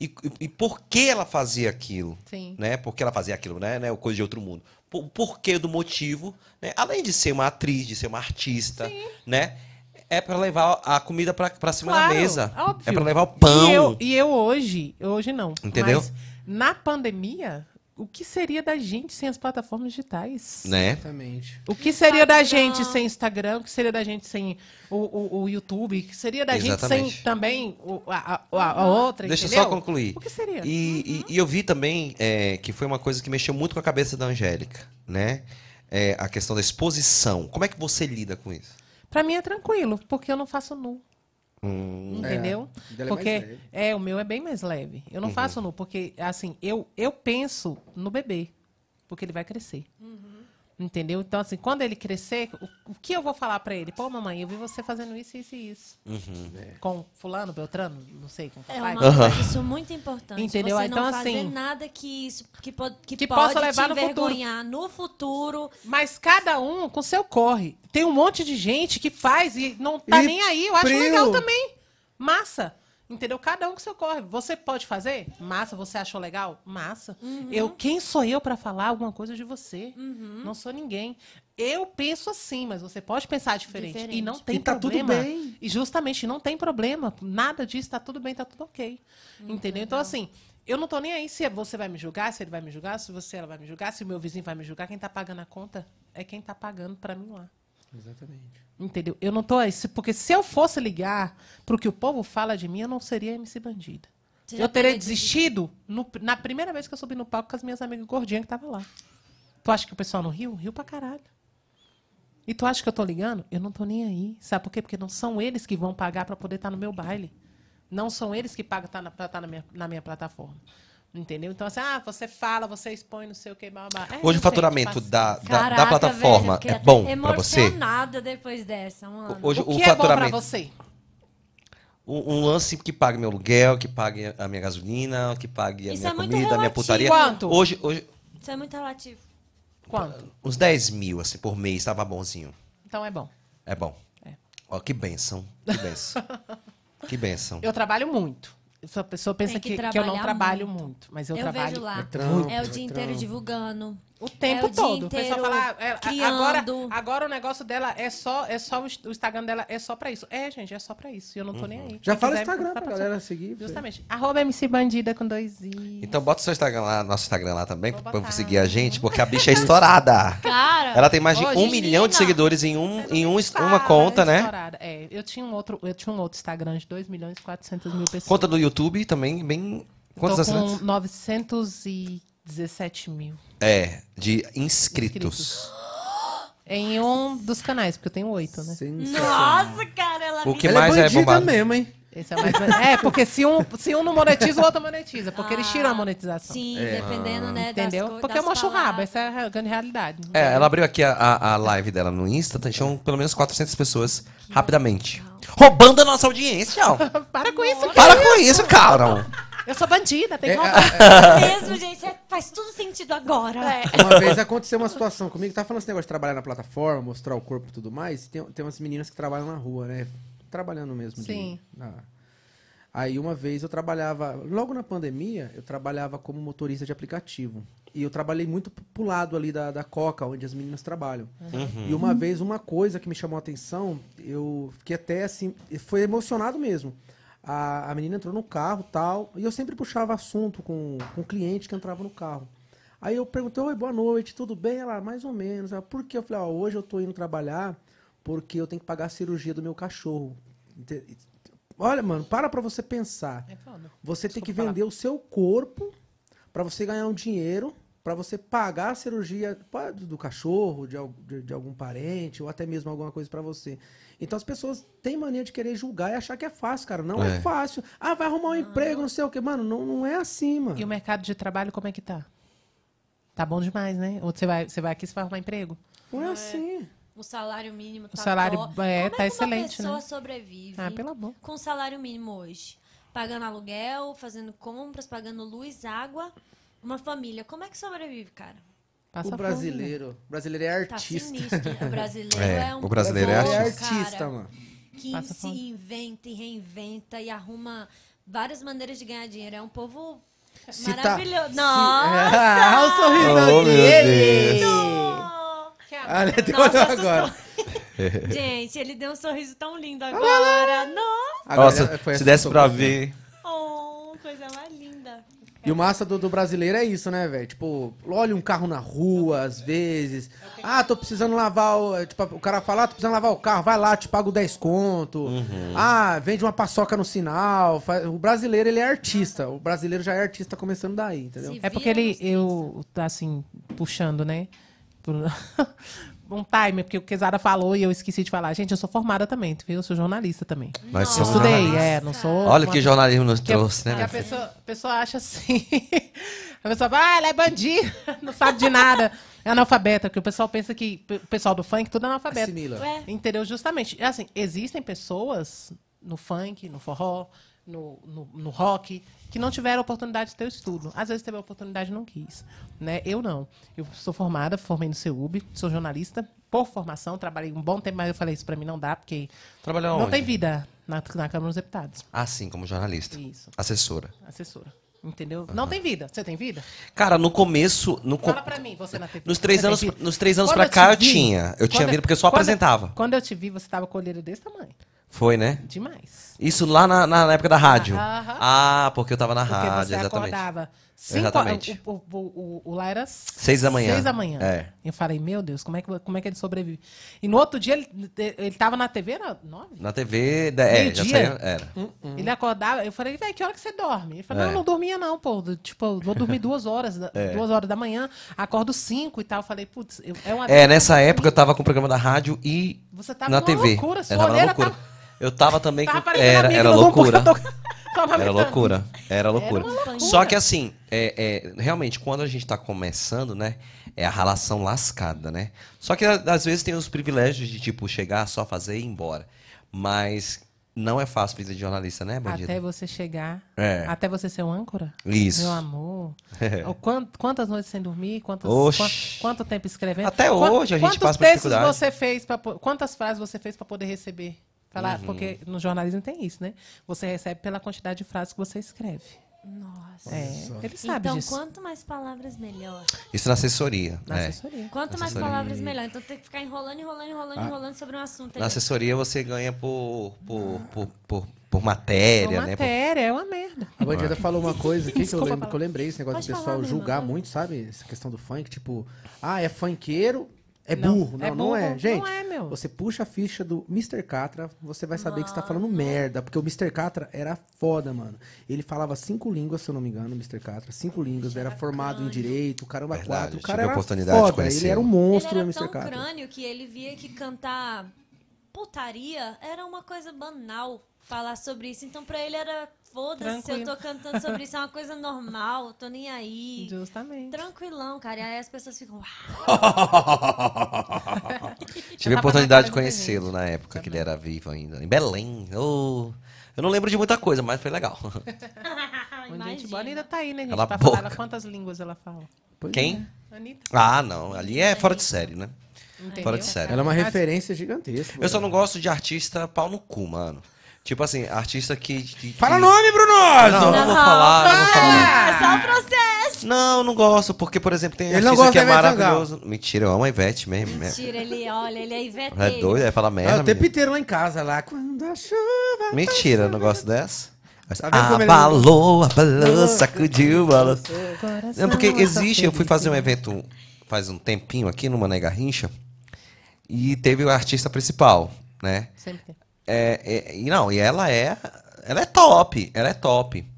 B: E, e por que ela fazia aquilo?
E: Sim.
B: Né? Por que ela fazia aquilo, né? né? Coisa de outro mundo. Por, porquê do motivo, né? Além de ser uma atriz, de ser uma artista, né? É pra levar a comida pra, pra cima
E: Claro,
B: da mesa.
E: óbvio.
B: É pra levar o pão.
E: E eu, e eu hoje, hoje não.
B: Entendeu?
E: Mas na pandemia, o que seria da gente sem as plataformas digitais?
B: Né?
A: Exatamente.
E: O que seria da
C: Instagram.
E: gente sem Instagram? O que seria da gente sem o, o, o YouTube? O que seria da gente
B: Exatamente.
E: sem também o- a, a- a- a outra?
B: Deixa eu
E: entendeu?
B: só concluir.
E: O que seria?
B: E, e-
E: Uhum.
B: e eu vi também é, que foi uma coisa que mexeu muito com a cabeça da Angélica, né? É, a questão da exposição. Como é que você lida com isso?
E: Pra mim é tranquilo, porque eu não faço nu. Entendeu?
A: dela é mais
E: porque
A: leve.
E: é, o meu é bem mais leve. Eu não faço nu, porque assim, eu, eu penso no bebê, porque ele vai crescer.
A: Uhum.
E: Entendeu? Então, assim, quando ele crescer, o, o que eu vou falar pra ele? Pô, mamãe, eu vi você fazendo isso, isso e isso.
A: É.
E: Com fulano, Beltrano, não sei, com
C: É
E: papai.
C: uma coisa isso muito importante.
E: Entendeu?
C: Você
E: Então,
C: não fazer
E: assim,
C: nada que isso que, po que,
E: que
C: pode
E: possa levar
C: te
E: no futuro.
C: envergonhar no futuro.
E: Mas cada um com seu corre. Tem um monte de gente que faz e não tá
A: E
E: nem aí. Eu acho
A: prio.
E: legal também. Massa. Entendeu? Cada um com seu corre. Você pode fazer? Massa. Você achou legal? Massa. Eu, quem sou eu pra falar alguma coisa de você? Não sou ninguém. Eu penso assim, mas você pode pensar diferente. E não
C: Diferente.
E: tem
A: E tá tudo
E: problema.
A: bem.
E: E justamente não tem problema. Nada disso, tá tudo bem, tá tudo ok.
A: Hum,
E: entendeu? Então, assim, eu não tô nem aí se é você vai me julgar, se ele vai me julgar, se você ela vai me julgar, se o meu vizinho vai me julgar. Quem tá pagando a conta é quem tá pagando pra mim lá.
A: Exatamente.
E: Entendeu? Eu não tô aí. se- Porque se eu fosse ligar pro que o povo fala de mim, eu não seria MC bandida.
C: Você já
E: eu teria
C: teria
E: desistido no- na primeira vez que eu subi no palco com as minhas amigas gordinhas que estavam lá. Tu acha que o pessoal não riu? Riu pra caralho. E tu acha que eu tô ligando? Eu não tô nem aí. Sabe por quê? Porque não são eles que vão pagar pra poder estar no meu baile. Não são eles que pagam tá na- pra estar na, minha, na minha plataforma. Entendeu? Então, assim, ah, você fala, você expõe, não sei o que, blá, blá, blá. É,
B: Hoje o
E: gente,
B: faturamento
E: paciência.
B: da, da- da,
C: Caraca, velho, eu
B: plataforma
C: fiquei
B: é bom
C: até
B: pra você?
C: emocionada depois dessa, mano.
B: Hoje
E: O
B: o,
E: que é bom pra
B: faturamento.
E: você?
B: um, um lance que pague meu aluguel, que pague a minha gasolina, que pague a
C: Isso
B: minha
C: é muito
B: comida, a minha
C: relativo.
B: putaria.
E: Quanto?
B: Hoje, hoje,
C: Isso é muito relativo.
E: Quanto?
B: uns 10 mil assim, por mês tava bonzinho.
E: Então é bom.
B: É bom. Ó, que benção. Que benção. que benção.
E: Eu trabalho muito. Só A pessoa pensa
C: Tem que
E: que, que eu não
C: trabalhar
E: trabalho
C: muito.
E: muito, mas eu, um trabalho.
C: vejo lá.
A: trampo,
C: é o
A: é
C: dia inteiro
A: trampo.
C: divulgando.
E: O tempo
C: o dia
E: todo. O pessoal
C: inteiro
E: fala, "Ah, ela- a- agora,
C: criando."
E: agora o negócio dela é só, é só o Inst- o Instagram dela é só pra isso. É, gente, é só pra isso. E eu não tô nem
B: Uhum.
E: aí.
A: Já
E: Quem
A: fala o
E: quiser,
A: Instagram
E: tá
A: pra
E: passando.
A: galera seguir. pra-
E: Justamente. Arroba MC Bandida com dois i.
B: Então bota o seu Instagram lá, nosso Instagram lá também, pra você seguir a gente, porque a bicha é estourada.
E: Cara,
B: Ela tem mais de
E: ô,
B: um
E: Gigi,
B: milhão de
E: não.
B: seguidores em,
E: é
B: um, em um, uma conta, né?
E: Estourada. É, eu tinha um outro, eu tinha um outro Instagram de 2 milhões e 400 mil pessoas.
B: Conta do YouTube também, bem. Quantos
E: Tô
B: assinantes?
E: com 917 mil
B: É, de inscritos.
E: em um dos canais, porque eu tenho oito,
C: Hum.
E: né?
C: Nossa, cara, ela
B: O que mais é bombado?
A: mesmo, hein?
E: Esse é, o mais... é, porque se um, se um não monetiza, o outro monetiza. Porque eles tiram a monetização.
C: Ah, Sim, dependendo, né? das
E: Entendeu?
C: co-
E: porque
C: das
E: eu mostro o rabo,
C: palavras.
E: essa é a grande realidade.
B: É, ela abriu aqui a, a, a live dela no Insta, tá? tinham pelo menos 400 pessoas, rapidamente. Roubando a nossa audiência, ó.
E: Para com isso, cara.
B: Para com isso, cara.
E: Eu sou bandida,
B: É,
E: tem que roubar.
C: Mesmo, gente, é- faz tudo sentido agora.
E: É.
A: Uma vez aconteceu uma situação comigo, tava falando esse negócio de trabalhar na plataforma, mostrar o corpo e tudo mais. Tem, tem umas meninas que trabalham na rua, né? Trabalhando mesmo. de-
E: Sim.
A: na- Aí uma vez eu trabalhava, logo na pandemia, eu trabalhava como motorista de aplicativo. E eu trabalhei muito p- pro lado ali da, da Coca, onde as meninas trabalham. E uma vez, uma coisa que me chamou a atenção, eu fiquei até assim, foi emocionado mesmo. A, a menina entrou no carro tal, e eu sempre puxava assunto com, com o cliente que entrava no carro. Aí eu perguntei, oi, boa noite, tudo bem? Ela, mais ou menos. Ela, por quê? Eu falei, ó, hoje eu tô indo trabalhar porque eu tenho que pagar a cirurgia do meu cachorro. Ente- Olha, mano, para pra você pensar.
E: É foda.
A: Você tem
E: Desculpa
A: que vender o seu corpo pra você ganhar um dinheiro, pra você pagar a cirurgia pá, do do cachorro, de, al- de- de algum parente, ou até mesmo alguma coisa pra você. Então as pessoas têm mania de querer julgar e achar que é fácil, cara. Não é,
B: É.
A: fácil. Ah, vai arrumar um emprego, não sei o quê. Mano, não, não é assim, mano.
E: E o mercado de trabalho, como é que tá? Tá bom demais, né? Ou você vai, você vai aqui e vai arrumar emprego?
A: Não é assim.
C: O salário mínimo tá
E: O salário,
C: dó.
E: é,
C: Como
E: tá
C: é que
E: excelente,
C: uma pessoa
E: né?
C: sobrevive
E: Ah, pelo amor.
C: com salário mínimo hoje? Pagando aluguel, fazendo compras, pagando luz, água, uma família. Como é que sobrevive, cara?
E: Passa
A: O
E: fome, né?
A: brasileiro. O brasileiro é
C: Tá
A: artista.
C: sinistro. O brasileiro
B: É,
C: é, um
B: o brasileiro é
A: Ele
C: povo,
A: é
B: artista.
A: artista,
C: cara,
A: mano.
C: Que
E: Passa
C: se
E: fome.
C: inventa e reinventa e arruma várias maneiras de ganhar dinheiro. É um povo
A: Se tá-
C: maravilhoso.
A: se-
C: Nossa!
A: Ah, o sorrisão
B: Oh, meu
A: dele! Olha, é. Ah, né? tem
C: Nossa,
A: olhar agora.
C: Gente, ele deu um sorriso tão lindo agora.
A: Agora,
C: Nossa!
A: né,
B: Nossa,
A: foi
B: se
A: essa
B: desse
A: que eu
B: pra
A: gostei.
B: ver.
C: Oh, coisa mais linda.
A: E o massa do, do brasileiro é isso, né, velho? Tipo, olha um carro na rua, às vezes. Ah, tô precisando lavar o. Tipo, o cara fala, ah, tô precisando lavar o carro, vai lá, te pago 10 conto.
B: Uhum.
A: Ah, vende uma paçoca no sinal. Fa- O brasileiro, ele é artista. O brasileiro já é artista começando daí, entendeu?
C: Se
E: É porque
C: vira
E: ele,
C: nos
E: eu, tá assim, puxando, né? Por- Um timer, porque o Quesada falou e eu esqueci de falar. Gente, eu sou formada também, tu viu? Eu sou jornalista também.
B: Nós
E: Eu
B: somos
E: estudei,
B: jornalistas.
E: é, não sou.
B: Olha o
E: uma-
B: que jornalismo nos
E: que a-
B: trouxe, né?
E: que
B: meu
E: a
B: filho?
E: pessoa, a pessoa acha assim. A pessoa fala, ah, ela é bandida, não sabe de nada. É analfabeta, porque o pessoal pensa que. O pessoal do funk, tudo é analfabeto.
B: Assim
A: Assimila.
C: Ué.
E: Entendeu? Justamente. Assim, existem pessoas no funk, no forró, no, no, no rock, que não tiveram oportunidade de ter o estudo. Às vezes teve a oportunidade e não quis. Né? Eu não. Eu sou formada, formei no CEUB, sou jornalista por formação, trabalhei um bom tempo, mas eu falei, isso pra mim não dá, porque
B: Trabalhou
E: não
B: onde?
E: tem vida na, na Câmara dos Deputados.
B: Ah, sim, como jornalista.
E: Isso.
B: Assessora.
E: Assessora. Entendeu? Não tem vida. Você tem vida?
B: Cara, no começo. No co-
E: Fala pra mim, você na TV.
B: Nos três
E: Você
B: anos-
E: tem vida?
B: nos três anos
E: Quando
B: pra cá
E: te
B: eu tinha. Eu tinha vida porque eu só
E: quando-
B: apresentava.
E: Quando eu te vi, você tava com a olheira desse tamanho.
B: Foi, né?
E: Demais.
B: Isso lá na, na época da rádio.
E: Aham.
B: Ah, porque eu tava na
E: Porque
B: rádio,
E: você
B: exatamente.
E: acordava. Cinco
B: Exatamente.
E: O, o, o- o- o lá era
B: Seis da manhã.
E: Seis da manhã.
B: É.
E: Eu falei, meu Deus, como é que, como é que ele sobrevive? E no outro dia, ele, ele tava na TV, era nove?
B: Na TV, da- é, já
E: Meio-dia? Hum.
B: saía, era.
E: Ele acordava, eu falei, velho, que hora que você dorme? Ele falou,
B: É.
E: não, eu não dormia não, pô. do- Tipo, eu vou dormir duas horas, da- duas horas da manhã, acordo cinco e tal. Eu falei, putz, eu- é uma...
B: É, nessa época eu tava com o programa da rádio e
E: Você tava
B: na
E: numa
B: TV.
E: loucura, sua
B: eu tava na
E: olheira tá,
B: loucura.
E: tava-
B: Eu tava também
E: Tava
B: com...
E: parecendo a
B: Era,
E: Bíblia
B: era
E: do Dom, porque
B: loucura.
E: eu tô- tava
B: Era
E: gritando.
B: loucura, era loucura.
E: uma loucura.
B: Só que assim, é, é, realmente, quando a gente tá começando, né? É a relação lascada, né? Só que a- às vezes tem os privilégios de, tipo, chegar, só fazer e ir embora. Mas não é fácil vida de jornalista, né, bandido?
E: Até você chegar,
B: É.
E: até você ser um âncora.
B: Isso.
E: Meu amor.
B: É.
E: Ou quan- quantas noites sem dormir, quantas,
B: Oxi.
E: quan- quanto tempo escrevendo.
B: Até
E: Quan-
B: hoje a gente
E: quantos
B: passa por
E: textos
B: dificuldade.
E: você fez, pra, po- quantas frases você fez para poder
B: Uhum.
E: receber? Falar, Porque no jornalismo tem isso, né? Você recebe pela quantidade de frases que você escreve.
C: Nossa.
E: É, ele sabe
C: então,
E: disso.
C: quanto mais palavras, melhor.
B: Isso na assessoria.
E: Na
B: né?
E: assessoria.
C: Quanto mais
E: é
B: Assessoria.
C: palavras, melhor. Então tem que ficar enrolando, enrolando, enrolando,
B: Ah.
C: enrolando sobre um assunto.
B: Na
C: ali.
B: assessoria você ganha por, por, por, por, por matéria,
A: Por
B: né? Por-
E: Matéria, é uma merda.
A: A Bandida
B: Vai.
A: falou uma coisa aqui que eu,
E: Desculpa
A: lembro,
E: falar.
A: que eu lembrei, esse negócio
E: Pode
A: do
E: falar,
A: pessoal
E: Lima,
A: julgar
E: pode.
A: muito, sabe? Essa questão do funk, tipo, ah, é funkeiro, é
E: Não,
A: burro. Não,
E: é
A: não é.
E: burro,
A: Gente,
E: não é, meu.
A: você puxa a ficha do Mr. Catra, você vai saber que você tá falando merda, porque o Mr. Catra era foda, mano. Ele falava cinco línguas, se eu não me engano, o Mr. Catra, cinco línguas, era formado em direito, caramba,
B: Verdade,
A: quatro. O
B: eu
A: cara
B: tive a
A: era
B: oportunidade de
A: foda, ele
B: conhecê-lo.
A: era um monstro,
C: ele
A: o
C: era
A: Mr.
C: tão
A: Catra.
C: crânio que ele via que cantar putaria era uma coisa banal falar sobre isso. Então pra ele era foda-se se eu tô
E: Tranquilo.
C: cantando sobre isso, é uma coisa normal, tô nem aí.
E: Justamente.
C: Tranquilão, cara. E aí as pessoas ficam. "Uau".
B: Tive
C: Tava
B: a
C: na
B: oportunidade de
C: cara de muita
B: conhecê-lo na época que ele era vivo ainda, em Belém. Ô, eu não lembro de muita coisa, mas foi legal.
E: Muita gente boa. A Anitta tá aí, né, gente?
B: Cala a
E: pra
B: boca.
E: falar ela- quantas línguas ela fala.
B: Quem?
E: Anitta.
B: Ah, não. Ali é fora de série, né?
E: Entendeu?
B: Fora de série.
A: Ela é uma
E: né?
A: referência gigantesca.
B: Eu só não gosto de artista pau no cu, mano. Tipo assim, artista que. que
A: Fala
B: que...
A: nome, Brunozzo!
B: Não, não vou falar, não vou falar.
C: É só o processo.
B: Não, não gosto, porque, por exemplo, tem
A: Ele não
B: artista
A: gosta
B: que é
A: da Ivete Sangalo.
B: maravilhoso. Mentira, eu amo a Ivete mesmo. né?
C: Tira ele, olha, ele é Ivete.
B: É doido, é falar
A: Ah,
B: merda.
A: o tempo
B: menino.
A: inteiro lá em casa, lá. Quando a chuva.
B: Mentira, eu não gosto dessa. Ah, Mas-
A: Tá vendo como ele-
B: abalou, abalou, sacudiu, balançou. Não, porque
E: Coração, é
B: existe, eu fui fazer um evento faz um tempinho aqui no Mané Garrincha e teve o artista principal, né?
E: Sempre tem.
B: É, é, e não, e ela é. Ela é top, ela é top.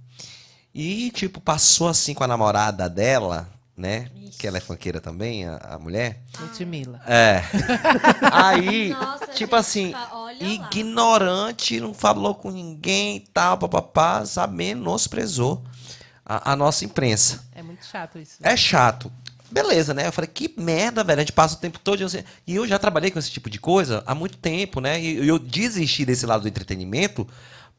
B: E, tipo, passou assim com a namorada dela, né? Que ela é funkeira também, a, a mulher.
E: Ludmilla.
B: É. Aí,
C: Nossa,
B: tipo
C: gente,
B: assim,
C: fa- olha lá.
B: ignorante, não falou com ninguém e tal, papapá, sabendo, menosprezou a, a nossa imprensa.
E: É muito chato isso.
B: É chato. Beleza, né? Eu falei, que merda, velho. A gente passa o tempo todo. assim- E eu já trabalhei com esse tipo de coisa há muito tempo, né? E eu desisti desse lado do entretenimento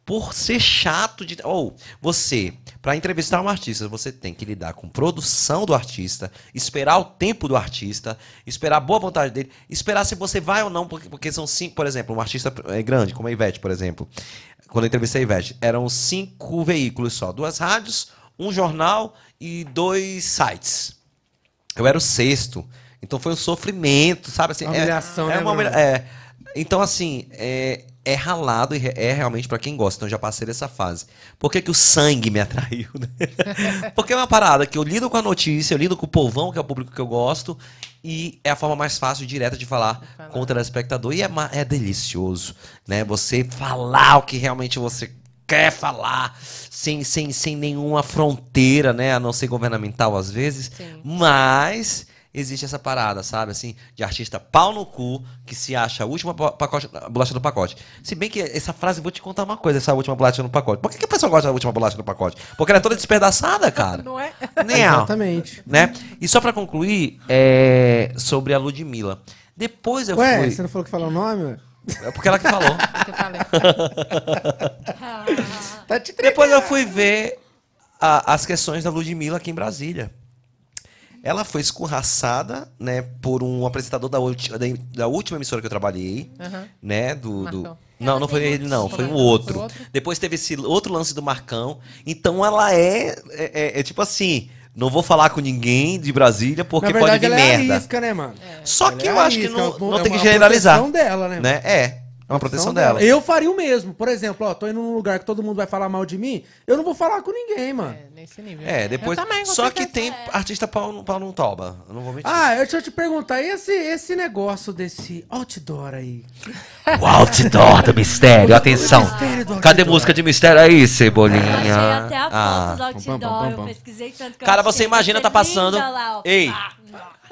B: por ser chato de. Ou, você, pra entrevistar um artista, você tem que lidar com produção do artista, esperar o tempo do artista, esperar a boa vontade dele, esperar se você vai ou não, porque, porque são cinco, por exemplo, um artista é, grande, como a Ivete, por exemplo. Quando eu entrevistei a Ivete, eram cinco veículos só, duas rádios, um jornal e dois sites. Eu era o sexto. Então foi um sofrimento, sabe? Assim,
A: Uma
B: é-
A: humilhação,
B: é,
A: né,
B: uma
A: Bruno?
B: humilha- é. Então, assim, é, é ralado e re- é realmente pra quem gosta. Então, eu já passei dessa fase. Por que, que o sangue me atraiu? né? Porque é uma parada que eu lido com a notícia, eu lido com o povão, que é o público que eu gosto, e é a forma mais fácil e direta de falar, com o telespectador. E é, ma- é delicioso, né? Você falar o que realmente você quer falar, sem, sem, sem nenhuma fronteira, né? A não ser governamental às vezes. Mas existe essa parada, sabe? Assim, de artista pau no cu que se acha a última bo- pacote- bolacha do pacote. Se bem que essa frase, vou te contar uma coisa, essa última bolacha no pacote. Por que, que a pessoa gosta da última bolacha no pacote? Porque ela é toda despedaçada, cara.
E: Não é?
B: Nem ela,
A: Exatamente.
B: né? E só pra concluir, é, sobre a Ludmilla. Depois eu
A: Ué, você
B: fui.
A: não falou que falou o nome? ué?
B: É porque ela que falou.
E: Que eu falei.
C: Ah.
A: Tá te
B: Depois eu fui ver a- as questões da Ludmilla aqui em Brasília. Ela foi escorraçada, né, por um apresentador da, ulti- da, da última emissora que eu trabalhei,
E: Aham.
B: né, do... do-
E: Marcão.
B: Não, não foi ele, não, foi um
A: é?
E: Foi
B: outro.
E: outro.
B: Depois teve esse outro lance do Marcão. Então ela é, é, é- é tipo assim, não vou falar com ninguém de Brasília
A: Na
B: porque
A: verdade,
B: pode vir
A: ela é
B: merda.
A: a isca, né, mano?
B: Só
A: Ela
B: que
A: é
B: eu
A: a
B: acho que
A: isca,
B: não,
A: é
B: não
A: uma-
B: tem que
A: é uma
B: generalizar,
A: proteção dela, né, mano?
B: né? É, é uma proteção dela.
A: Então, Eu faria o mesmo. Por exemplo, ó, tô indo num lugar que todo mundo vai falar mal de mim, eu não vou falar com ninguém, mano.
E: É, nesse nível.
B: É, depois.
E: Eu também, com
B: Só que
E: certeza. é.
B: tem
C: é.
B: artista pau, no- pau no toba. Eu não vou mentir.
A: Ah, deixa eu te perguntar, e esse, esse negócio desse outdoor aí?
B: O outdoor do mistério, atenção.
A: mistério do
B: Cadê música de mistério aí,
C: Eu achei
B: Cebolinha?
C: até a
B: É.
C: foto
B: Ah.
C: do outdoor,
A: Pam, pam, pam, pam.
C: eu pesquisei tanto que eu
B: Cara,
C: achei.
B: você imagina
C: Deve
B: tá
C: ser
B: passando.
C: linda lá, ó.
B: Ei!
C: Ah,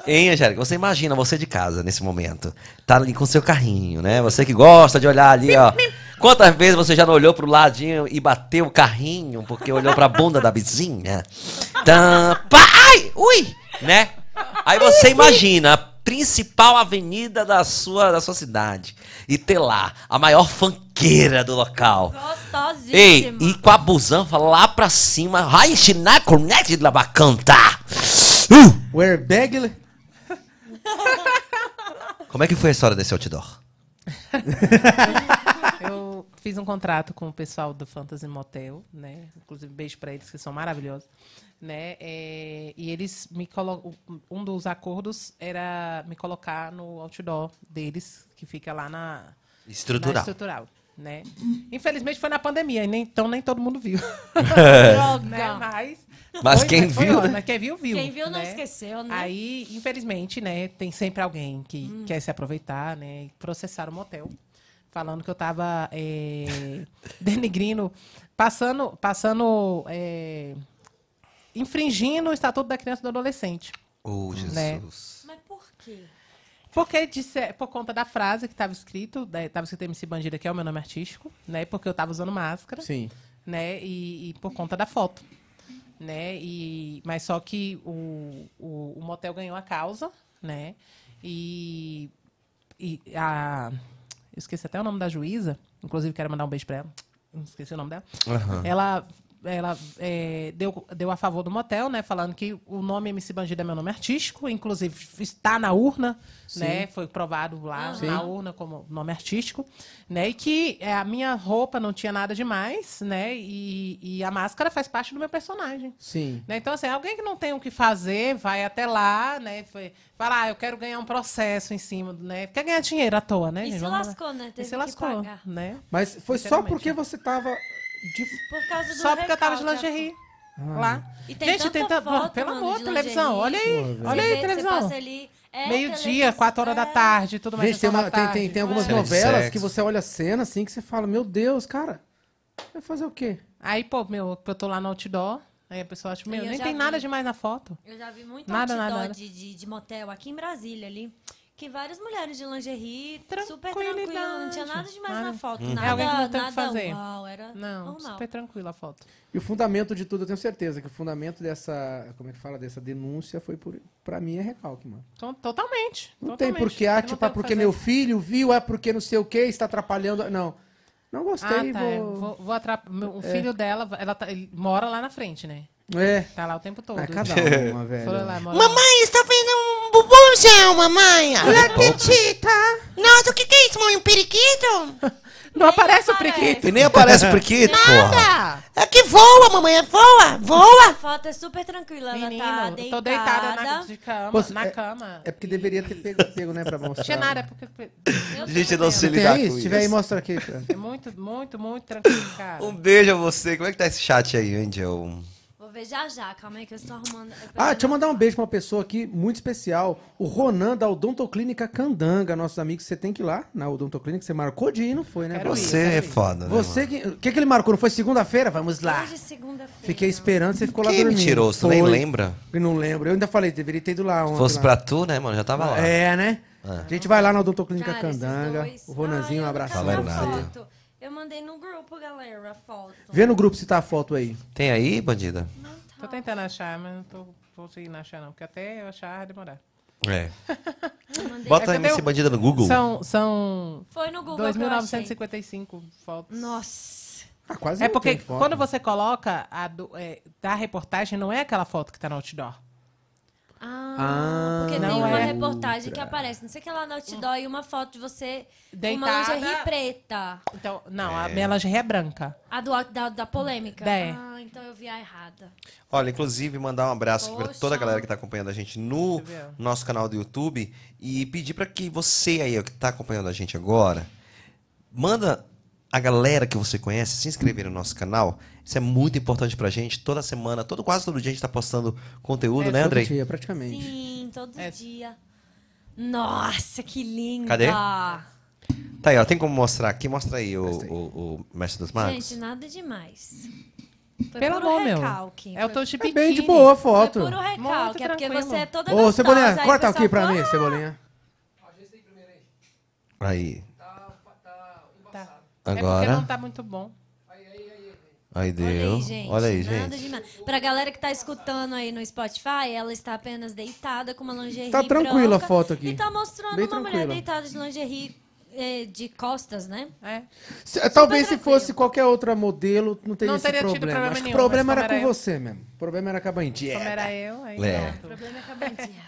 B: Hein, Angélica? Você imagina você de casa nesse momento. Tá ali com seu carrinho, né? Você que gosta de olhar ali, ó. Quantas vezes você já não olhou pro ladinho e bateu o carrinho porque olhou pra bunda da vizinha? Tampa. Ai! Ui! Né? Aí você imagina a principal avenida da sua, da sua cidade e ter lá a maior fanqueira do local.
C: Gostosíssima.
B: Ei, e com a busanfa lá pra cima, Raichinai Connect lá pra cantar. Uh!
A: O airbag?
B: Como é que foi a história desse outdoor?
E: eu fiz um contrato com o pessoal do Fantasy Motel, né? Inclusive, beijo para eles, que são maravilhosos. Né? É, e eles me colocam. Um dos acordos era me colocar no outdoor deles, que fica lá na.
B: Estrutural.
E: na estrutural. Né? Infelizmente foi na pandemia, e nem- então nem todo mundo viu.
B: Droga.
E: Né? Mas,
B: É. Mas
E: foi-
B: quem
E: foi
B: viu,
E: ótimo,
B: né?
E: Quem viu, viu.
C: Quem viu não
E: né?
C: esqueceu, né?
E: Aí, infelizmente, né, tem sempre alguém que
C: Hum.
E: quer se aproveitar, né? e Processaram o motel. Falando que eu tava eh, denigrindo, passando, passando, eh, infringindo o Estatuto da Criança e do Adolescente.
B: Oh, Jesus.
E: Né?
C: Mas por quê?
E: Porque disse, por conta da frase que estava escrito, né, tava escrito MC Bandida, que é o meu nome artístico, né? Porque eu tava usando máscara.
A: Sim.
E: Né? E, e por conta da foto. Né? E, mas só que o, o, o motel ganhou a causa, né? E, e a. Eu esqueci até o nome da juíza, inclusive quero mandar um beijo pra ela. Esqueci o nome dela.
K: Aham.
E: Ela, ela é, deu, deu a favor do motel, né? Falando que o nome MC Bandido é meu nome artístico, inclusive está na urna,
K: Sim.
E: né? Foi provado lá
K: Sim.
E: na urna como nome artístico, né? E que é, a minha roupa não tinha nada demais, né? E, e a máscara faz parte do meu personagem.
A: Sim.
E: Né? Então, assim, alguém que não tem o que fazer, vai até lá, né? Foi, fala, ah, eu quero ganhar um processo em cima, né? Quer ganhar dinheiro à toa, né?
C: E
E: gente?
C: se
E: Vamos lá.
C: lascou, né?
E: E
C: Teve
E: se
C: que
E: lascou,
C: pagar.
E: né?
A: Mas foi só
E: Literalmente,
A: porque
E: né?
A: você tava de
C: Por causa do
E: Só porque eu tava de
C: recalque,
E: lingerie.
A: Ah.
E: Lá.
C: E tem
E: Gente,
C: tanta
E: tem tanta.
C: foto,
E: Pelo
C: mano,
E: amor,
C: de
E: televisão. Olha
C: lingerie.
E: aí.
A: Porra, velho.
E: Olha aí,
C: Você
E: televisão.
C: passa ali, é,
E: Meio-dia, quatro horas da tarde, tudo mais.
A: Gente, tem,
E: sessão
A: uma-
E: da
A: tem,
E: tarde.
A: tem, tem algumas
E: Série de
A: novelas
E: sexo.
A: que você olha a cena assim que você fala, meu Deus, cara, vai fazer o quê?
E: Aí, pô, meu, eu tô lá no outdoor. Aí a pessoa acha, meu,
C: Eu
E: nem
C: já
E: tem
C: vi.
E: nada demais na foto.
C: Eu já vi muito
E: Nada,
C: outdoor
E: nada, nada.
C: De, de, de motel aqui em Brasília ali. Que várias mulheres de lingerie, super tranquila, não tinha nada demais na
E: Nada.
C: foto.
E: Uhum.
C: Nada,
E: É alguém que não tem o que
C: nada
E: fazer.
C: uau, era
E: Não,
C: normal.
E: super tranquila a foto.
A: E o fundamento de tudo, eu tenho certeza que o fundamento dessa, como é que fala, dessa denúncia foi por, pra mim é recalque, mano.
E: Então, totalmente.
A: Não tem
E: totalmente.
A: porque,
E: Eu
A: ah,
E: não
A: tipo,
E: tenho
A: é
E: o que
A: porque
E: fazer.
A: meu filho viu, é porque não sei o que, está atrapalhando. Não. Não gostei,
E: Ah, tá.
A: vou...
E: eu Vou, vou atrap- meu- O
A: É.
E: filho dela, ela tá- ele mora lá na frente, né?
A: É.
E: Tá lá o tempo todo.
A: É cada uma, velho.
E: Foi lá, mora lá.
L: Mamãe, está vendo um bubujão, mamãe?
E: Olha a
L: petita. Nossa, o que, que é isso, mãe? Um periquito?
E: Não aparece o periquito.
B: E nem aparece o periquito, porra.
L: Nada. É que voa, mamãe, voa,
C: A
L: voa.
C: foto é super tranquila,
E: Menino,
C: ela tá
E: eu
C: deitada.
E: tô deitada na, de cama,
A: Pô,
E: na
A: é-
E: cama.
A: É porque deveria ter pego, pego né, pra mostrar.
E: Não tinha nada, é porque
B: Gente, eu não sei
A: Tem
B: lidar
A: aí?
B: com
A: Se tiver aí,
B: isso.
A: mostra aqui. cara.
E: é muito, muito, muito tranquilo, cara.
B: Um beijo a você. Como é que tá esse chat aí, Angel?
C: Vou ver já já, calma aí que eu estou arrumando. é pra-
A: Ah, deixa eu mandar um beijo pra uma pessoa aqui muito especial. O Ronan da Odontoclínica Candanga, nossos amigos. Você tem que ir lá na Odontoclínica. Você marcou de ir, não foi, né?
B: Quero Você ir, quero é ir. foda, né,
A: Você que... O que, que ele marcou? Não foi segunda-feira? Vamos lá.
C: Hoje, segunda-feira.
A: Fiquei esperando, você ficou lá
B: Quem me
A: tá dormindo.
B: tirou? Você nem
A: Foi.
B: lembra?
A: Eu não lembro. Eu ainda falei, deveria ter ido lá ontem.
B: Se fosse
A: lá.
B: pra tu, né, mano? Já tava lá.
A: É, né?
B: É.
A: A gente vai lá na Odontoclínica
C: Cara, esses
A: Candanga.
C: dois.
A: O Ronanzinho, um abraço.
B: Fala
A: pra
B: nada.
A: você.
C: Foto. Eu mandei no grupo, galera, a foto.
A: Vê no grupo se tá a foto aí.
B: Tem aí, bandida?
E: Tô tentando achar, mas não tô conseguindo achar, não. Porque até eu achar vai demorar.
B: É.
E: Mandei.
B: Bota
E: É que eu
B: MC
E: tenho-
B: Bandida no Google.
E: São, são
C: Foi no Google é que eu
E: 2.955 fotos.
C: Nossa.
A: Ah, quase
E: é
A: não
E: porque
A: tem foto.
E: quando você coloca a do- é, da reportagem, não é aquela foto que tá no outdoor.
C: Ah, porque
E: Ah,
C: tem
E: não
C: uma
E: é
C: reportagem que
E: outra.
C: aparece, não sei o que lá no outdoor, e uma foto de você com uma
E: Deitada.
C: lingerie preta.
E: Então, não, a
B: É.
E: minha lingerie é branca.
C: A do, da, da polêmica?
E: É.
C: Ah, então eu vi a errada.
B: Olha, inclusive, mandar um abraço aqui pra
C: Poxa.
B: toda a galera que tá acompanhando a gente no
C: Deixa eu ver.
B: nosso canal do YouTube e pedir pra que você aí ó, que tá acompanhando a gente agora, manda a galera que você conhece se inscrever no nosso canal. Isso é muito importante pra gente. Toda semana, todo quase todo dia a gente tá postando
C: É,
B: conteúdo, né, Andrei?
A: Todo dia, praticamente.
C: Sim, todo
E: É.
C: dia. Nossa, que linda!
B: Cadê? Tá aí, ó. Tem como mostrar aqui? Mostra aí o, o- o mestre dos magos.
C: Gente, nada demais. Foi
E: Pelo
C: puro
E: amor, meu.
C: recalque.
E: É o tô de
A: É
E: biquíni.
A: bem de boa a foto.
C: Foi puro recalque, é porque
E: tranquilo.
C: você é toda
A: Ô,
C: gostosa.
A: Cebolinha,
C: aí
A: corta
C: o pessoal
A: aqui pra
C: fala,
A: mim, Cebolinha.
B: Aí.
E: Tá. É porque
B: Agora.
E: não tá muito bom.
B: Aí deu.
C: Olha aí, gente.
B: Olha aí,
C: nada
B: gente.
C: demais. Pra galera que tá escutando aí no Spotify, ela está apenas deitada com uma lingerie
A: Tá tranquila
C: branca
A: a foto aqui.
C: E tá mostrando
A: Bem
C: uma mulher
A: tranquila.
C: deitada de lingerie eh, de costas, né?
E: É.
A: Se- eh, talvez se fosse qualquer outra modelo, não teria
C: Não
A: esse
C: teria tido
A: problema.
C: problema
A: Acho que o
C: nenhum,
A: problema
C: mas
A: era com
C: como era eu.
A: você mesmo. O problema era com a bandiera.
E: Como era eu, aí
B: É.
E: pronto.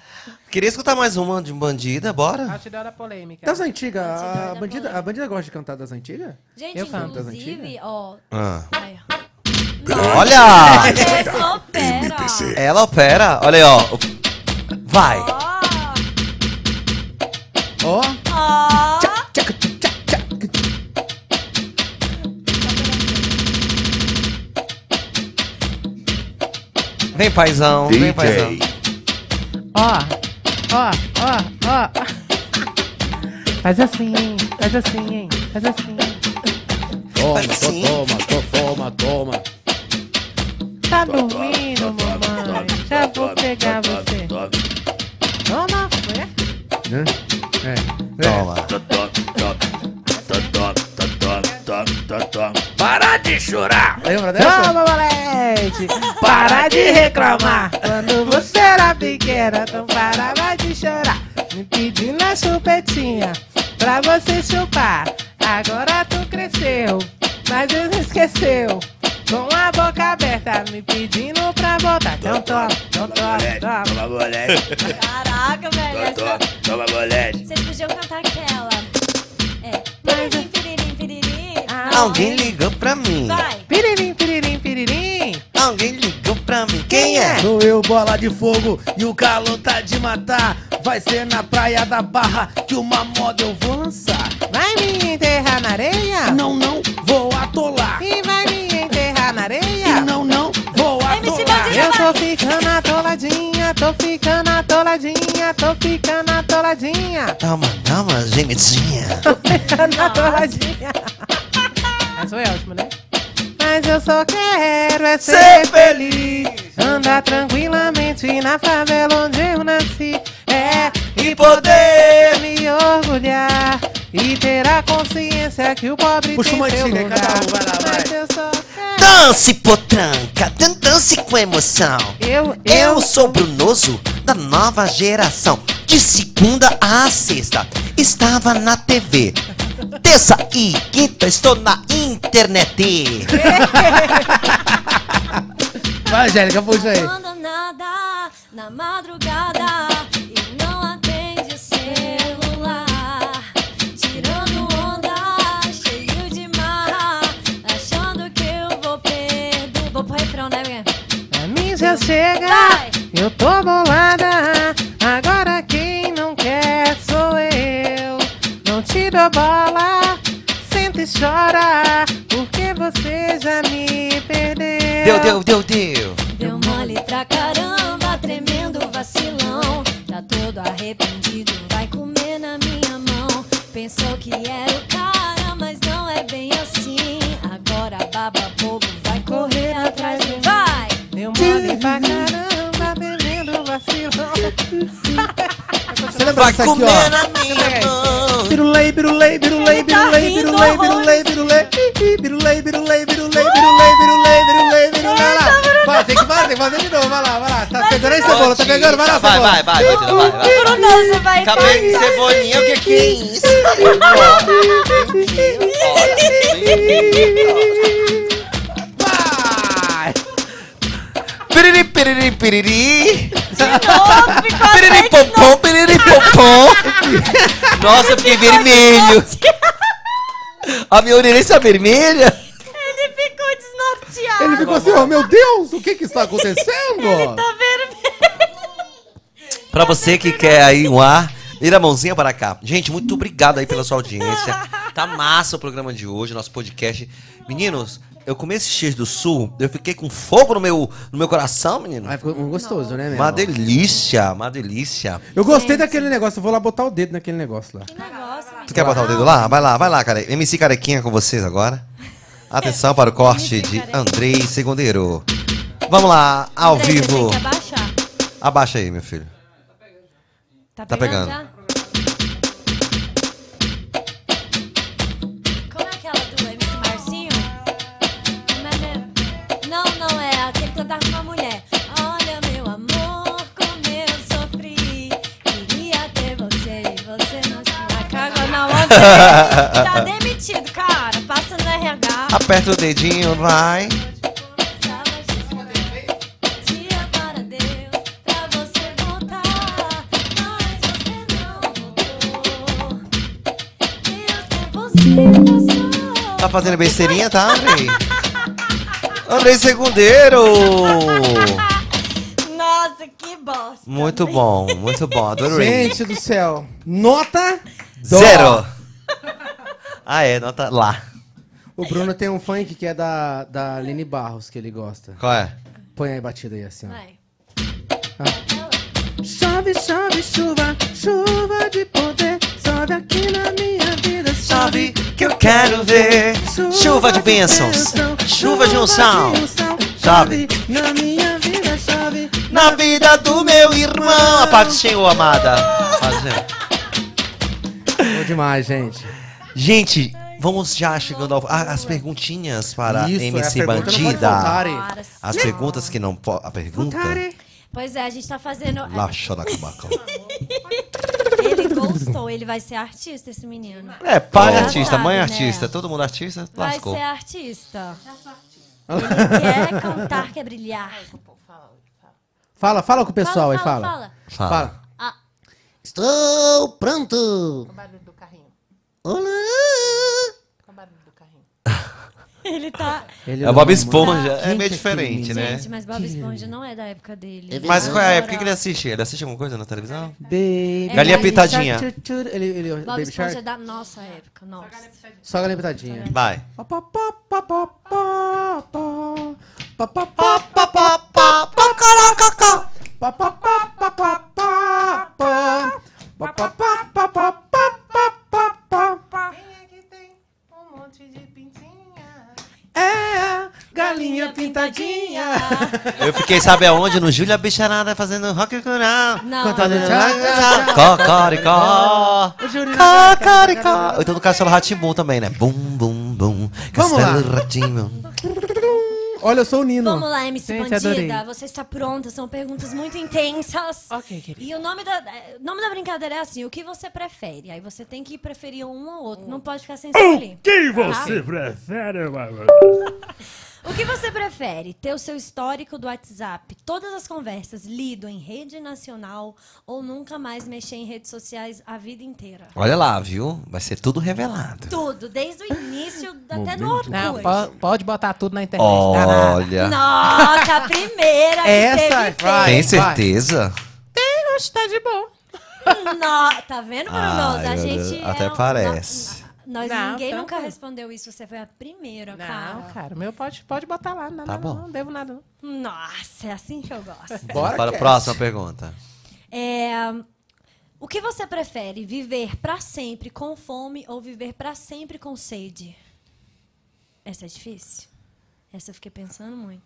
B: Queria escutar mais uma de bandida, bora?
E: Batidora polêmica.
A: Das antigas. A bandida, a bandida gosta de cantar das antigas?
C: Gente,
A: das
C: inclusive, ó.
B: Ah.
C: Ai, ó.
B: Olha!
C: Essa opera.
B: Ela opera, olha aí, ó. Vai!
A: Ó!
C: Ó.
B: Vem, paizão, vem,
D: DJ.
B: paizão.
E: Ó, ó, ó, ó. Faz assim, faz assim, hein? Faz assim.
D: Toma,
B: assim.
D: to- toma, to- toma, toma.
E: Tá dormindo, mamãe? Já vou pegar você. Toma, foi?
A: Né? É.
B: Toma.
F: Para de chorar!
A: Lembra
E: Toma, moleque! Para de reclamar! Quando você era pequena, não parava de chorar. Me pedindo a chupetinha pra você chupar. Agora tu cresceu, mas eu não esqueceu. Com a boca aberta, me pedindo pra voltar. Então toma, então toma, toma.
F: Toma bolete,
C: Caraca, velho.
F: toma,
B: tá.
C: essa-
F: toma bolete.
C: Vocês podiam cantar aquela. É. Piririm, piririm, piririm.
B: Alguém ligou pra mim.
C: Vai.
E: Piririm, piririm, piririm.
B: Alguém ligou pra mim. Quem é?
J: Sou eu, bola Tá de fogo, e o calor tá de matar. Vai ser na praia da barra que uma moda eu vou lançar.
E: Vai me enterrar na areia?
J: Não, não, vou atolar.
E: E vai me enterrar na areia?
J: Não, não, vou
C: MC
J: atolar.
C: Bandida
E: Eu
C: vai.
E: tô ficando atoladinha, tô ficando atoladinha, tô ficando atoladinha,
B: Dá uma, dá uma gemidinha.
E: ficando atoladinha. Mas foi ótimo, né? Mas eu só quero é ser, feliz. Andar tranquilamente na favela onde eu nasci. É, e poder me orgulhar. E ter a consciência que o pobre
A: Puxa
E: tem
A: uma
E: seu
A: antiga aí,
E: lugar.
A: cada um, vai lá, vai.
E: Mas eu só quero...
B: Dance, potranca, dan- dance com emoção.
E: Eu,
B: Eu sou Brunoso da nova geração. De segunda a sexta, estava na TV. Terça e quinta, estou na internet.
A: Vai, Angélica, puxa aí.
C: Não manda nada na madrugada e não atende o celular. Tirando onda, cheio de marra, achando que eu vou perdoar. Vou pro refrão, né, minha?
E: A mim já chega,
C: Vai.
E: eu tô bolada. Agora quem não quer sou eu. Não te dou bola, senta e chora, porque você já me perdeu.
B: Deu, deu, deu, deu.
C: Deu mole pra caramba, tremendo vacilão. Tá todo arrependido, vai comer na minha mão. Pensou que era o cara, mas não é bem assim. Agora baba bobo vai correr atrás de mim. Vai!
E: Deu mole pra caramba, bebendo vacilão.
A: Você lembra disso aqui, ó?
B: na minha mão.
A: Pirulei, pirulei, pirulei,
C: Ele tá
A: pirulei,
C: rindo
A: pirulei, pirulei,
C: horrores.
A: pirulei, pirulei, pirulei, pirulei, pirulei, pirulei, pirulei, pirulei, vai
C: tá
A: lá. Vai, tem que fazer, tem que fazer de novo, vai lá, vai lá. Tá pegando aí, cebola, tá pegando, vai lá,
B: vai,
A: cebola.
B: vai, vai, vai, vai, vai.
C: Brunoso vai
B: Cabelo de cebolinha, o que que é isso? Piriri, piriri, piriri. Piriri, pompom, piriri, pompom. Nossa, eu fiquei vermelho. A minha orelha está vermelha?
C: Ele ficou desnorteado.
A: Ele ficou assim, ó, meu Deus, o que que está acontecendo?
C: Tá vermelho.
B: Pra você que quer aí um ar, vira a mãozinha para cá. Gente, muito obrigado aí pela sua audiência. Tá massa o programa de hoje, nosso podcast. Meninos, eu comi esse X do Sul, eu fiquei com fogo no meu, no meu coração, menino.
A: Aí ficou gostoso, né,
B: Uma
A: meu?
B: delícia, uma delícia.
A: Eu gostei daquele negócio, eu vou lá botar o dedo naquele negócio lá.
C: Que negócio, menino.
B: Tu quer botar o dedo lá? Vai lá, vai lá, cara. MC Carequinha com vocês agora. Atenção para o corte de Andrei Segundeiro. Vamos lá, ao
C: André, você
B: vivo.
C: Tem que é abaixar.
B: Abaixa aí, meu filho.
C: Tá
B: Tá
C: pegando,
B: pegando.
C: já? Como é aquela do MC Marcinho? Mas é- Não, não é. ela Tem que cantar com uma mulher. Olha, meu amor, como eu sofri. Queria ter você e você não se cagou na hora. Tá demitido, cara. Passa no RH.
B: Aperta o dedinho, vai. Tá fazendo besteirinha, tá, Andrei? Andrei Segundeiro!
C: Nossa, que bosta.
B: Muito bom, muito bom, adorei.
A: Gente do céu. Nota dó.
B: Zero! Ah, é, nota lá.
A: O Bruno tem um funk que é da, da Aline Barros, que ele gosta.
B: Qual é?
A: Põe aí a batida aí, assim, ó.
C: Vai.
J: Chove, chove, chuva, chuva de poder. Sobe aqui na minha vida. Chove
B: que eu quero ver. Chuva de bênçãos. Chuva de unção. Chove
J: na minha vida. Chove
B: na vida do meu irmão. A paz do Senhor, amada. A paz do Senhor.
A: Bom demais, gente.
B: Gente, vamos já chegando ao, a- as perguntinhas para
A: Isso, é, a
B: MC
A: pergunta não pode
B: Bandida.
A: faltar, hein?
B: As perguntas que não po- A pergunta.
C: Pois é, a gente tá fazendo.
B: Lá, choracubaca.
C: Ele gostou, ele vai ser artista, esse menino.
B: É, pai
C: Já
B: artista,
C: sabe,
B: mãe
C: né?
B: artista, todo mundo artista,
C: Vai
B: lascou.
C: ser artista. Ele quer cantar, quer brilhar.
A: Fala, fala com o pessoal aí,
C: fala,
A: fala.
B: fala.
C: Ah.
L: Estou pronto. Olá.
C: Ele tá.
B: Ele É o Bob Esponja, é meio diferente, né?
C: Gente, mas Bob Esponja não é da época dele.
B: Mas qual é a
C: Agora,
B: época que ele assiste? Ele assiste alguma coisa na televisão?
A: Baby
B: Galinha
A: Shark,
B: Pitadinha.
A: tchu, tchu, Ele, ele,
C: Bob
A: Baby
C: Esponja é
A: Shark.
C: da nossa época, nossa.
A: Só galinha pitadinha.
B: Vai.
J: É, galinha pintadinha.
B: Eu fiquei, sabe aonde? No Júlia Bicharada fazendo rock cural.
J: Não,
B: Cantando
J: não, não.
B: Cocoricó.
J: Cacaricó.
B: Ou então no Castelo Ratimbum também, né? Bum, bum, bum. Castelo Ratimbum.
A: Olha, eu sou o Nino.
C: Vamos lá, MC
A: Gente,
C: Bandida,
A: adorei.
C: você está pronta? São perguntas muito intensas. ok, querida. E o nome da, eh, o nome da brincadeira é assim: o que você prefere? Aí você tem que preferir um ou outro, não pode ficar sem escolher.
K: que
C: tá?
K: você prefere, mano?
C: O que você prefere? Ter o seu histórico do WhatsApp, todas as conversas lido em rede nacional ou nunca mais mexer em redes sociais a vida inteira?
B: Olha lá, viu? Vai ser tudo revelado.
C: Tudo, desde o início até no
E: Momento.
C: Orkut.
E: Não, po- pode botar tudo na internet. tá danada.
B: Olha.
C: Nossa, a primeira que
E: Essa
B: é
C: teve
E: vai.
B: Tem certeza?
C: Tem, hoje tá de bom. No, tá vendo, Bruno?
B: Ai,
C: Mars? a
B: meu
C: gente.
B: Deus,
C: é
B: até
C: um-
B: parece.
C: Nós,
E: Não,
C: ninguém
E: tá
C: nunca
E: bom.
C: respondeu isso. Você foi a primeira, cara.
E: Não, cara, o meu pode, pode botar lá. Não,
B: Tá
E: não,
B: bom.
E: não, não devo nada. não.
C: Nossa, é assim que eu gosto.
B: Vamos para a próxima pergunta.
C: É, o que você prefere? Viver pra sempre com fome ou viver pra sempre com sede? Essa é difícil? Essa eu fiquei pensando muito.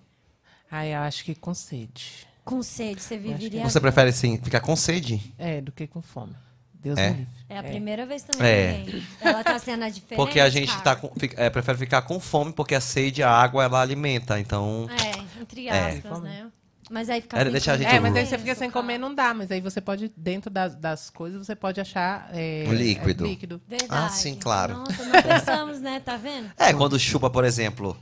E: Ai, eu acho que com sede.
C: Com sede, você viveria.
B: Você prefere sim, ficar com sede?
E: É, do que com fome. Deus
B: É.
E: me livre.
C: É a primeira vez também.
B: É.
C: hein? Ela tá sendo a diferença.
B: Porque a gente
C: cara.
B: tá com, fica- é, prefere ficar com fome, porque a sede, a água, ela alimenta. Então.
C: É, entre
B: É.
C: aspas, né? Mas aí fica
B: Era
C: sem
B: deixar a
C: comer.
B: gente-
E: É, mas aí você fica sem comer, não dá. Mas aí você pode, dentro das, das coisas, você pode achar... É,
B: Um líquido.
E: é, líquido.
B: Ah, sim, claro.
C: Nossa, não pensamos, né? Tá vendo?
B: É, quando chupa, por exemplo,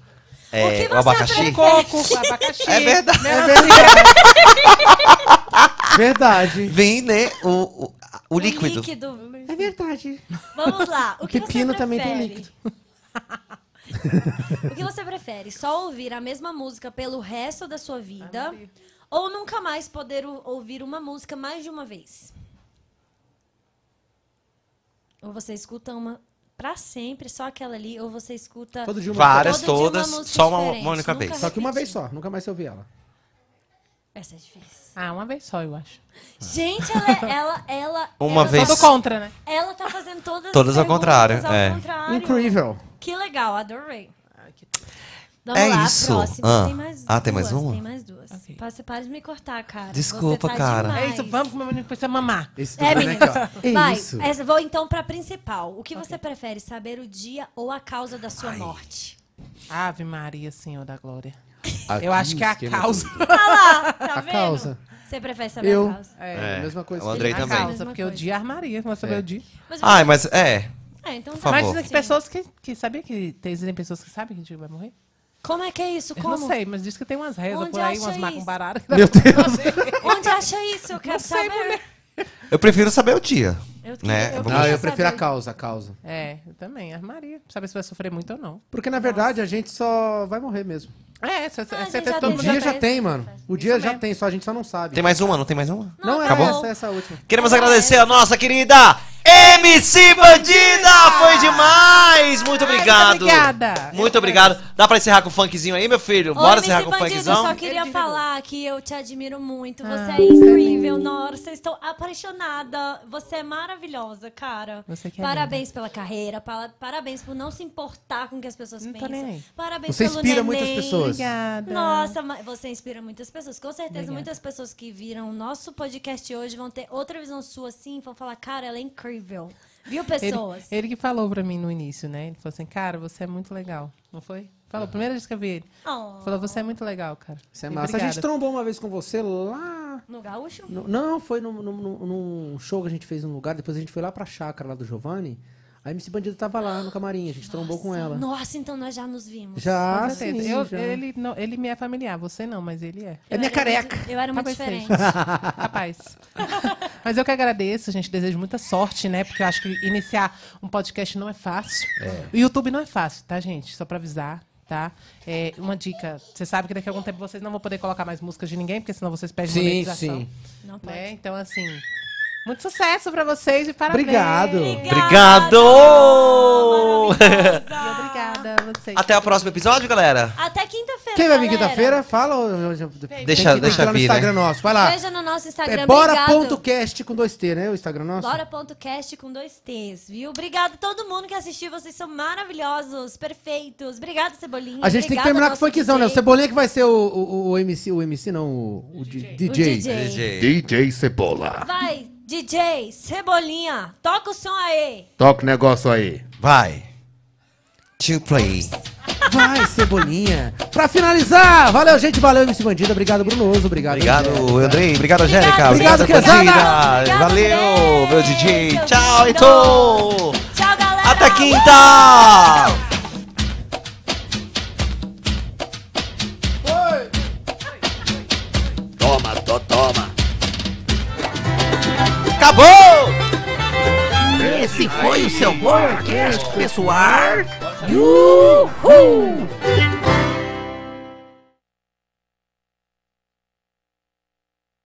C: que
B: é,
C: você
B: o abacaxi.
C: prefere?
E: Coco, abacaxi.
B: É verdade.
A: Verdade.
B: Vem, né? O, o, o líquido.
A: É verdade.
C: Vamos lá. O que
A: Pepino
C: você
A: também tem
C: prefere?
A: líquido.
C: o que você prefere? Só ouvir a mesma música pelo resto da sua vida ou nunca mais poder o- ouvir uma música mais de uma vez? Ou você escuta uma pra sempre, só aquela ali, ou você escuta
A: Todo dia uma
B: Várias,
C: todo dia uma
B: todas,
C: música
B: só uma- uma
C: diferente,
B: única
C: nunca
B: vez.
A: Só que uma vez só, nunca mais eu vi ela.
C: Essa é difícil.
E: Ah, uma vez só, eu acho.
C: Gente, ela, é- ela, ela.
B: Uma
C: ela- tá
B: vez.
E: Sou contra, né?
C: Ela tá fazendo todas as
B: Todas ao
C: perguntas
B: contrário,
C: ao
B: é.
C: contrário.
A: Incrível.
C: Que legal, adorei. Vamos
B: É
C: lá,
B: isso.
C: próxima.
B: Ah.
C: Tem mais
B: Ah, tem mais
C: duas,
B: uma?
C: Tem mais duas. Pa- Você para de me cortar, cara.
B: Desculpa,
C: Você tá
B: cara.
C: demais.
E: É isso, vamos comer, menino, precisa mamar.
C: É, meninas. Vai,
E: Isso.
C: essa- vou então pra principal. O que você prefere, saber o dia ou a causa da sua morte?
E: Ave Maria, Senhor da Glória.
A: Aqui
E: eu acho que é a
A: esquema
E: causa.
A: tudo.
C: Olha lá, tá
A: A
C: vendo?
A: causa.
C: Você prefere saber
A: Eu.
C: a causa?
A: É, É, mesma coisa o
B: Andrei
E: a
B: também.
E: Causa, porque eu dia armaria, mas saber o dia.
C: Mas
B: Ai, mas é.
C: É, então
B: Ah, Por
C: tá.
B: favor.
E: Mas dizem que pessoas que, que sabia que existem pessoas que sabem que a gente vai morrer?
C: Como é que é isso?
E: Eu
C: Como?
E: não sei, mas diz que tem umas rezas
C: Onde
E: por aí,
C: acha
E: umas
C: isso?
E: macumbaradas.
A: Tá
B: Meu Deus.
C: Onde acha isso? Eu quero saber.
B: Eu prefiro saber o dia.
C: Eu que-
B: né?
C: eu
B: Vamos-
A: Ah,
C: queria
A: eu prefiro a
C: saber.
A: causa, a causa.
E: É, eu também, armaria. Pra saber se vai sofrer muito ou não.
A: Porque na verdade a gente só vai morrer mesmo.
E: É, você
C: Ah,
E: você
C: gente,
E: tem
C: já
E: todo
A: O
E: mundo tá
A: dia já
E: fez.
A: tem, mano. O dia já
E: mesmo.
A: tem, só a gente só não sabe.
B: Tem mais uma? Não tem mais uma?
A: Não, era
B: Acabou?
A: essa, essa é a última.
B: Queremos agradecer a nossa querida MC Bandida! Foi demais! Muito obrigado!
E: obrigada.
B: Muito obrigado. Dá pra encerrar com o funkzinho aí, meu filho?
C: Oi,
B: Bora
C: MC
B: encerrar com o
C: Bandido,
B: funkzão?
C: só queria falar que eu te admiro muito.
A: Ah,
C: Você é incrível, Nossa. Estou apaixonada. Você é maravilhosa, cara.
E: Você que é
C: parabéns pela carreira. pa- parabéns por não se importar com o que as pessoas
E: Não tô
C: pensam.
E: nem aí.
C: Parabéns
A: tá Você
C: pelo
A: inspira
C: neném.
A: muitas pessoas.
E: Obrigada.
C: Nossa, ma- você inspira muitas pessoas. Com certeza,
E: Obrigada.
C: muitas pessoas que viram o nosso podcast hoje vão ter outra visão sua, assim, e vão falar, cara, ela é incrível. Viu,
E: Ele,
C: pessoas?
E: ele que falou pra mim no início, né? Ele falou assim, cara, você é muito legal. Não foi? Falou, primeira vez que eu vi ele.
C: Oh.
E: Falou, você é muito legal, cara.
A: Isso é
E: E
A: massa. A gente
E: obrigada.
A: trombou uma vez com você lá.
C: No gaúcho?
A: no- não, foi num, num- num- num show que a gente fez num lugar, depois a gente foi lá pra chácara lá do Giovanni. A MC Bandida tava lá no camarim, a gente trombou com ela.
C: Nossa, então nós já nos vimos.
A: Já,
E: Com certeza.
A: sim,
E: Eu-
A: já.
E: Ele, não, ele me é familiar, você não, mas ele é.
A: É minha
C: Eu era
A: careca.
C: muito- eu era muito
E: Talvez seja.
C: diferente.
E: Rapaz. Mas eu que agradeço, gente. Desejo muita sorte, né? Porque eu acho que iniciar um podcast não é fácil. O YouTube não é fácil, tá, gente? Só pra avisar, tá? É, uma dica. Você sabe que daqui a algum tempo vocês não vão poder colocar mais músicas de ninguém, porque senão vocês perdem
A: Sim,
E: monetização.
A: sim.
C: Não pode.
E: Né? Então, assim... Muito sucesso pra vocês e parabéns.
A: Obrigado.
B: Obrigado!
E: E obrigada a vocês.
B: Até o próximo episódio, galera!
C: Até quinta-feira.
A: Quem vai vir
C: galera.
A: quinta-feira, fala. ou-
B: Deixa-
A: tem que
B: deixa
A: entrar no
B: vir,
A: Instagram
B: né?
A: nosso. Vai lá.
C: Veja no nosso Instagram.
A: É
C: Obrigado.
A: bora.cast com dois T, né? O Instagram nosso.
C: Bora.cast com dois T's, viu? Obrigado a todo mundo que assistiu. Vocês são maravilhosos, perfeitos. Obrigado, Cebolinha.
A: A gente tem que
C: Obrigada,
A: terminar com o
C: nosso
A: funkzão, né? O
C: DJ.
A: Cebolinha que vai ser o, o, o MC, o MC não, o, o di- DJ.
C: DJ.
G: DJ Cebola.
C: Vai, DJ, Cebolinha, toca o som aí.
G: Toca o negócio aí.
B: Vai! To play!
A: Vai, Cebolinha. Pra finalizar, valeu, gente. Valeu, MC Bandido. Obrigado, Bruno Oso. Obrigado.
B: Obrigado, Andrei. Obrigado, Angélica.
A: Obrigado, Quezada.
B: Bandida.
C: Obrigado,
B: Valeu, meu DJ.
C: seu
B: Tchau,
C: lindo.
B: então.
C: Tchau, galera.
B: Até quinta.
M: Toma, to, toma.
B: Acabou.
N: Esse foi o seu Borcast, pessoal. Uhul!